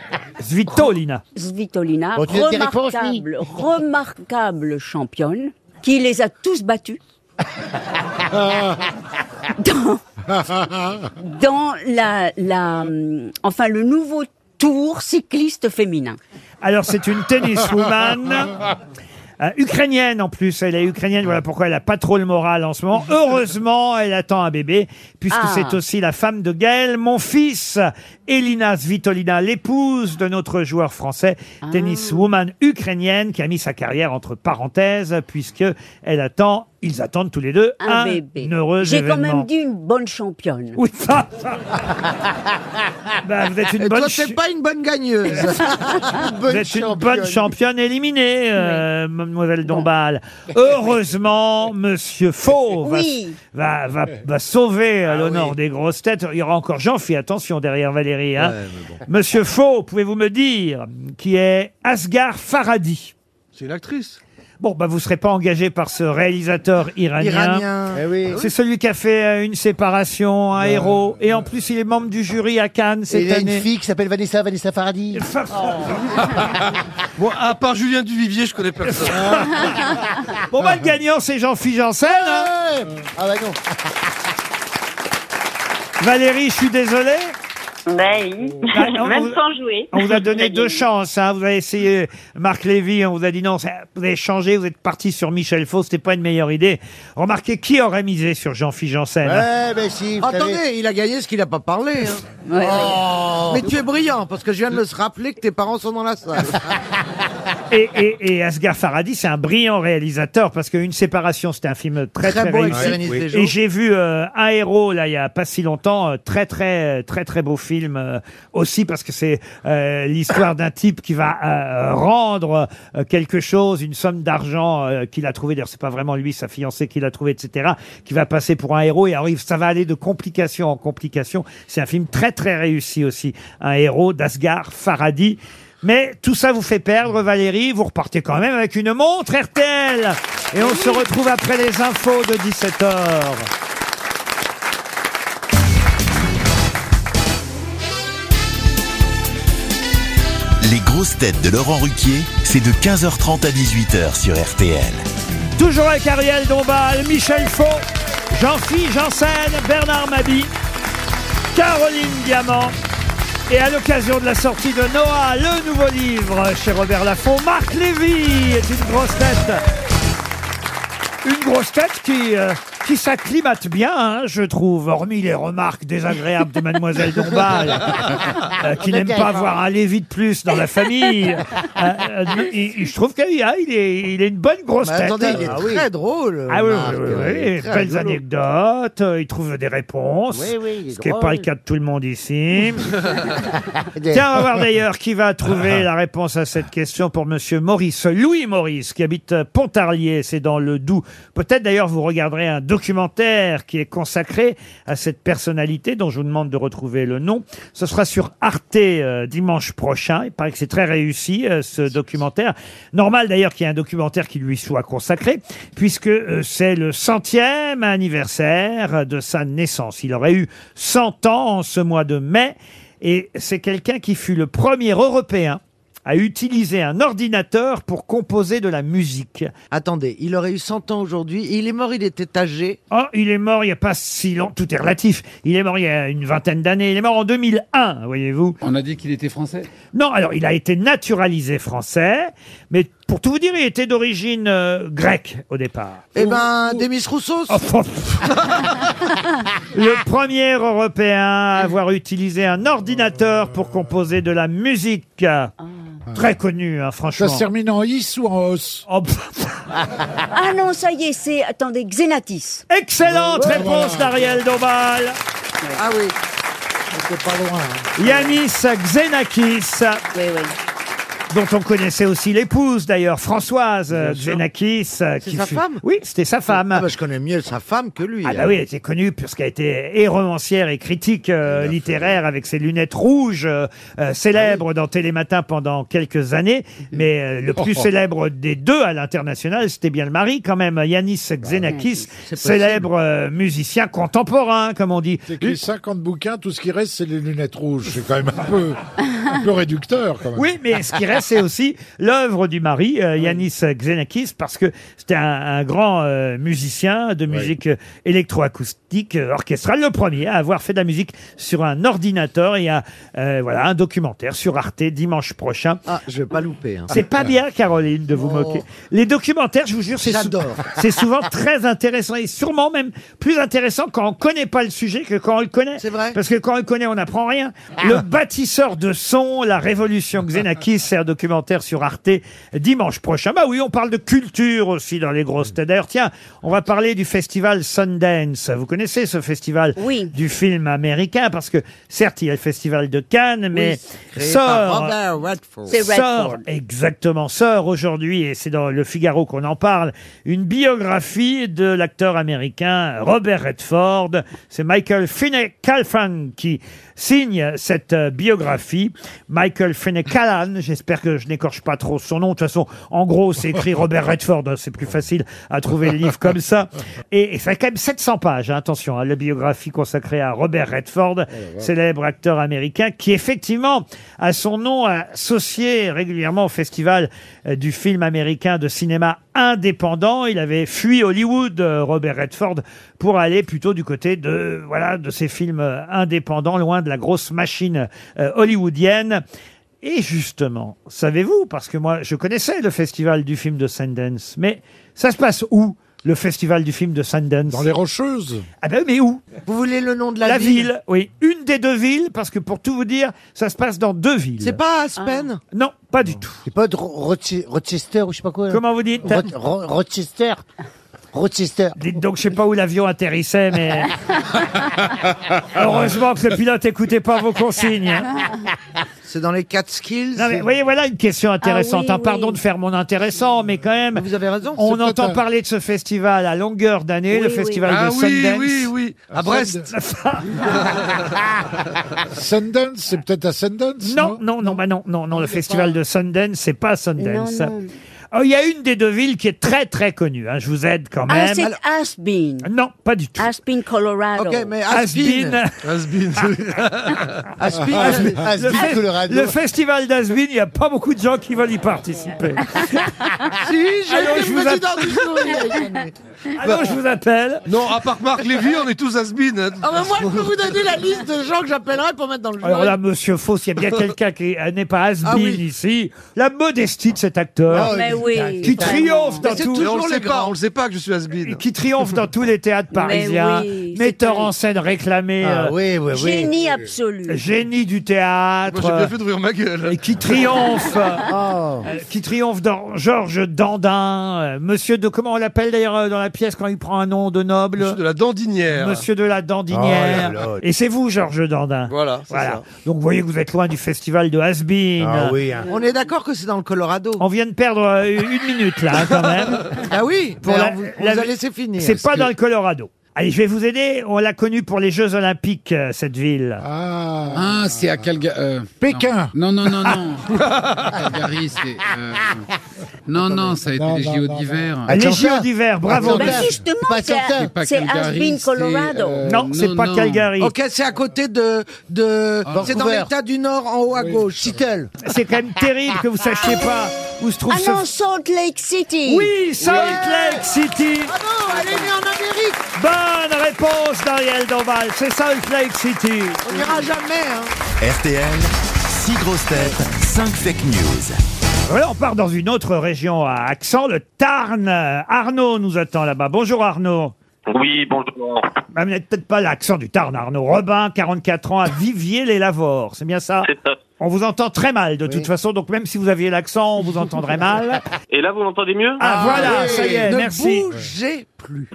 B: Svitolina.
F: Svitolina,
B: Bon, tu donnes tes réponses,
F: remarquable, remarquable championne, qui les a tous battus. dans dans la, la, hum, enfin le nouveau tour cycliste féminin.
B: Alors, c'est une tenniswoman. euh, ukrainienne en plus, elle est ukrainienne, voilà pourquoi elle a pas trop le moral en ce moment. Heureusement, elle attend un bébé, puisque
L: Ah.
B: c'est aussi la femme de Gaël, mon fils, Elina Svitolina, l'épouse de notre joueur français,
F: Ah.
B: tenniswoman ukrainienne, qui a mis sa carrière entre parenthèses, puisque elle attend, ils attendent tous les deux
F: Un
B: un,
F: bébé.
B: heureux
F: J'ai quand
B: événement.
F: même dit une bonne championne.
B: Oui, ça, Bah, vous êtes une
L: Et
B: bonne
L: toi,
B: chi-
L: t'es pas une bonne gagneuse.
B: Vous êtes une bonne championne éliminée, euh, mademoiselle Dombal. Heureusement, monsieur Faux va,
F: Oui.
B: va, va, va sauver
D: Ah
B: euh, l'honneur des grosses têtes. Il y aura encore Jean, fais attention derrière Valérie. hein. Monsieur Faux, pouvez-vous me dire qui est Asghar Faradi
H: C'est une actrice.
B: Bon, bah, vous serez pas engagé par ce réalisateur iranien. Eh
L: Iranien.
H: Eh
B: C'est celui qui a fait euh, une séparation, un héros. Et en plus, il est membre du jury à Cannes
D: Ben, Et
B: cette
D: il y a une
B: année.
D: fille qui s'appelle Vanessa, Vanessa Faradi.
H: Bon, à part Julien Duvivier, je connais personne.
B: Bon, bah, le gagnant, c'est Jean-Philippe Janssen. hein.
D: Ah bah non.
B: Valérie, je suis désolé.
M: Bah oui,
B: Ah, non,
M: même
B: vous-
M: sans jouer.
B: On vous a donné deux chances. hein. Vous avez essayé Marc Lévy, on vous a dit non, ça- vous avez changé, vous êtes parti sur Michel Faux, c'était pas une meilleure idée. Remarquez, qui aurait misé sur Jean-Philippe Janssen hein.
D: Ouais, ben si. vous
L: Attendez,
D: savez.
L: il a gagné ce qu'il n'a pas parlé. hein.
D: Ouais, ouais.
L: Oh. Mais tu es brillant, parce que je viens de me se rappeler que tes parents sont dans la salle.
B: Et, et, et Asghar Farhadi, c'est un brillant réalisateur parce qu'une séparation, c'était un film très
L: Très
B: très,
L: beau avec
B: réussi.
L: Bérénice Oui. Bejo.
B: Et j'ai vu euh, Un héros là il y a pas si longtemps, euh, très très très très beau film euh, aussi parce que c'est euh, l'histoire d'un type qui va euh, rendre euh, quelque chose, une somme d'argent euh, qu'il a trouvé. D'ailleurs, c'est pas vraiment lui, sa fiancée qui l'a trouvé, etc. Qui va passer pour un héros et arrive, ça va aller de complication en complication. C'est un film très très réussi aussi, Un héros d'Asghar Farhadi. Mais tout ça vous fait perdre, Valérie. Vous repartez quand même avec une montre RTL. Et on se retrouve après les infos de 17h.
A: Les grosses têtes de Laurent Ruquier, c'est de 15h30 à 18h sur RTL.
B: Toujours avec Ariel Dombal, Michel Faux, Jean-Philippe Janssen, Bernard Mabi, Caroline Diamant. Et à l'occasion de la sortie de Noah, le nouveau livre chez Robert Laffont, Marc Lévy est une grosse tête. Une grosse tête qui, euh, qui s'acclimate bien, hein, je trouve, hormis les remarques désagréables de Mademoiselle Dombal,
F: Ah,
B: euh, qui
O: On
B: n'aime
O: était
B: pas
O: avant.
B: avoir un Lévy de plus dans la famille. Euh, euh, il- il- je trouve qu'il a- il est, il est une bonne grosse
L: Mais
B: tête.
L: attendez, il est
B: Ah oui.
L: très drôle.
B: Ah oui,
L: Marc,
B: oui, oui,
L: il
B: oui,
L: est
B: et
L: très
B: belles
L: rigolo.
B: anecdotes, euh, il trouve des réponses,
L: Oui, oui, il est
B: ce qui n'est pas
L: drôle.
B: le cas de tout le monde ici. Tiens, on va voir d'ailleurs qui va trouver la réponse à cette question pour Monsieur Maurice, Louis Maurice, qui habite euh, Pontarlier, c'est dans le Doubs. Peut-être d'ailleurs vous regarderez un documentaire qui est consacré à cette personnalité dont je vous demande de retrouver le nom. Ce sera sur Arte euh, dimanche prochain. Il paraît que c'est très réussi euh, ce documentaire. Normal d'ailleurs qu'il y ait un documentaire qui lui soit consacré, puisque euh, c'est le centième anniversaire de sa naissance. Il aurait eu 100 ans en ce mois de mai. Et c'est quelqu'un qui fut le premier Européen à utiliser un ordinateur pour composer de la musique.
L: Attendez, il aurait eu 100 ans aujourd'hui. Il est mort, il était âgé.
B: Oh, il est mort il n'y a pas si longtemps. Tout est relatif. Il est mort il y a une vingtaine d'années. Il est mort en 2001, voyez-vous.
G: On a dit qu'il était français
B: Non, alors il a été naturalisé français, mais pour tout vous dire, il était d'origine euh, grecque au départ.
L: Eh
C: Ah,
L: ben, Demis Roussos.
B: Oh, Le premier Européen à avoir utilisé un ordinateur pour composer de la musique. Très connu, hein, franchement.
C: Ah.
B: Oh,
C: Ça se termine en is ou en os
F: Ah non, ça y est, c'est. Attendez, Xénatis.
B: Excellente réponse d'Ariel Dombal.
L: Ah oui.
C: C'est pas loin. hein.
B: Yanis Xenakis. Dont on connaissait aussi l'épouse d'ailleurs, Françoise euh, Xenakis.
L: C'est
B: euh, qui
L: sa
B: fut-
L: femme
B: Oui, c'était sa femme.
L: Ah bah, je connais mieux sa femme que lui.
B: Ah bah
L: alors.
B: oui, elle était connue puisqu'elle était et romancière et critique euh, littéraire avec ses lunettes rouges, euh, euh,
L: Ah
B: célèbre dans Télématin pendant quelques années. Mais euh, le plus
L: Oh.
B: célèbre des deux à l'international, c'était bien le mari quand même, Yanis
L: Bah
B: Xenakis,
C: possible.
B: célèbre euh, musicien contemporain, comme on dit.
C: C'est écrit 50 bouquins, tout ce qui reste, c'est les lunettes rouges. C'est quand même un peu, un peu réducteur, quand même.
B: Oui, mais ce qui reste, c'est aussi l'œuvre du mari, euh, Yanis Xenakis, parce que c'était un, un grand euh, musicien de musique euh, électroacoustique, euh, orchestrale, le premier à avoir fait de la musique sur un ordinateur et à, euh, voilà, un documentaire sur Arte dimanche prochain.
L: Ah, je vais pas louper. hein.
B: C'est pas bien, Caroline, de vous
L: Oh.
B: moquer. Les documentaires, je vous jure, c'est sou-
L: J'adore.
B: c'est souvent très intéressant et sûrement même plus intéressant quand on connaît pas le sujet que quand on le connaît. C'est vrai. Ah. Parce que quand on le connaît, on n'apprend rien. Le bâtisseur de son, la révolution Xenakis, c'est un documentaire sur Arte dimanche prochain. Bah oui, on parle de culture aussi dans les grosses têtes. D'ailleurs, tiens, on va parler du festival Sundance. Vous connaissez ce festival du film américain parce que certes, il y a le festival de Cannes, mais
L: Créé par
B: sort
L: Robert Redford.
B: sort, exactement, sort aujourd'hui, et c'est dans le Figaro qu'on en parle, une biographie de l'acteur américain Robert Redford. C'est Michael Finney-Calfan qui signe cette euh, biographie. Michael Finney-Callan, j'espère que je n'écorche pas trop son nom. De toute façon, en gros, c'est écrit Robert Redford, hein, c'est plus facile à trouver le livre comme ça. Et, et ça fait quand même 700 pages, hein, attention, hein, la biographie consacrée à Robert Redford, célèbre acteur américain, qui effectivement a son nom associé régulièrement au festival euh, du film américain de cinéma indépendant. Il avait fui Hollywood, euh, Robert Redford, pour aller plutôt du côté de voilà de ces films euh, indépendants, loin de la grosse machine euh, hollywoodienne. Et justement, savez-vous, parce que moi je connaissais le festival du film de Sundance, mais ça se passe où le festival du film de Sundance. Dans les Rocheuses Ah ben oui, mais où
L: Vous voulez le nom de la,
B: ville. oui. Une des deux villes, parce que pour tout vous dire, ça se passe dans deux villes. Ah.
L: C'est pas Aspen
B: Non, pas du tout.
D: C'est pas de Ro- Roche- Rochester ou je sais pas quoi. là.
B: Comment vous dites
D: Ro- Ro- Rochester Rochester.
B: Dites donc, je sais pas où l'avion atterrissait, mais heureusement que le pilote écoutait pas vos consignes. hein.
L: C'est dans les Catskills.
B: Non, mais vous voyez, voilà une question intéressante.
L: Ah oui,
B: hein. Pardon de faire mon intéressant, mais quand même. Vous avez raison. On
L: c'est
B: entend
L: peut-être un-
B: parler de ce festival à longueur d'année, le festival
H: ah,
B: de
H: oui,
B: Sundance.
H: oui, oui, à Brest.
C: Sundance, c'est peut-être à Sundance
B: Non, non, non, bah non, non, non, le festival de Sundance, c'est pas Sundance. Oh, Il y a une des deux villes qui est très très connue. hein, Je vous aide quand
F: Ah,
B: même.
F: c'est Aspen.
B: Non, pas du tout.
F: Aspen, Colorado.
B: Ok, mais Aspen.
H: Asbin.
B: Aspen, Ah, le, fe- le festival d'Aspen, il n'y a pas beaucoup de gens qui veulent y participer.
L: Si, j'ai
B: Alors,
L: été
B: je vous
L: président
B: app-
L: du jury.
B: Alors, je vous appelle.
H: Non, à part Marc Lévy, on est tous Asbin. hein.
L: Ah, mais moi, je peux vous donner la liste de gens que j'appellerai pour mettre dans le jury.
B: Alors là, monsieur Fauss, il y a bien quelqu'un qui euh, n'est pas has
L: Ah oui.
B: ici. La modestie de cet acteur.
H: Ah, mais oui,
B: Qui
H: carrément.
B: triomphe dans
H: Mais c'est
B: tout.
H: toujours Mais on le les sait pas, grands. on le
B: sait pas que je suis has Qui triomphe dans tous les théâtres
F: Mais
B: parisiens.
F: oui,
B: metteur en scène réclamé. euh,
D: Ah oui, oui, oui.
F: Génie absolu.
B: Génie du théâtre.
H: Moi, j'ai bien fait d'ouvrir ma gueule.
B: Et qui triomphe.
D: Oh.
B: euh, Qui triomphe dans Georges Dandin. euh, Monsieur de, comment on l'appelle d'ailleurs euh, dans la pièce quand il prend un nom de noble?
H: Monsieur de la dandinière.
B: Monsieur de la Dandinière.
H: Oh là là.
B: Et c'est vous, Georges Dandin.
H: Voilà, c'est ça.
B: Donc vous voyez que vous êtes loin du festival de Hasbin.
D: Ah oui, hein.
L: On est d'accord que c'est dans le Colorado.
B: On vient de perdre euh, une minute là, hein, quand même.
L: Ah oui,
B: Pour
L: mais
B: la-
L: alors, vous, vous
B: la-
L: allez laisser finir.
E: hein,
B: C'est pas dans le Colorado. Allez, je vais vous aider. On l'a connu pour les Jeux Olympiques, euh, cette ville.
G: Ah, c'est à Calgary.
B: Pékin.
G: Non, non, non,
C: Ah.
G: non. Calgary, Ah, c'est. euh, Non, non, ça a été
B: Non,
G: les
B: non,
G: JO
B: non,
G: d'hiver.
B: non. Les JO d'hiver, bravo.
F: Bah,
B: Bernard.
F: justement,
G: C'est pas
F: c'est à-
G: Atlanta.
F: c'est
G: C'est pas Calgary,
F: Aspen,
G: c'est,
F: Colorado.
G: euh,
B: Non, c'est pas Calgary.
L: Ok, c'est à côté de. de c'est dans
B: Vancouver.
L: l'état du Nord, en haut à gauche. Seattle.
B: C'est quand même terrible que vous sachiez pas où se trouve
F: Ah
B: ce.
F: non, Salt Lake City.
B: Oui, Salt Lake City.
L: Bravo, elle est née en Amérique.
B: Bonne réponse d'Ariel Dombal. C'est Salt Lake City.
L: On n'ira jamais, hein.
A: RTL, 6 grosses têtes, 5 fake news.
B: Voilà, on part dans une autre région à accent, le Tarn. Arnaud nous attend là-bas. Bonjour Arnaud.
O: Oui, bonjour.
B: Ah, Vous n'êtes peut-être pas l'accent du Tarn, Arnaud. Robin, 44 ans, à Viviers-les-Lavores. C'est bien ça On vous entend très mal de toute façon, donc même si vous aviez l'accent, on vous entendrait mal.
O: Et là, vous m'entendez mieux
B: Ah, voilà, ça y est,
L: ne
B: merci.
L: bougez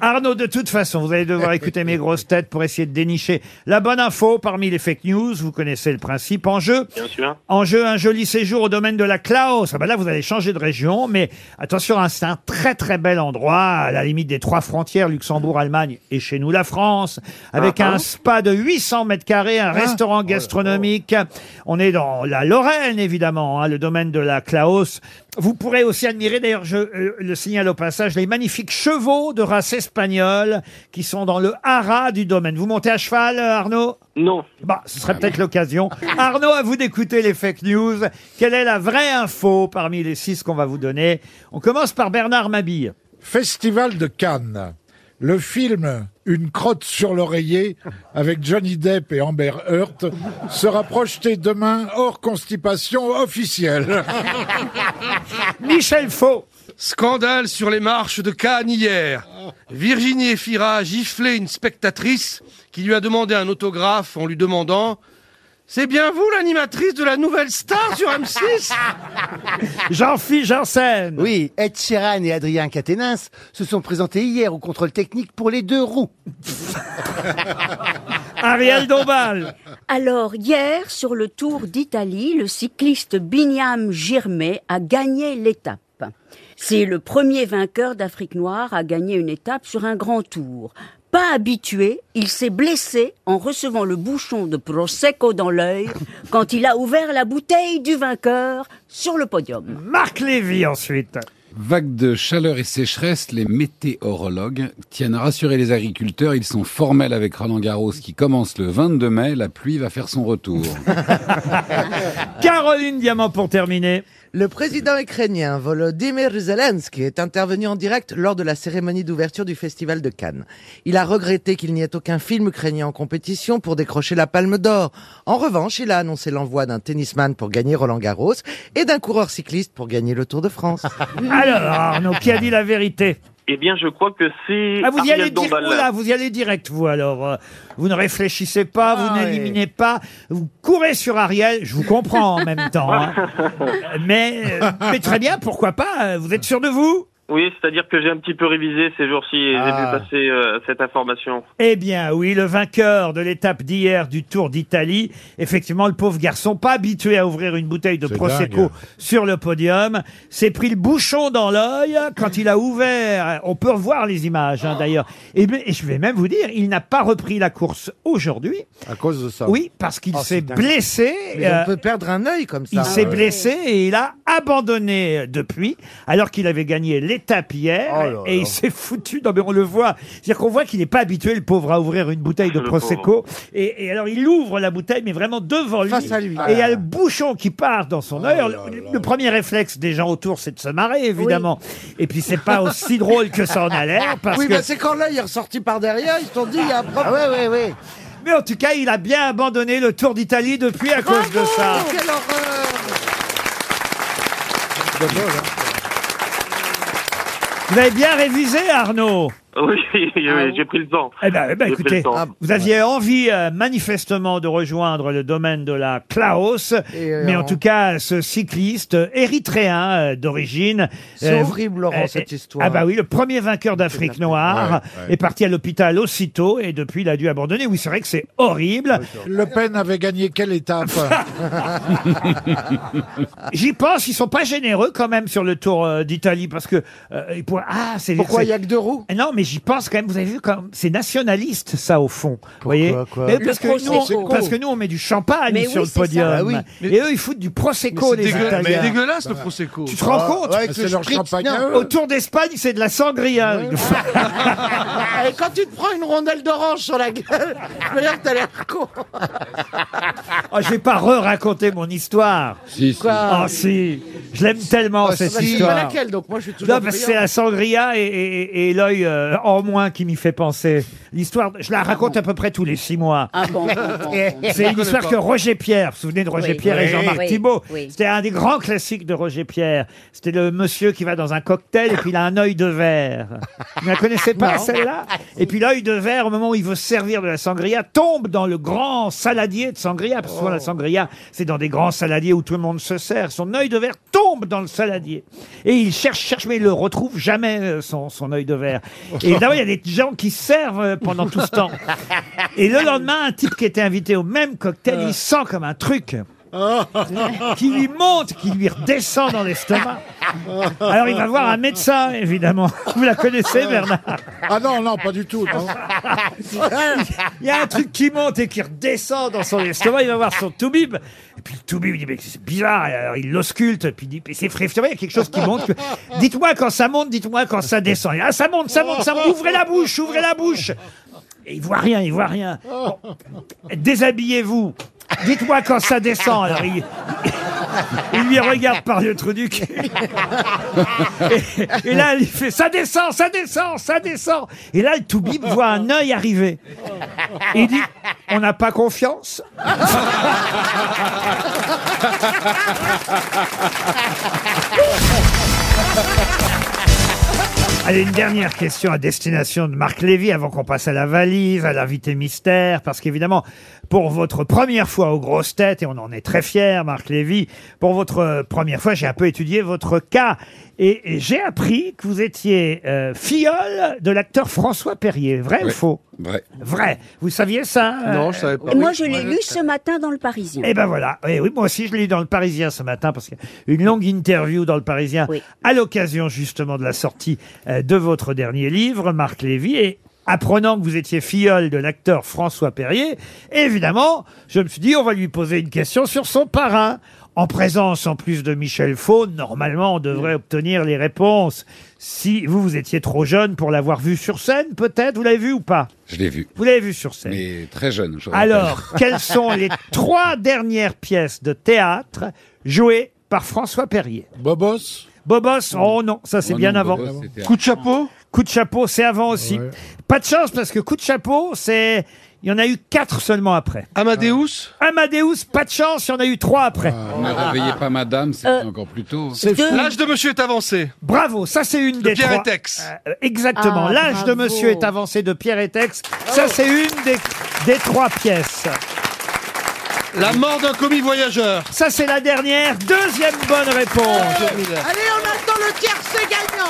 B: Arnaud, de toute façon, vous allez devoir écouter mes grosses têtes pour essayer de dénicher la bonne info parmi les fake news. Vous connaissez le principe. En jeu,
O: Bien sûr.
B: en jeu, un joli séjour au domaine de la Klaus. Ah ben là, vous allez changer de région, mais attention, hein, c'est un très très bel endroit, à la limite des trois frontières, Luxembourg, Allemagne et chez nous la France, avec
O: Ah,
B: un
O: ah.
B: spa de 800 mètres carrés, un restaurant gastronomique. On est dans la Lorraine, évidemment, hein, le domaine de la Klaus. Vous pourrez aussi admirer, d'ailleurs, je euh, le signale au passage, les magnifiques chevaux de race espagnole qui sont dans le haras du domaine. Vous montez à cheval, euh, Arnaud
O: Non.
B: Bah, ce serait peut-être l'occasion. Arnaud, à vous d'écouter les fake news. Quelle est la vraie info parmi les six qu'on va vous donner On commence par Bernard Mabille.
C: Festival de Cannes. Le film Une crotte sur l'oreiller avec Johnny Depp et Amber Heard sera projeté demain hors constipation officielle.
B: Michel Faux.
H: Scandale sur les marches de Cannes hier. Virginie Efira a giflé une spectatrice qui lui a demandé un autographe en lui demandant C'est bien vous l'animatrice de la nouvelle star sur M6
B: Jean-Philippe Janssen.
D: Oui, Ed Sheeran et Adrien Quatennens se sont présentés hier au contrôle technique pour les deux roues.
B: Ariel Dombal.
F: Alors, hier, sur le Tour d'Italie, le cycliste Binyam Girmay a gagné l'étape. C'est le premier vainqueur d'Afrique noire à gagner une étape sur un grand tour. Pas habitué, il s'est blessé en recevant le bouchon de Prosecco dans l'œil quand il a ouvert la bouteille du vainqueur sur le podium.
B: Marc Lévy ensuite.
G: Vague de chaleur et sécheresse, les météorologues tiennent à rassurer les agriculteurs. Ils sont formels avec Roland Garros qui commence le 22 mai. La pluie va faire son retour.
B: Caroline Diamant pour terminer.
L: Le président ukrainien Volodymyr Zelensky est intervenu en direct lors de la cérémonie d'ouverture du Festival de Cannes. Il a regretté qu'il n'y ait aucun film ukrainien en compétition pour décrocher la Palme d'Or. En revanche, il a annoncé l'envoi d'un tennisman pour gagner Roland Garros
B: Ah
L: et d'un coureur cycliste pour gagner le Tour de France.
B: Alors, Arnaud, qui a dit la vérité
O: Eh bien, je crois que c'est.
B: Ah, vous y
O: Ariel
B: allez dire,
O: Dombal.
B: oula, vous y allez direct, vous alors. Euh, Vous ne réfléchissez pas, vous n'éliminez pas, vous courez sur Ariel. Je vous comprends en même temps. hein. Mais, euh, mais très bien, pourquoi pas euh, Vous êtes sûr de vous
O: Oui, c'est-à-dire que j'ai un petit peu révisé ces jours-ci et
B: Ah.
O: j'ai vu passer euh, cette information.
B: Eh bien oui, le vainqueur de l'étape d'hier du Tour d'Italie, effectivement le pauvre garçon, pas habitué à ouvrir une bouteille de
P: C'est
B: Prosecco
P: dingue.
B: sur le podium, s'est pris le bouchon dans l'œil quand il a ouvert. On peut revoir les images hein, d'ailleurs. Et, ben- et je vais même vous dire, il n'a pas repris la course aujourd'hui.
D: À cause de ça.
B: Oui, parce qu'il
L: Oh,
B: s'est
L: c'est dingue.
B: blessé. euh,
L: Mais on peut
B: perdre un œil comme
L: ça.
B: Il
L: Ah
B: s'est
L: ouais.
B: blessé et il a abandonné depuis, alors qu'il avait gagné l'étape hier.
L: Oh là
B: et il
L: là.
B: s'est foutu. Non mais on le voit. C'est-à-dire qu'on voit qu'il n'est pas habitué, le pauvre, à ouvrir une bouteille de
L: Le
B: Prosecco. Et, et alors il ouvre la bouteille, mais vraiment devant lui.
L: Face à lui. Ah. Oh
B: Et il y a le bouchon qui part dans son œil. Alors, le, le premier réflexe des gens autour, c'est de se marrer, évidemment. Et puis c'est pas aussi drôle que ça en a l'air, parce
L: oui,
B: que.
L: bah, c'est quand l'œil est ressorti par derrière, ils se sont dit, il y a un problème.
D: oui, oui.
B: Mais en tout cas, il a bien abandonné le Tour d'Italie depuis à cause de ça.
L: Quelle horreur
B: hein. Vous avez bien révisé, Arnaud
O: Oui, oui, j'ai pris le temps.
B: Eh ben, eh ben,
O: J'ai pris
B: écoutez,
O: le temps.
B: vous aviez envie euh, manifestement de rejoindre le domaine de la Klaus,
L: euh,
B: mais en
L: on-
B: tout cas, ce cycliste euh, érythréen euh, d'origine.
L: C'est horrible, Laurent, cette
B: eh,
L: histoire.
B: Ah bah oui, le premier vainqueur d'Afrique noire
C: Ouais, ouais.
B: est parti à l'hôpital aussitôt et depuis, il a dû abandonner. Oui, c'est vrai que c'est horrible.
C: Le Pen avait gagné quelle étape
B: J'y pense, ils sont pas généreux quand même sur le Tour euh, d'Italie parce que euh, ils pourraient- ah c'est
L: Pourquoi
B: c'est-
L: il y a que deux roues
B: Non, mais j'y pense quand même. Vous avez vu comme c'est nationaliste ça au fond, vous voyez
L: quoi
B: Mais
L: Le
B: parce, que nous, on,
L: Prosecco.
B: parce que nous on met du champagne
L: Mais oui,
B: sur le
L: c'est ça.
B: podium
L: Ah oui.
B: et eux ils foutent du prosecco
H: Mais
B: les
H: c'est dégueulasse,
B: Italiens.
H: mais dégueulasse, le prosecco.
B: Tu te rends
H: Ah,
B: compte
H: ouais, avec C'est le leur Spritz, champagne non. à eux.
B: Au Tour d'Espagne c'est de la sangria.
L: Ah, Et quand tu te prends une rondelle d'orange sur la gueule, je veux dire que t'as l'air con.
B: Oh, je vais pas re-raconter mon histoire.
G: Si,
L: si. Quoi
B: Oh, si. Je l'aime tellement,
L: Ah,
B: Oh, cette
L: si. Je sais
B: histoire.
L: pas laquelle, donc moi, je suis toujours
B: Non, parce que c'est
L: brillant.
B: la sangria et, et- et l'œil euh, en moins qui m'y fait penser. L'histoire, je la raconte à peu près tous les six mois.
F: Ah bon, bon, bon. Je
B: C'est une
F: connais
B: histoire
F: pas.
B: que Roger Pierre, vous vous souvenez de Roger
F: Oui.
B: Pierre et
F: Oui.
B: Jean-Marc
F: Oui.
B: Thibault
F: Oui.
B: C'était un des grands classiques de Roger Pierre. C'était le monsieur qui va dans un cocktail et puis il a un œil de verre. Vous ne la connaissez pas
L: Non.
B: celle-là Et puis l'œil de verre, au moment où il veut servir de la sangria, tombe dans le grand saladier de sangria. Parce
F: Oh.
B: que souvent la sangria, c'est dans des grands saladiers où tout le monde se sert. Son œil de verre tombe dans le saladier. Et il cherche, cherche, mais il le retrouve jamais, euh, son, son œil de verre. Et là, il y a des gens qui servent euh, pendant tout ce temps. Et le lendemain, un type qui était invité au même cocktail, il sent comme un truc
D: Oh.
B: qui lui monte, qui lui redescend dans l'estomac. Alors il va voir un médecin, évidemment. Vous la connaissez, Bernard
C: Ah non, non, pas du tout. non.
B: Il y a un truc qui monte et qui redescend dans son estomac. Il va voir son toubib. Et puis le toubib, il dit, mais c'est bizarre. Et Alors il l'ausculte. Puis il dit, mais c'est effrayant, il y a quelque chose qui monte. Dites-moi quand ça monte, dites-moi quand ça descend. Et, ah, ça monte, ça monte, ça monte. Ouvrez la bouche, ouvrez la bouche. Et il voit rien, il voit rien. Bon. Déshabillez-vous. Dites-moi quand ça descend. Alors il, il lui regarde par le trou du cul. Et, et là, il fait ça descend, ça descend, ça descend. Et là, le Toubib voit un œil arriver. Il dit On n'a pas confiance Allez, une dernière question à destination de Marc Lévy avant qu'on passe à la valise, à l'invité mystère, parce qu'évidemment, pour votre première fois aux grosses têtes, et on en est très fiers, Marc Lévy, pour votre euh, première fois, j'ai un peu étudié votre cas, et, et j'ai appris que vous étiez euh, filleule de l'acteur François Perrier. Vrai ou
G: Ouais.
B: faux
G: Vrai.
B: Vrai. Vous saviez ça Euh,
G: Non, je savais pas.
F: Moi, je l'ai lu ce matin dans le Parisien.
B: Eh ben voilà. Oui, oui, moi aussi, je l'ai lu dans le Parisien ce matin parce qu'il y a une longue interview dans le Parisien à l'occasion justement de la sortie euh, de votre dernier livre, Marc Lévy. Et apprenant que vous étiez filleule de l'acteur François Perrier, évidemment, je me suis dit, on va lui poser une question sur son parrain. En présence, en plus de Michel Faux, normalement, on devrait obtenir les réponses. Si vous, vous étiez trop jeune pour l'avoir vu sur scène, peut-être, vous l'avez vu ou pas
G: Je l'ai vu.
B: Vous l'avez vu sur scène
G: Mais très jeune. je rappelle.
B: alors, quelles sont les trois dernières pièces de théâtre jouées par François Perrier Bobos Bobos, oh non, ça c'est
G: Oh
B: bien
G: non,
B: avant.
G: Bobos, c'était-
B: de chapeau Coup de chapeau, c'est avant aussi. Pas de chance parce que coup de chapeau, c'est. Il y en a eu quatre seulement après.
H: Amadeus
B: Amadeus, pas de chance, il y en a eu trois après.
G: Ne réveillez pas madame, c'est
B: Euh,
G: encore plus tôt.
H: L'âge de monsieur est avancé.
B: Bravo, ça c'est une
H: De
B: des
H: Pierre
B: trois.
H: et Tex.
B: Euh, Exactement,
H: Ah,
B: l'âge de
H: bravo.
B: monsieur est avancé de Pierre et Tex. Ça c'est une des, des trois pièces.
H: La mort d'un commis voyageur.
B: Ça c'est la dernière, deuxième bonne réponse.
J: Ah,
L: Allez, on attend le tiercé gagnant.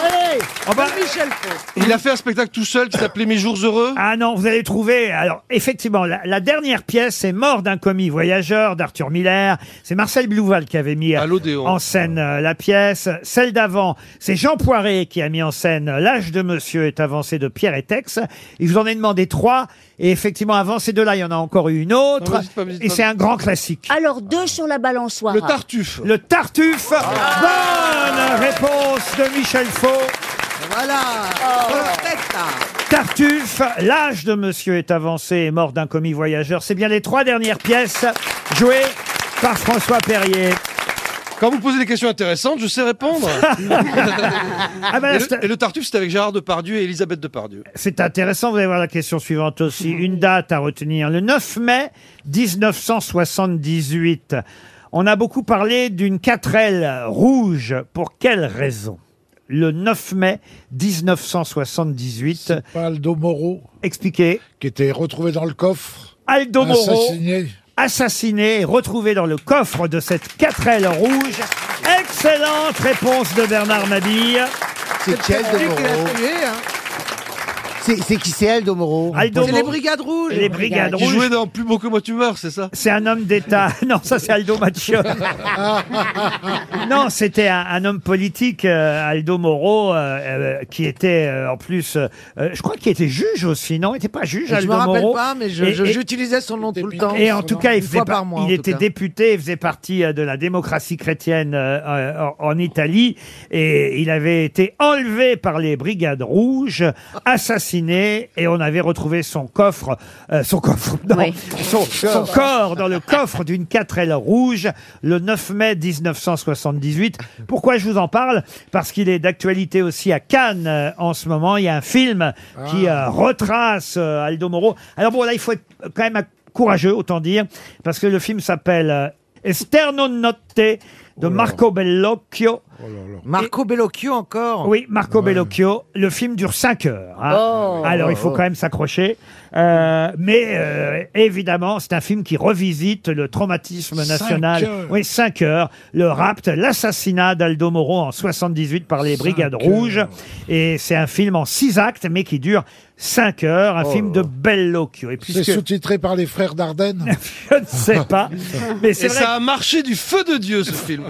L: Allez, Michel Faux.
H: Il a fait un spectacle tout seul qui s'appelait Mes jours heureux.
B: Ah non, vous allez trouver. Alors, effectivement, la, la dernière pièce, c'est Mort d'un commis voyageur d'Arthur Miller. C'est Marcel Blouval qui avait mis en scène euh, la pièce. Celle d'avant, c'est Jean Poiret qui a mis en scène euh, L'âge de monsieur est avancé de Pierre et Tex. Il vous en ai demandé trois. Et effectivement, avant ces deux-là, il y en a encore eu une autre.
F: Non, vas-y, pas, vas-y,
B: et
F: pas.
B: c'est un grand classique.
F: Alors, deux sur la balançoire.
B: Le tartuffe. Le tartuffe.
H: Ah.
B: Bonne réponse de Michel Faux.
L: Voilà.
B: Oh. Tartuffe, l'âge de monsieur est avancé et mort d'un commis voyageur. C'est bien les trois dernières pièces jouées par François Perrier.
H: Quand vous posez des questions intéressantes, je sais répondre.
B: Ah bah là,
H: et, le, et le tartuffe, c'était avec Gérard Depardieu et Elisabeth Depardieu.
B: C'est intéressant, vous allez voir la question suivante aussi. Une date à retenir, le 9 mai 1978. On a beaucoup parlé d'une 4L rouge. Pour quelle raison Le 9 mai 1978.
C: Pas Aldo Moro.
B: Expliquez.
C: Qui était retrouvé dans le coffre.
B: Aldo Moro.
C: Assassiné.
B: assassiné et retrouvé dans le coffre de cette 4L rouge. Excellente réponse de Bernard Mabille.
D: C'est qui, Aldo Moro
L: hein.
D: C'est c'est qui c'est Aldo Moro
B: Aldo
D: C'est les
B: Moro.
D: Brigades Rouges.
B: Les Brigades
H: Qui
B: Rouges.
H: jouait dans Plus beau que moi tu meurs, c'est ça
B: C'est un homme d'État. Non, ça c'est Aldo Machio. non, c'était un, un homme politique, euh, Aldo Moro, euh, euh, qui était euh, en plus, euh, euh, je crois qu'il était juge aussi. Non, il n'était pas juge,
L: Je
B: Aldo
L: me rappelle
B: Moro.
L: pas, mais je-
B: Et-
L: je-
B: et-
L: j'utilisais son nom tout le temps.
B: Et en tout cas, il,
L: une
B: faisait
L: fois
B: par-
L: par mois. en
B: il
L: tout
B: était
L: cas.
B: député, il faisait partie euh, de la démocratie chrétienne euh, euh, en, en Italie, et il avait été enlevé par les brigades rouges, assassiné, et on avait retrouvé son coffre, euh, son coffre, non, son, son corps dans le coffre d'une 4L rouge le 9 mai 1978. Pourquoi je vous en parle Parce qu'il est d'actualité aussi à Cannes euh, en ce moment. Il y a un film qui
P: Ah.
B: euh, retrace euh, Aldo Moro. Alors bon, là, il faut être euh, quand même euh, courageux, autant dire, parce que le film s'appelle euh, Esterno Notte
L: Oh
B: de Marco Bellocchio.
L: Marco Bellocchio encore
B: Oui, Marco Bellocchio. Le film dure 5 heures. hein.
L: Oh.
B: Alors, il faut
L: Oh.
B: quand même s'accrocher. Euh, mais euh, évidemment, c'est un film qui revisite le traumatisme national.
L: Cinq heures.
B: Oui, 5 heures. Le rapt, l'assassinat d'Aldo Moro en 78 par les Brigades Rouges. Et c'est un film en 6 actes, mais qui dure 5 heures. Un
C: Oh
B: film de
C: là
B: Bellocchio. Et
C: C'est
B: puisque...
C: sous-titré par les frères Dardenne.
B: Je ne sais pas. Mais c'est
H: Et
B: vrai
H: ça a marché du feu de Dieu, ce film.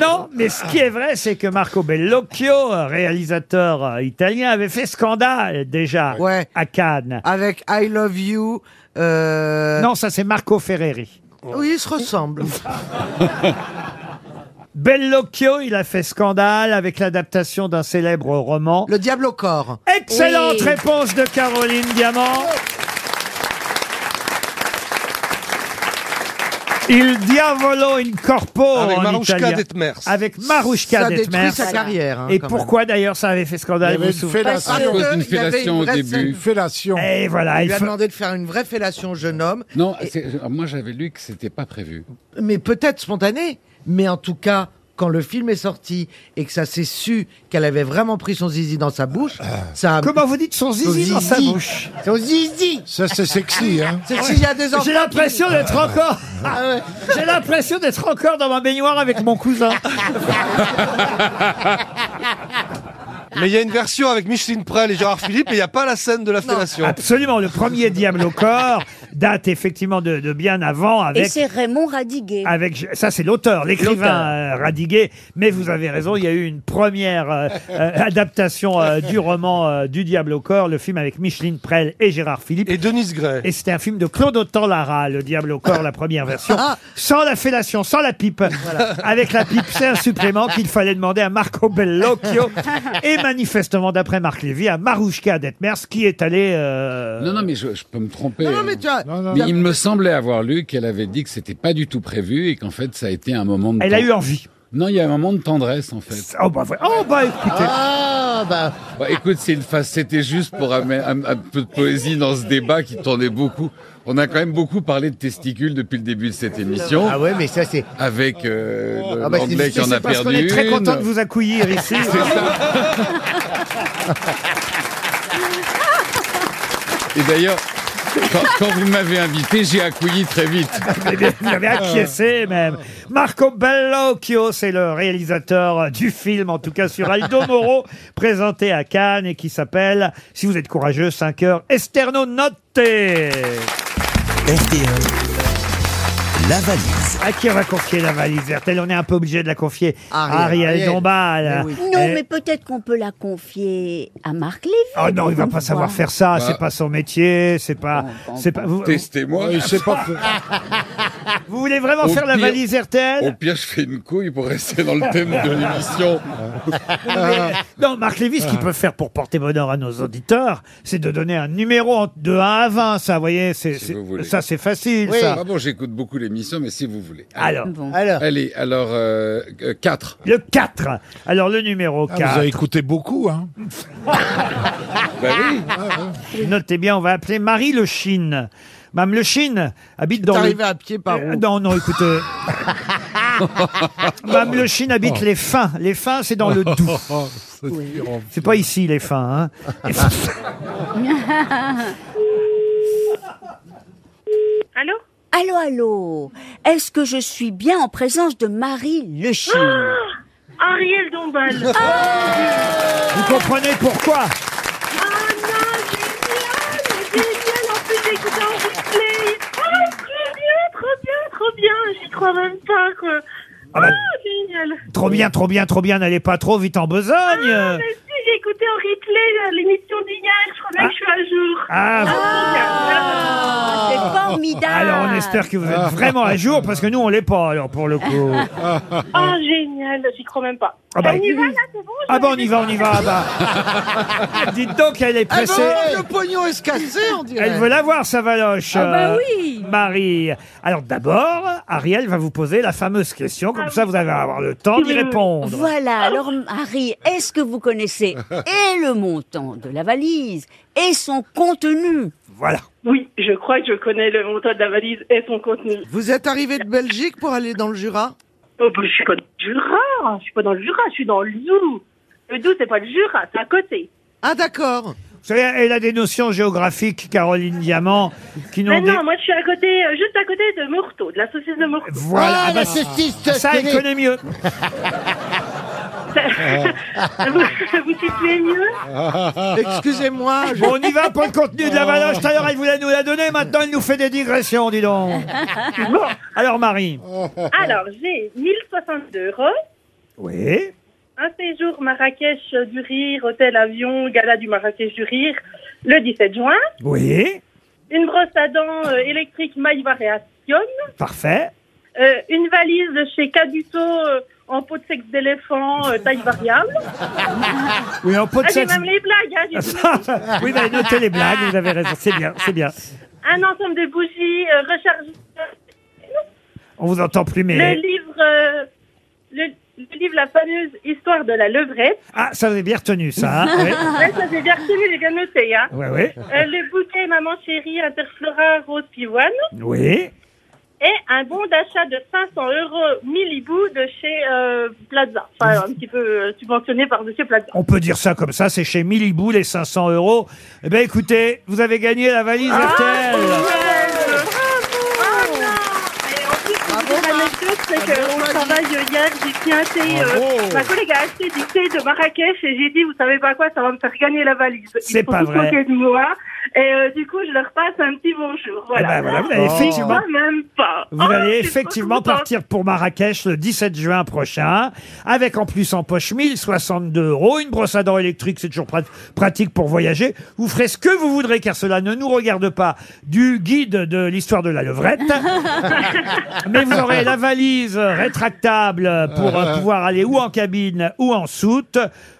B: non, mais ce qui est vrai, c'est que Marco Bellocchio, réalisateur euh, italien, avait fait scandale déjà à Cannes.
L: Avec I Love You. euh,
B: Non, ça c'est Marco Ferreri.
L: Oui, ils se ressemblent.
B: Bellocchio, il a fait scandale avec l'adaptation d'un célèbre roman. Eh
L: Le diable au corps.
B: Excellente
L: Oui.
B: réponse de Caroline Diamant. Il diavolo in corpo
H: Avec
B: en
H: Marouchka
B: italien.
H: Detmers.
B: Avec Marouchka
L: Ça
B: Detmers.
L: détruit sa carrière, hein,
B: Et
L: quand
B: pourquoi d'ailleurs ça avait fait
L: Il
B: scandale
L: y avait
B: vous
L: une
B: vous souvenez
L: fellation. Ah, Parce que À cause d'une il y avait fellation une au vraie début. scène.
C: Fellation.
B: Et voilà,
L: il
B: il
L: lui a
B: faut-
L: demandé de faire une vraie fellation au jeune homme.
G: Non, c'est- moi j'avais lu que c'était pas prévu.
L: mais peut-être spontanée, mais en tout cas, quand le film est sorti et que ça s'est su qu'elle avait vraiment pris son zizi dans sa
C: Euh,
L: bouche, ça a...
B: Comment vous dites son zizi dans sa bouche
L: Son zizi
C: Ça, c'est sexy, hein
L: Ah, C'est Ah, s'il y a des enfants
B: J'ai l'impression
L: qui-
B: d'être encore. J'ai l'impression d'être encore dans ma baignoire avec mon cousin.
H: Mais il y a une version avec Micheline Prel et Gérard Philippe et il n'y a pas la scène de la fellation.
B: Absolument, le premier diable au corps date effectivement de, de bien avant
F: Et
B: avec.
F: c'est Raymond Radiguet.
B: Avec, ça, c'est l'auteur, l'écrivain
F: L'auteur.
B: euh, Radiguet. Mais vous avez raison, il y a eu une première euh, euh, adaptation euh, du roman euh, du Diable au corps, le film avec Micheline Prel et Gérard Philippe.
H: Et Denise Gray.
B: Et c'était un film de Claude Autant Lara, le Diable au corps, la première version,
L: Ah.
B: sans la fellation, sans la pipe. Avec la pipe, c'est un supplément qu'il fallait demander à Marco Bellocchio et manifestement, d'après Marc Lévy, à Marouchka Detmers, qui est allé. euh,
G: Non, non, mais je, je peux me tromper.
L: Non, non, mais tu as-
G: Mais il me semblait avoir lu qu'elle avait dit que c'était pas du tout prévu et qu'en fait ça a été un moment de.
B: Elle a
G: tend-
B: eu envie.
G: Non, il y a un moment de tendresse en fait.
B: Oh bah, ouais. Oh, bah, écoutez.
L: Ah,
D: Ah bah.
G: Bah, écoute, c'est une phase. C'était juste pour amener un, un peu de poésie dans ce débat qui tournait beaucoup. On a quand même beaucoup parlé de testicules depuis le début de cette émission. Ah
D: ouais, mais ça c'est
G: avec euh, le-
D: Ah bah, c'est
G: l'anglais qui en
D: difficile,
G: a
D: c'est parce
G: perdu.
D: qu'on est très
G: une.
B: Content de vous accueillir ici.
G: Et d'ailleurs, quand, quand vous m'avez invité, j'ai accouilli très vite.
B: Eh bien, Vous avez acquiescé même. Marco Bellocchio, c'est le réalisateur du film, en tout cas sur Aldo Moro, présenté à Cannes et qui s'appelle, si vous êtes courageux, 5 heures, Esterno Notte.
A: La valise.
B: À qui on va confier la valise RTL On est un peu obligé de la confier à Ariel,
F: Ariel.
B: Dombal.
F: Non,
B: Eh,
F: mais peut-être qu'on peut la confier à Marc Lévy.
B: Oh non, il va pas savoir faire ça.
G: Bah.
B: C'est pas son métier. C'est pas. C'est pas. vous-
G: Testez-moi.
B: Il sait pas faire. Vous voulez vraiment faire la valise RTL
G: Au pire, je fais une couille pour rester dans le thème de l'émission.
B: non, Marc Lévy, ce qu'il peut faire pour porter bonheur à nos auditeurs, c'est de donner un numéro en- de 1 à 20. Ça, vous voyez, c'est, c'est-
G: vous voulez.
B: ça, c'est facile.
G: Oui.
B: ça.
G: Ah bon, j'écoute beaucoup l'émission, mais si vous voulez.
B: Alors.
G: alors. Allez, alors, euh, 4.
B: Le 4. Alors, le numéro 4.
C: Ah, vous avez écouté beaucoup, hein
B: Notez bien, on va appeler Marie Le Chine. Mme Le Chine habite dans.
L: arrivé
B: le...
L: à pied par où
B: Euh, Non, non, écoutez. Mme Le Chine habite
L: Oh.
B: les fins. Les fins, c'est dans le Doubs. C'est pas ici, les fins. hein.
F: allô Allô, allô. Est-ce que je suis bien en présence de Marie Le Chine
M: Ah Ariel Dombal.
F: Ah
B: Vous comprenez pourquoi
M: Génial, en plus j'ai écouté en replay. Ah, trop bien, trop bien, trop bien. J'y crois même pas, quoi.
B: Ah bah-
M: génial.
B: Trop bien, trop bien, trop bien, n'allez pas trop vite en besogne.
M: Ah, Mais si, j'ai écouté en replay euh, l'émission d'hier. Je crois même que je suis à jour.
B: Ah,
M: Ah,
F: c'est formidable.
B: Alors on espère que vous êtes vraiment à jour parce que nous on l'est pas alors pour le coup.
M: Ah, génial, j'y crois même pas.
B: Ah bah,
M: on y va, là, c'est bon
B: Ah bah on y va, on y va. ah bah. Dites donc elle est
L: Ah bah,
B: pressée.
L: le pognon est cassé, on dirait.
B: Elle veut l'avoir sa valoche.
L: Ah bah
B: euh,
L: oui.
B: Marie. Alors d'abord, Ariel va vous poser la fameuse question
M: Ah
B: comme ça vous allez avoir le temps d'y répondre.
F: Voilà, alors Marie, est-ce que vous connaissez et le montant de la valise et son contenu
B: Voilà.
M: Oui, je crois que je connais le montant de la valise et son contenu.
L: Vous êtes arrivé de Belgique pour aller dans le Jura
M: Oh, bah, je suis pas dans le Jura, je suis pas dans le Jura, je suis dans le Doubs. Le Doubs, c'est pas le Jura, c'est à côté.
L: Ah d'accord.
B: Vous savez, elle a des notions géographiques, Caroline Diamant, qui n'ont
M: Mais
B: des...
M: non, moi je suis à côté, euh, juste à côté de Mourteau, de la saucisse de Mourteau.
B: Voilà, Ah, ah bah, la
M: saucisse
B: Ça, elle connaît mieux.
M: vous vous situez mieux
L: Excusez-moi. je- Oh.
B: Bon, on y va pour le contenu de la valance. Tout à l'heure, elle voulait nous la donner. Maintenant, elle nous fait des digressions, dis donc. Bon, alors, Marie.
M: Alors, j'ai 1062 euros,
B: Oui.
M: un séjour Marrakech du Rire, hôtel avion, gala du Marrakech du Rire, le 17 juin,
B: Oui.
M: une brosse à dents euh, électrique maille variation,
B: Parfait.
M: euh, une valise de chez Caduto euh, en peau de sexe d'éléphant, euh, taille variable.
B: Oui, en peau de
M: Ah, j'ai
B: sexe.
M: même les blagues, hein, j'ai tout noté.
B: oui, mais notez les blagues, vous avez raison. C'est bien, c'est bien.
M: Un ensemble de bougies euh, rechargeables.
B: On vous entend plus,
M: Le
B: mais.
M: livre, euh, le, le livre, la fameuse histoire de la levrette.
B: Ah, ça vous avez bien retenu, ça. hein oui.
M: Ouais, ça, j'ai bien retenu, j'ai bien noté. Hein.
B: Ouais, ouais.
M: Euh, le bouquet Maman Chérie Interflora Rose Pivoine.
B: Oui.
M: Et un bon d'achat de 500 euros Milibou de chez euh, Plaza. Enfin, un petit peu euh, subventionné par Monsieur Plaza.
B: On peut dire ça comme ça. C'est chez Milibou, les 500 euros. Eh bien, écoutez, vous avez gagné la valise RTL.
M: L'anecdote, c'est qu'on travaille hier, j'ai pris un thé, euh, ma collègue a acheté du thé de Marrakech et j'ai dit, vous savez pas quoi, ça va me faire gagner la valise. Ils
B: C'est
M: se sont
B: pas
M: tous
B: vrai.
M: moqués de moi. Et euh, du coup, je leur passe un petit bonjour. Voilà.
B: Eh ben voilà, vous avez
M: Je
B: effectivement-
M: crois même Ah, pas. Oh,
B: Vous allez effectivement partir pour Marrakech le 17 juin prochain, avec en plus en poche 1062 euros, une brosse à dents électrique, c'est toujours prat- pratique pour voyager. Vous ferez ce que vous voudrez, car cela ne nous regarde pas du guide de l'histoire de la levrette. Mais vous aurez la valise rétractable pour euh, pouvoir aller ou en cabine ou en soute,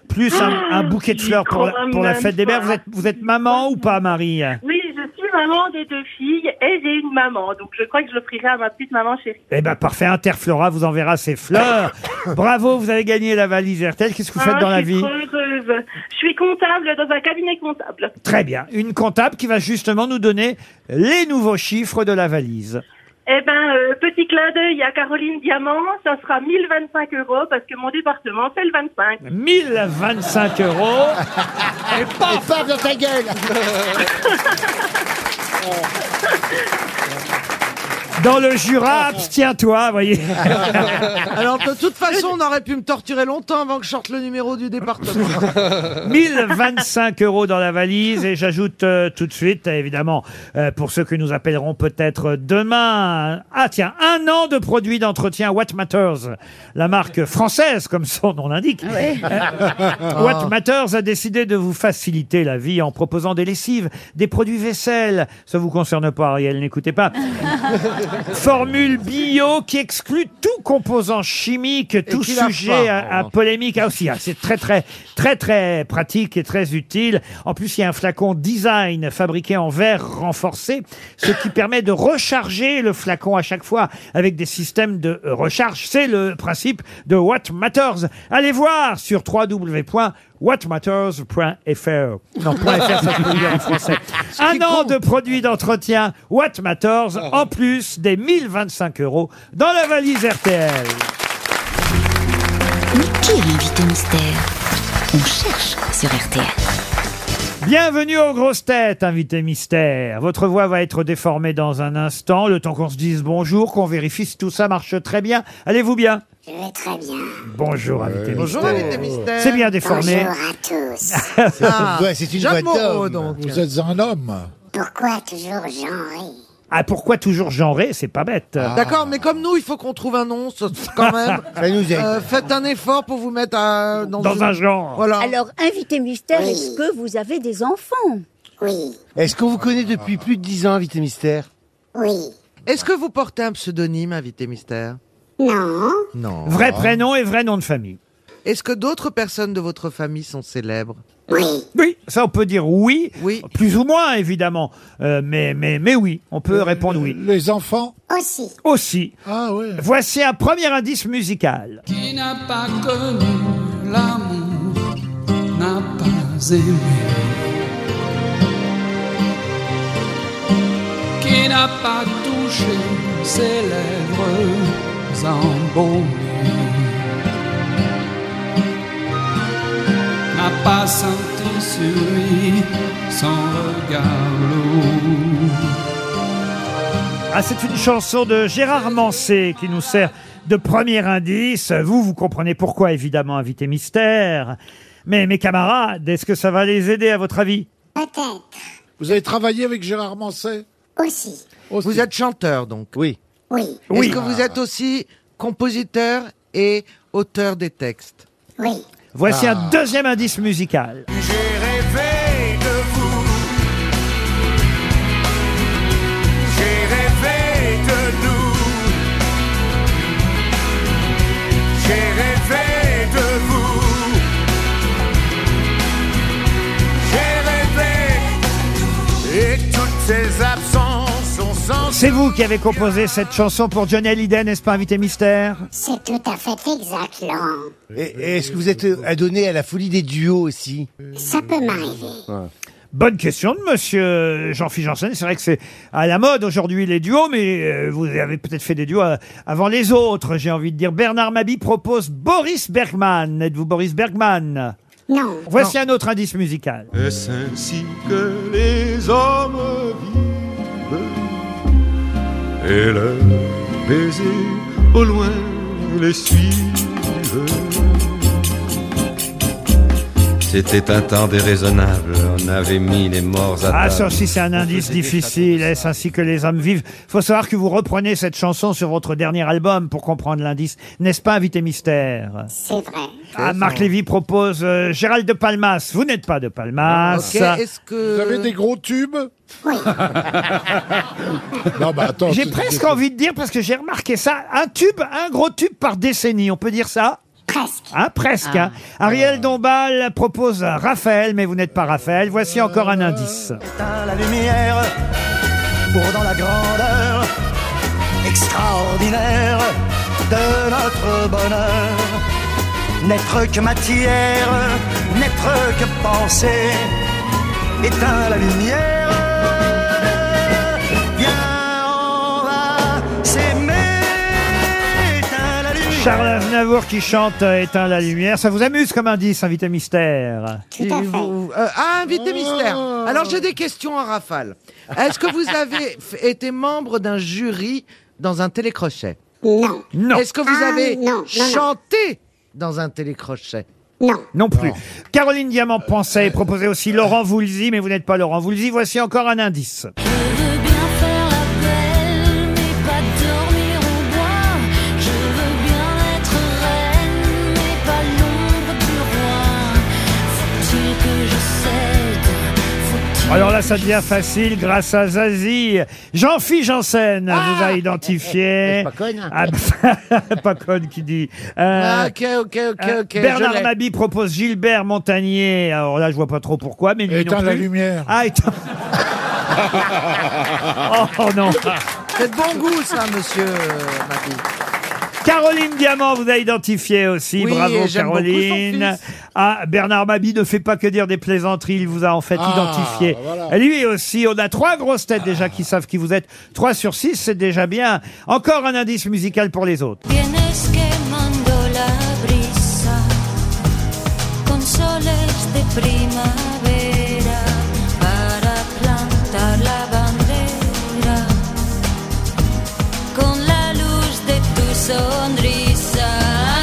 B: plus un, un bouquet de fleurs pour la, pour la fête des mères. Vous êtes, vous êtes maman ou pas, Marie
M: Oui, je suis maman des deux filles et j'ai une maman. Donc je crois que je l'offrirai à ma petite maman chérie.
B: Eh ben parfait, Interflora vous enverra ses fleurs. Bravo, vous avez gagné la valise RTL. Qu'est-ce que vous faites
M: Ah,
B: dans la
M: je suis
B: vie
M: trop heureuse. Je suis comptable dans un cabinet comptable.
B: Très bien. Une comptable qui va justement nous donner les nouveaux chiffres de la valise.
M: Eh ben, euh, petit clin d'œil à Caroline Diamant, ça sera 1025 euros parce que mon département fait le 25.
B: 1025 euros. Et paf
M: dans Eh, ta gueule
B: Dans le Jura, abstiens-toi, voyez.
L: Alors de toute façon, on aurait pu me torturer longtemps avant que je sorte le numéro du département.
B: 1025 euros dans la valise et j'ajoute euh, tout de suite, euh, évidemment, euh, pour ceux que nous appellerons peut-être demain. un- Ah tiens, un an de produits d'entretien What Matters, la marque française comme son nom l'indique.
P: Ouais.
B: Euh, What Matters a décidé de vous faciliter la vie en proposant des lessives, des produits vaisselle. Ça vous concerne pas, Ariel, n'écoutez pas. Formule bio qui exclut tout composant chimique, tout
L: qui lave
B: sujet
L: pas.
B: à- à polémique. Ah aussi, ah, c'est très très très très pratique et très utile. En plus, il y a un flacon design fabriqué en verre renforcé, ce qui permet de recharger le flacon à chaque fois avec des systèmes de euh, recharge. C'est le principe de What Matters. Allez voir sur www.whatmatters.fr. Non, point .fr, ça se peut dire en français. Un an de produits d'entretien What Matters, en plus des 1025 euros dans la valise RTL.
I: Mais qui est l'invité mystère On cherche sur RTL.
B: Bienvenue aux grosses têtes, invité mystère. Votre voix va être déformée dans un instant, le temps qu'on se dise bonjour, qu'on vérifie si tout ça marche très bien. Allez-vous bien
P: Je vais très bien.
B: Bonjour, invité
L: Bonjour,
B: mystère.
L: invité mystère.
B: C'est bien déformé.
P: Bonjour à tous.
B: Ah, Ouais, c'est une Jean voix Moreau, d'homme. donc.
C: Vous êtes un homme.
P: Pourquoi toujours Jean-Henri
B: Ah, pourquoi toujours genré C'est pas bête.
D: Ah.
L: D'accord, mais comme nous, il faut qu'on trouve un nom, ça, quand même.
B: Ça nous aide.
L: Euh, faites un effort pour vous mettre à- dans,
B: Dans un genre.
L: Voilà.
F: Alors, invité mystère,
L: Oui.
F: est-ce que vous avez des enfants Oui.
D: Est-ce qu'on vous connaît depuis plus de 10 ans, Invité Mystère
F: Oui.
L: Est-ce que vous portez un pseudonyme, invité mystère
P: Non.
L: Non.
B: Vrai prénom et vrai nom de famille.
L: Est-ce que d'autres personnes de votre famille sont célèbres
B: Oui, ça on peut dire oui, plus ou moins évidemment, Euh, mais, mais, mais oui, on peut répondre oui. Euh, Les enfants
P: Aussi.
B: Aussi. Voici un premier indice musical.
J: Qui n'a pas connu l'amour n'a
B: Ah,
J: pas aimé. Qui n'a pas touché ses lèvres embaumées. N'a pas senti sur lui son regard lourd.
B: Ah, c'est une chanson de Gérard Mancé qui nous sert de premier indice. Vous, vous comprenez pourquoi, évidemment, invité mystère. Mais mes camarades, est-ce que ça va les aider, à votre avis
P: Peut-être.
C: Vous avez travaillé avec Gérard Manset
P: Aussi.
L: Vous êtes chanteur, donc Oui.
P: Oui.
L: Est-ce que vous êtes aussi compositeur et auteur des textes
P: Oui.
B: Voici
L: Ah.
B: un deuxième indice musical.
J: J'ai rêvé de vous. J'ai rêvé de nous. J'ai rêvé de vous. J'ai rêvé. Et toutes ces absences ont sens.
B: C'est vous qui avez composé cette chanson pour Johnny Hallyday, n'est-ce pas, invité mystère
P: C'est tout à fait exact, Laurent.
D: Et- et Est-ce que vous êtes euh, adonné à la folie des duos aussi
P: Ça peut m'arriver.
B: Bonne question de monsieur Jean-Philippe Janssen. C'est vrai que c'est à la mode aujourd'hui les duos, mais euh, vous avez peut-être fait des duos euh, avant les autres, j'ai envie de dire. Bernard Mabi propose Boris Bergman. Êtes-vous Boris Bergman
P: Non.
B: Voici un autre indice musical.
J: Est-ce ainsi que les hommes vivent Et leurs baisers au loin les suivent
Q: C'était un temps déraisonnable, on avait mis les morts à
B: Ah,
Q: table.
B: ça aussi, c'est un indice difficile. Est-ce ainsi que les hommes vivent Faut savoir que vous reprenez cette chanson sur votre dernier album pour comprendre l'indice. N'est-ce pas, invité mystère
P: C'est vrai.
B: Ah, Marc Lévy propose euh, Gérald de Palmas. Vous n'êtes pas de Palmas.
L: que...
C: Vous avez des gros tubes
P: Oui.
C: non, bah attends.
B: J'ai
C: c'est-
B: presque envie de dire, parce que j'ai remarqué ça, un tube, un gros tube par décennie, on peut dire ça
P: Presque.
B: Ah, presque. hein. Ariel Dombal propose Raphaël, mais vous n'êtes pas Raphaël. Voici encore un indice.
R: Éteins la lumière pour dans la grandeur extraordinaire de notre bonheur. N'être que matière, n'être que pensée. Éteins la lumière. Viens, on va s'aimer. Éteins la lumière.
B: Charles Aznavour qui chante euh, Éteins la lumière. Ça vous amuse comme indice, invité mystère
L: Et vous- euh, ah,
C: Oh.
L: invité mystère. Alors j'ai des questions en rafale. Est-ce que vous avez f- été membre d'un jury dans un télécrochet
P: Non.
B: Non.
L: Est-ce que vous
P: Ah,
L: avez
P: non, non, non.
L: chanté dans un télécrochet
P: Non.
B: Non plus. Caroline Diamant pensait et proposait aussi Laurent Voulzy, mais vous n'êtes pas Laurent Voulzy. Voici encore un indice.
J: Pas dormir au bois, je veux bien être reine, mais pas l'ombre du roi. Faut-il que je cède
B: Alors là, ça devient facile grâce à Zazie. Jean-Philippe Janssen
L: Ah
B: vous a identifié.
L: Eh, pas conne.
B: Ah, bah, pas conne qui dit. Euh,
L: Ah, Ok, ok, ok,
B: euh,
L: ok. je l'ai.
B: Bernard Mabi propose Gilbert Montagnier. Alors là, je vois pas trop pourquoi, mais lui
C: Éteins
B: non
C: la
B: plus.
C: lumière.
B: Ah, éteins- oh non.
L: C'est de bon goût ça, monsieur euh, Mabi.
B: Caroline Diamant vous a identifié aussi.
L: Oui,
B: Bravo
L: et j'aime beaucoup son
B: Caroline. Ah, Bernard Mabi ne fait pas que dire des plaisanteries, il vous a en fait
C: Ah,
B: identifié.
L: bah
C: voilà.
B: Lui aussi, on a trois grosses têtes déjà qui savent qui vous êtes. Trois sur six, c'est déjà bien. Encore un indice musical pour les autres.
J: Vienes quemando la brisa con soles de primavera para plantar la bandera con la luz de tu sonrisa.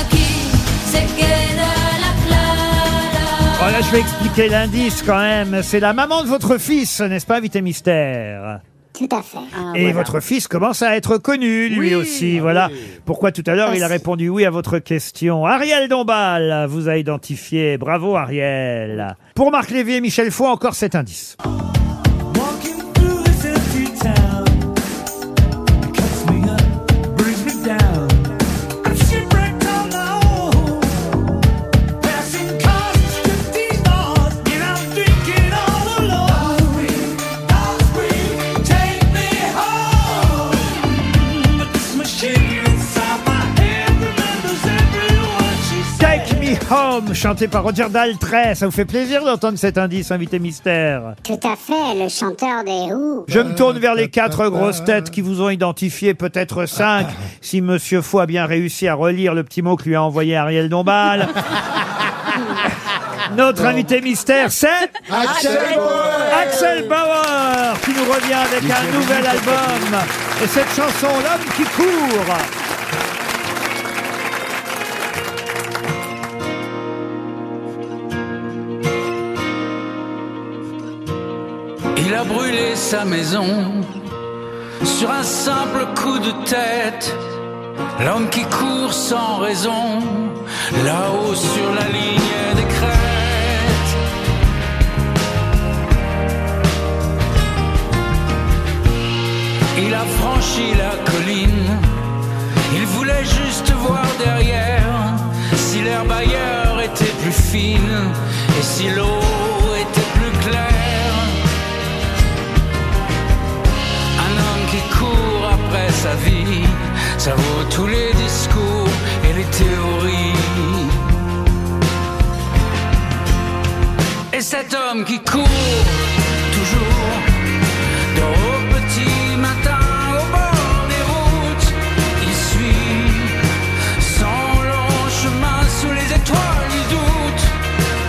J: Aquí se queda la clara.
B: Voilà, Oh, je vais expliquer l'indice quand même. C'est la maman de votre fils, n'est-ce pas, Vité Mystère
P: Tout à fait.
B: Et votre fils commence à être connu, lui aussi. Voilà pourquoi tout à l'heure il a répondu oui à votre question. Ariel Dombal vous a identifié. Bravo Ariel. Pour Marc Lévy et Michel Faux, encore cet indice.
J: Walking through this empty town It cuts me up, brings me down. I'm shipwrecked alone. Passing cars, drifting bars, and I'm thinking all alone. take me home. But this machine inside my head remembers every word she
B: Take Me Home, chanté par Roger Daltrey. Ça vous fait plaisir d'entendre cet indice, invité mystère.
P: Tout à fait, le chanteur des Who.
B: Je me tourne vers les quatre grosses têtes qui vous ont identifié, peut-être cinq, si Monsieur Faux a bien réussi à relire le petit mot que lui a envoyé Ariel Dombal. Notre invité mystère, c'est
C: Axel Bauer.
B: Axel Bauer, qui nous revient avec un nouvel album. Et cette chanson, L'homme qui court.
J: Il a brûlé sa maison sur un simple coup de tête. L'homme qui court sans raison, là-haut sur la ligne des crêtes. Il a franchi la colline, il voulait juste voir derrière si l'herbe ailleurs était plus fine et si l'eau était plus claire. Un homme qui court après sa vie, ça vaut tous les discours et les théories. Et cet homme qui court toujours, de au petit matin au bord des routes, il suit son long chemin sous les étoiles du doute,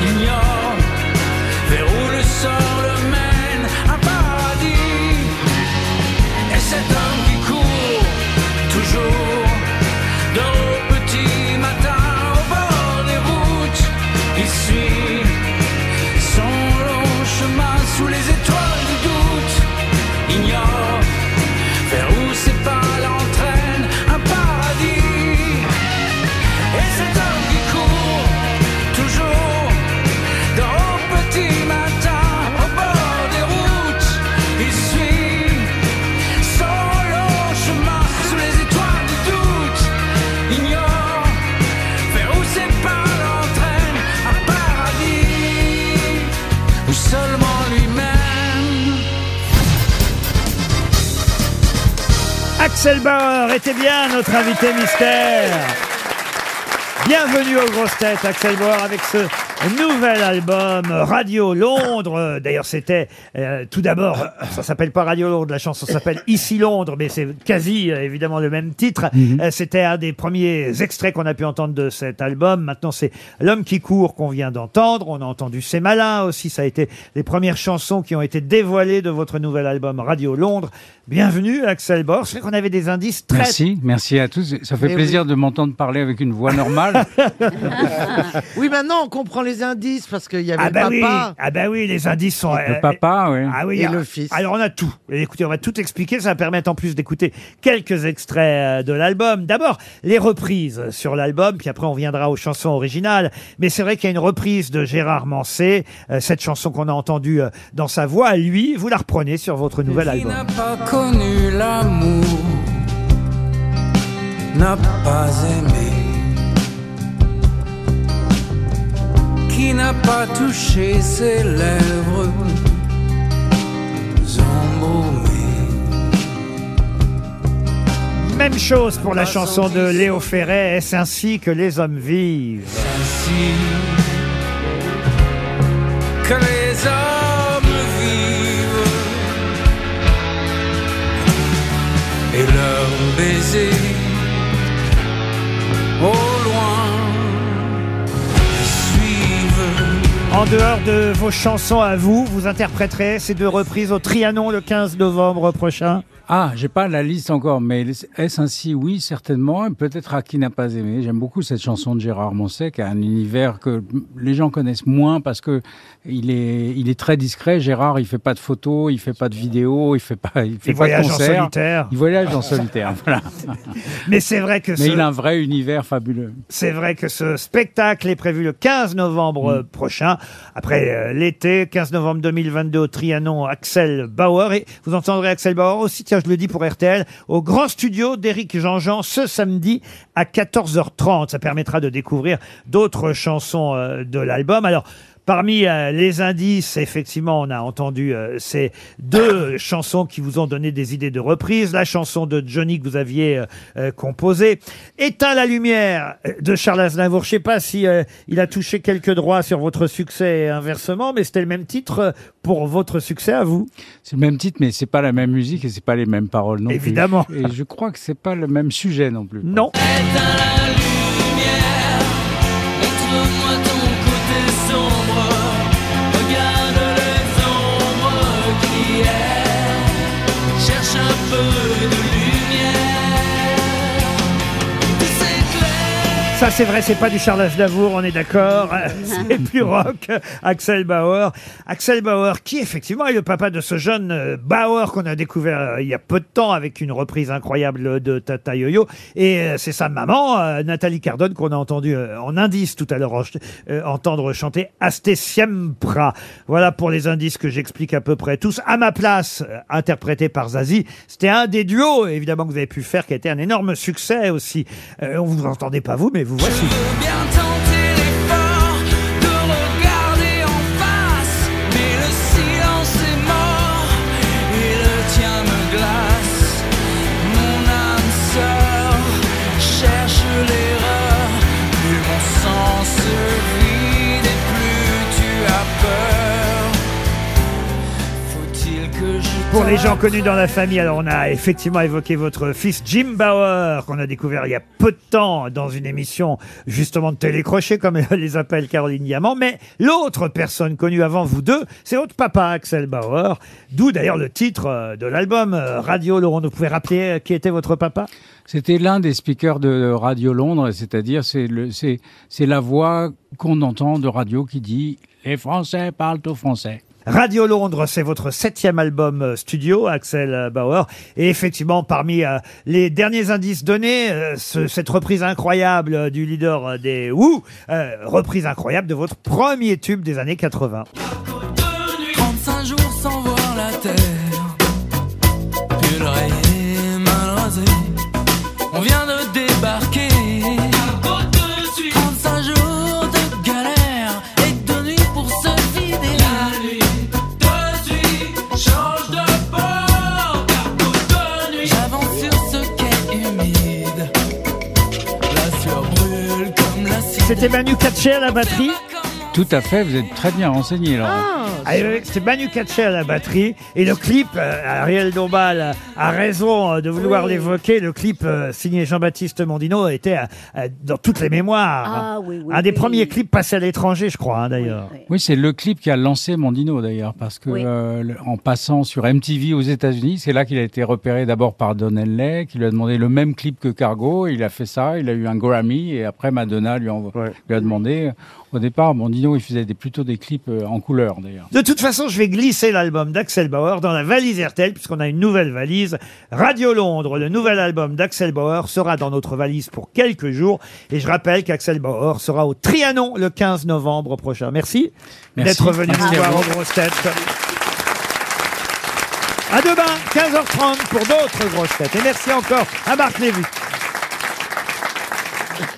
J: ignore vers où le sort le mène, un paradis. Et cet homme qui court toujours de au petit matin au bord des routes, il suit son long chemin sous les étoiles
B: Axel Bauer était bien notre invité mystère. Bienvenue aux grosses têtes, Axel Bauer, avec ce nouvel album Radio Londres. Euh, D'ailleurs, c'était euh, tout d'abord, euh, ça s'appelle pas Radio Londres, la chanson s'appelle Ici Londres, mais c'est quasi euh, évidemment le même titre. Euh, C'était un des premiers extraits qu'on a pu entendre de cet album. Maintenant, c'est L'homme qui court qu'on vient d'entendre. On a entendu C'est malin aussi. Ça a été les premières chansons qui ont été dévoilées de votre nouvel album Radio Londres. Bienvenue, Axel Bauer. C'est vrai qu'on avait des indices très
S: Merci, merci à tous. Ça fait
B: Mais
S: plaisir de m'entendre parler avec une voix normale.
L: Oui, maintenant on comprend les indices parce qu'il y avait
B: Ah bah
L: le
B: oui,
L: papa.
B: ah bah oui, les indices sont.
S: Le papa, oui.
B: Ah oui,
S: Et
B: ah,
S: le
L: fils.
B: Alors on a tout. Et écoutez, on va tout expliquer. Ça va permettre en plus d'écouter quelques extraits euh, de l'album. D'abord, les reprises sur l'album, puis après on viendra aux chansons originales. Mais c'est vrai qu'il y a une reprise de Gérard Mancé, euh, cette chanson qu'on a entendue euh, dans sa voix, à lui, vous la reprenez sur votre nouvel
J: Qui
B: album.
J: n'a pas connu l'amour n'a pas aimé. Qui n'a pas touché ses lèvres embaumées.
B: Même chose pour la chanson de Léo Ferret, Est-ce ainsi que les hommes vivent
J: ainsi que les hommes vivent et leurs baisers au loin suivent.
B: En dehors de vos chansons à vous, vous interpréterez ces deux reprises au Trianon le 15 novembre prochain.
S: Ah, j'ai pas la liste encore, mais est-ce ainsi Oui, certainement. et Peut-être à qui n'a pas aimé. J'aime beaucoup cette chanson de Gérard Moncet, qui a un univers que les gens connaissent moins parce que il est, il est très discret. Gérard, il fait pas de photos, il fait pas de vidéos, il fait pas, il fait pas
B: voyage
S: de
B: en
S: concerts.
B: solitaire.
S: Il voyage en solitaire. Voilà.
B: Mais c'est vrai que
S: Mais
B: ce-
S: il a un vrai univers fabuleux.
B: C'est vrai que ce spectacle est prévu le 15 novembre
S: Mm.
B: euh, prochain, après euh, l'été, 15 novembre 2022 au Trianon, Axel Bauer. Et vous entendrez Axel Bauer aussi, tiens, je le dis pour RTL, au grand studio d'Éric Jean-Jean ce samedi à 14h30. Ça permettra de découvrir d'autres chansons euh, de l'album. Alors, Parmi euh, les indices, effectivement, on a entendu euh, ces deux chansons qui vous ont donné des idées de reprise. La chanson de Johnny que vous aviez euh, euh, composée, Éteins la lumière euh, de Charles Aznavour. Je sais pas si euh, il a touché quelques droits sur votre succès et inversement, mais c'était le même titre euh, pour votre succès à vous.
S: C'est le même titre, mais c'est pas la même musique et c'est pas les mêmes paroles non plus.
B: Évidemment.
S: Et je crois que c'est pas le même sujet non plus.
B: Non.
J: Montre-moi ton côté sombre, regarde les ombres qui errent, cherche un peu de lumière. C'est
B: Ça, c'est vrai, c'est pas du Charles Aznavour, on est d'accord. C'est plus rock, Axel Bauer. Axel Bauer, qui effectivement est le papa de ce jeune euh, Bauer qu'on a découvert euh, il y a peu de temps avec une reprise incroyable de Tata Yo-Yo. Et euh, c'est sa maman, euh, Nathalie Cardone, qu'on a entendu euh, en indice tout à l'heure en ch- euh, entendre chanter Aste Siempra. Voilà pour les indices que j'explique à peu près tous. À ma place, euh, interprété par Zazie, c'était un des duos, évidemment, que vous avez pu faire, qui a été un énorme succès aussi. Euh, on vous entendait pas vous, mais vous voici.
J: bien tenter l'effort de regarder en face, mais le silence est mort et le tien me glace. Mon âme sœur cherche l'erreur, plus mon sens se vide et plus tu as peur. Faut-il que je
B: Pour les gens connus dans la famille, alors on a effectivement évoqué votre fils Jim Bauer, qu'on a découvert il y a peu de temps dans une émission justement de télécrochet, comme les appelle Caroline Diamant. Mais l'autre personne connue avant vous deux, c'est votre papa Axel Bauer, d'où d'ailleurs le titre euh, de l'album euh, Radio Laurent. Vous pouvez rappeler euh, qui était votre papa
S: C'était l'un des speakers de Radio Londres, c'est-à-dire c'est le- c'est c'est la voix qu'on entend de radio qui dit les Français parlent aux Français.
B: Radio Londres, c'est votre septième album euh, studio, Axel euh, Bauer. Et effectivement, parmi euh, les derniers indices donnés, euh, ce- cette reprise incroyable euh, du leader euh, des Who, euh, reprise incroyable de votre premier tube des années 80.
J: 35 jours sans voir la terre, pull rayé, mal rasé. On vient de débarquer. 35 jours de galère et de nuit pour se vider. La nuit, de suite, change de bord, car de nuit. J'avance sur ce
B: C'était Manu Katché à la batterie
S: Tout à fait, vous êtes très bien renseigné, Laurent.
B: Ah, euh, C'était Manu Katché à la batterie. Et le clip, euh, Ariel Dombal a- a raison euh, de vouloir l'évoquer. Le clip euh, signé Jean-Baptiste Mondino était euh, euh, dans toutes les
F: Ah,
B: mémoires.
F: oui, oui,
B: Un des
F: oui.
B: premiers clips passés à l'étranger, je crois, hein, d'ailleurs.
S: Oui, c'est le clip qui a lancé Mondino d'ailleurs, parce que
B: Oui.
S: euh, le- en passant sur MTV aux États-Unis, c'est là qu'il a été repéré d'abord par Don Henley, qui lui a demandé le même clip que Cargo. Il a fait ça, il a eu un Grammy, et après Madonna lui, en- lui a demandé. Au départ, Mondino, il faisait des- plutôt des clips euh, en couleur d'ailleurs.
B: De toute façon, je vais glisser l'album d'Axel Bauer dans la valise RTL, puisqu'on a une nouvelle valise. Radio Londres, le nouvel album d'Axel Bauer, sera dans notre valise pour quelques jours. Et je rappelle qu'Axel Bauer sera au Trianon le 15 novembre prochain. Merci,
S: Merci.
B: d'être venu
S: Merci
B: nous
S: à
B: voir
S: vous.
B: aux grosses têtes. À demain, 15h30 pour d'autres grosses têtes. Et merci encore à Marc Lévy.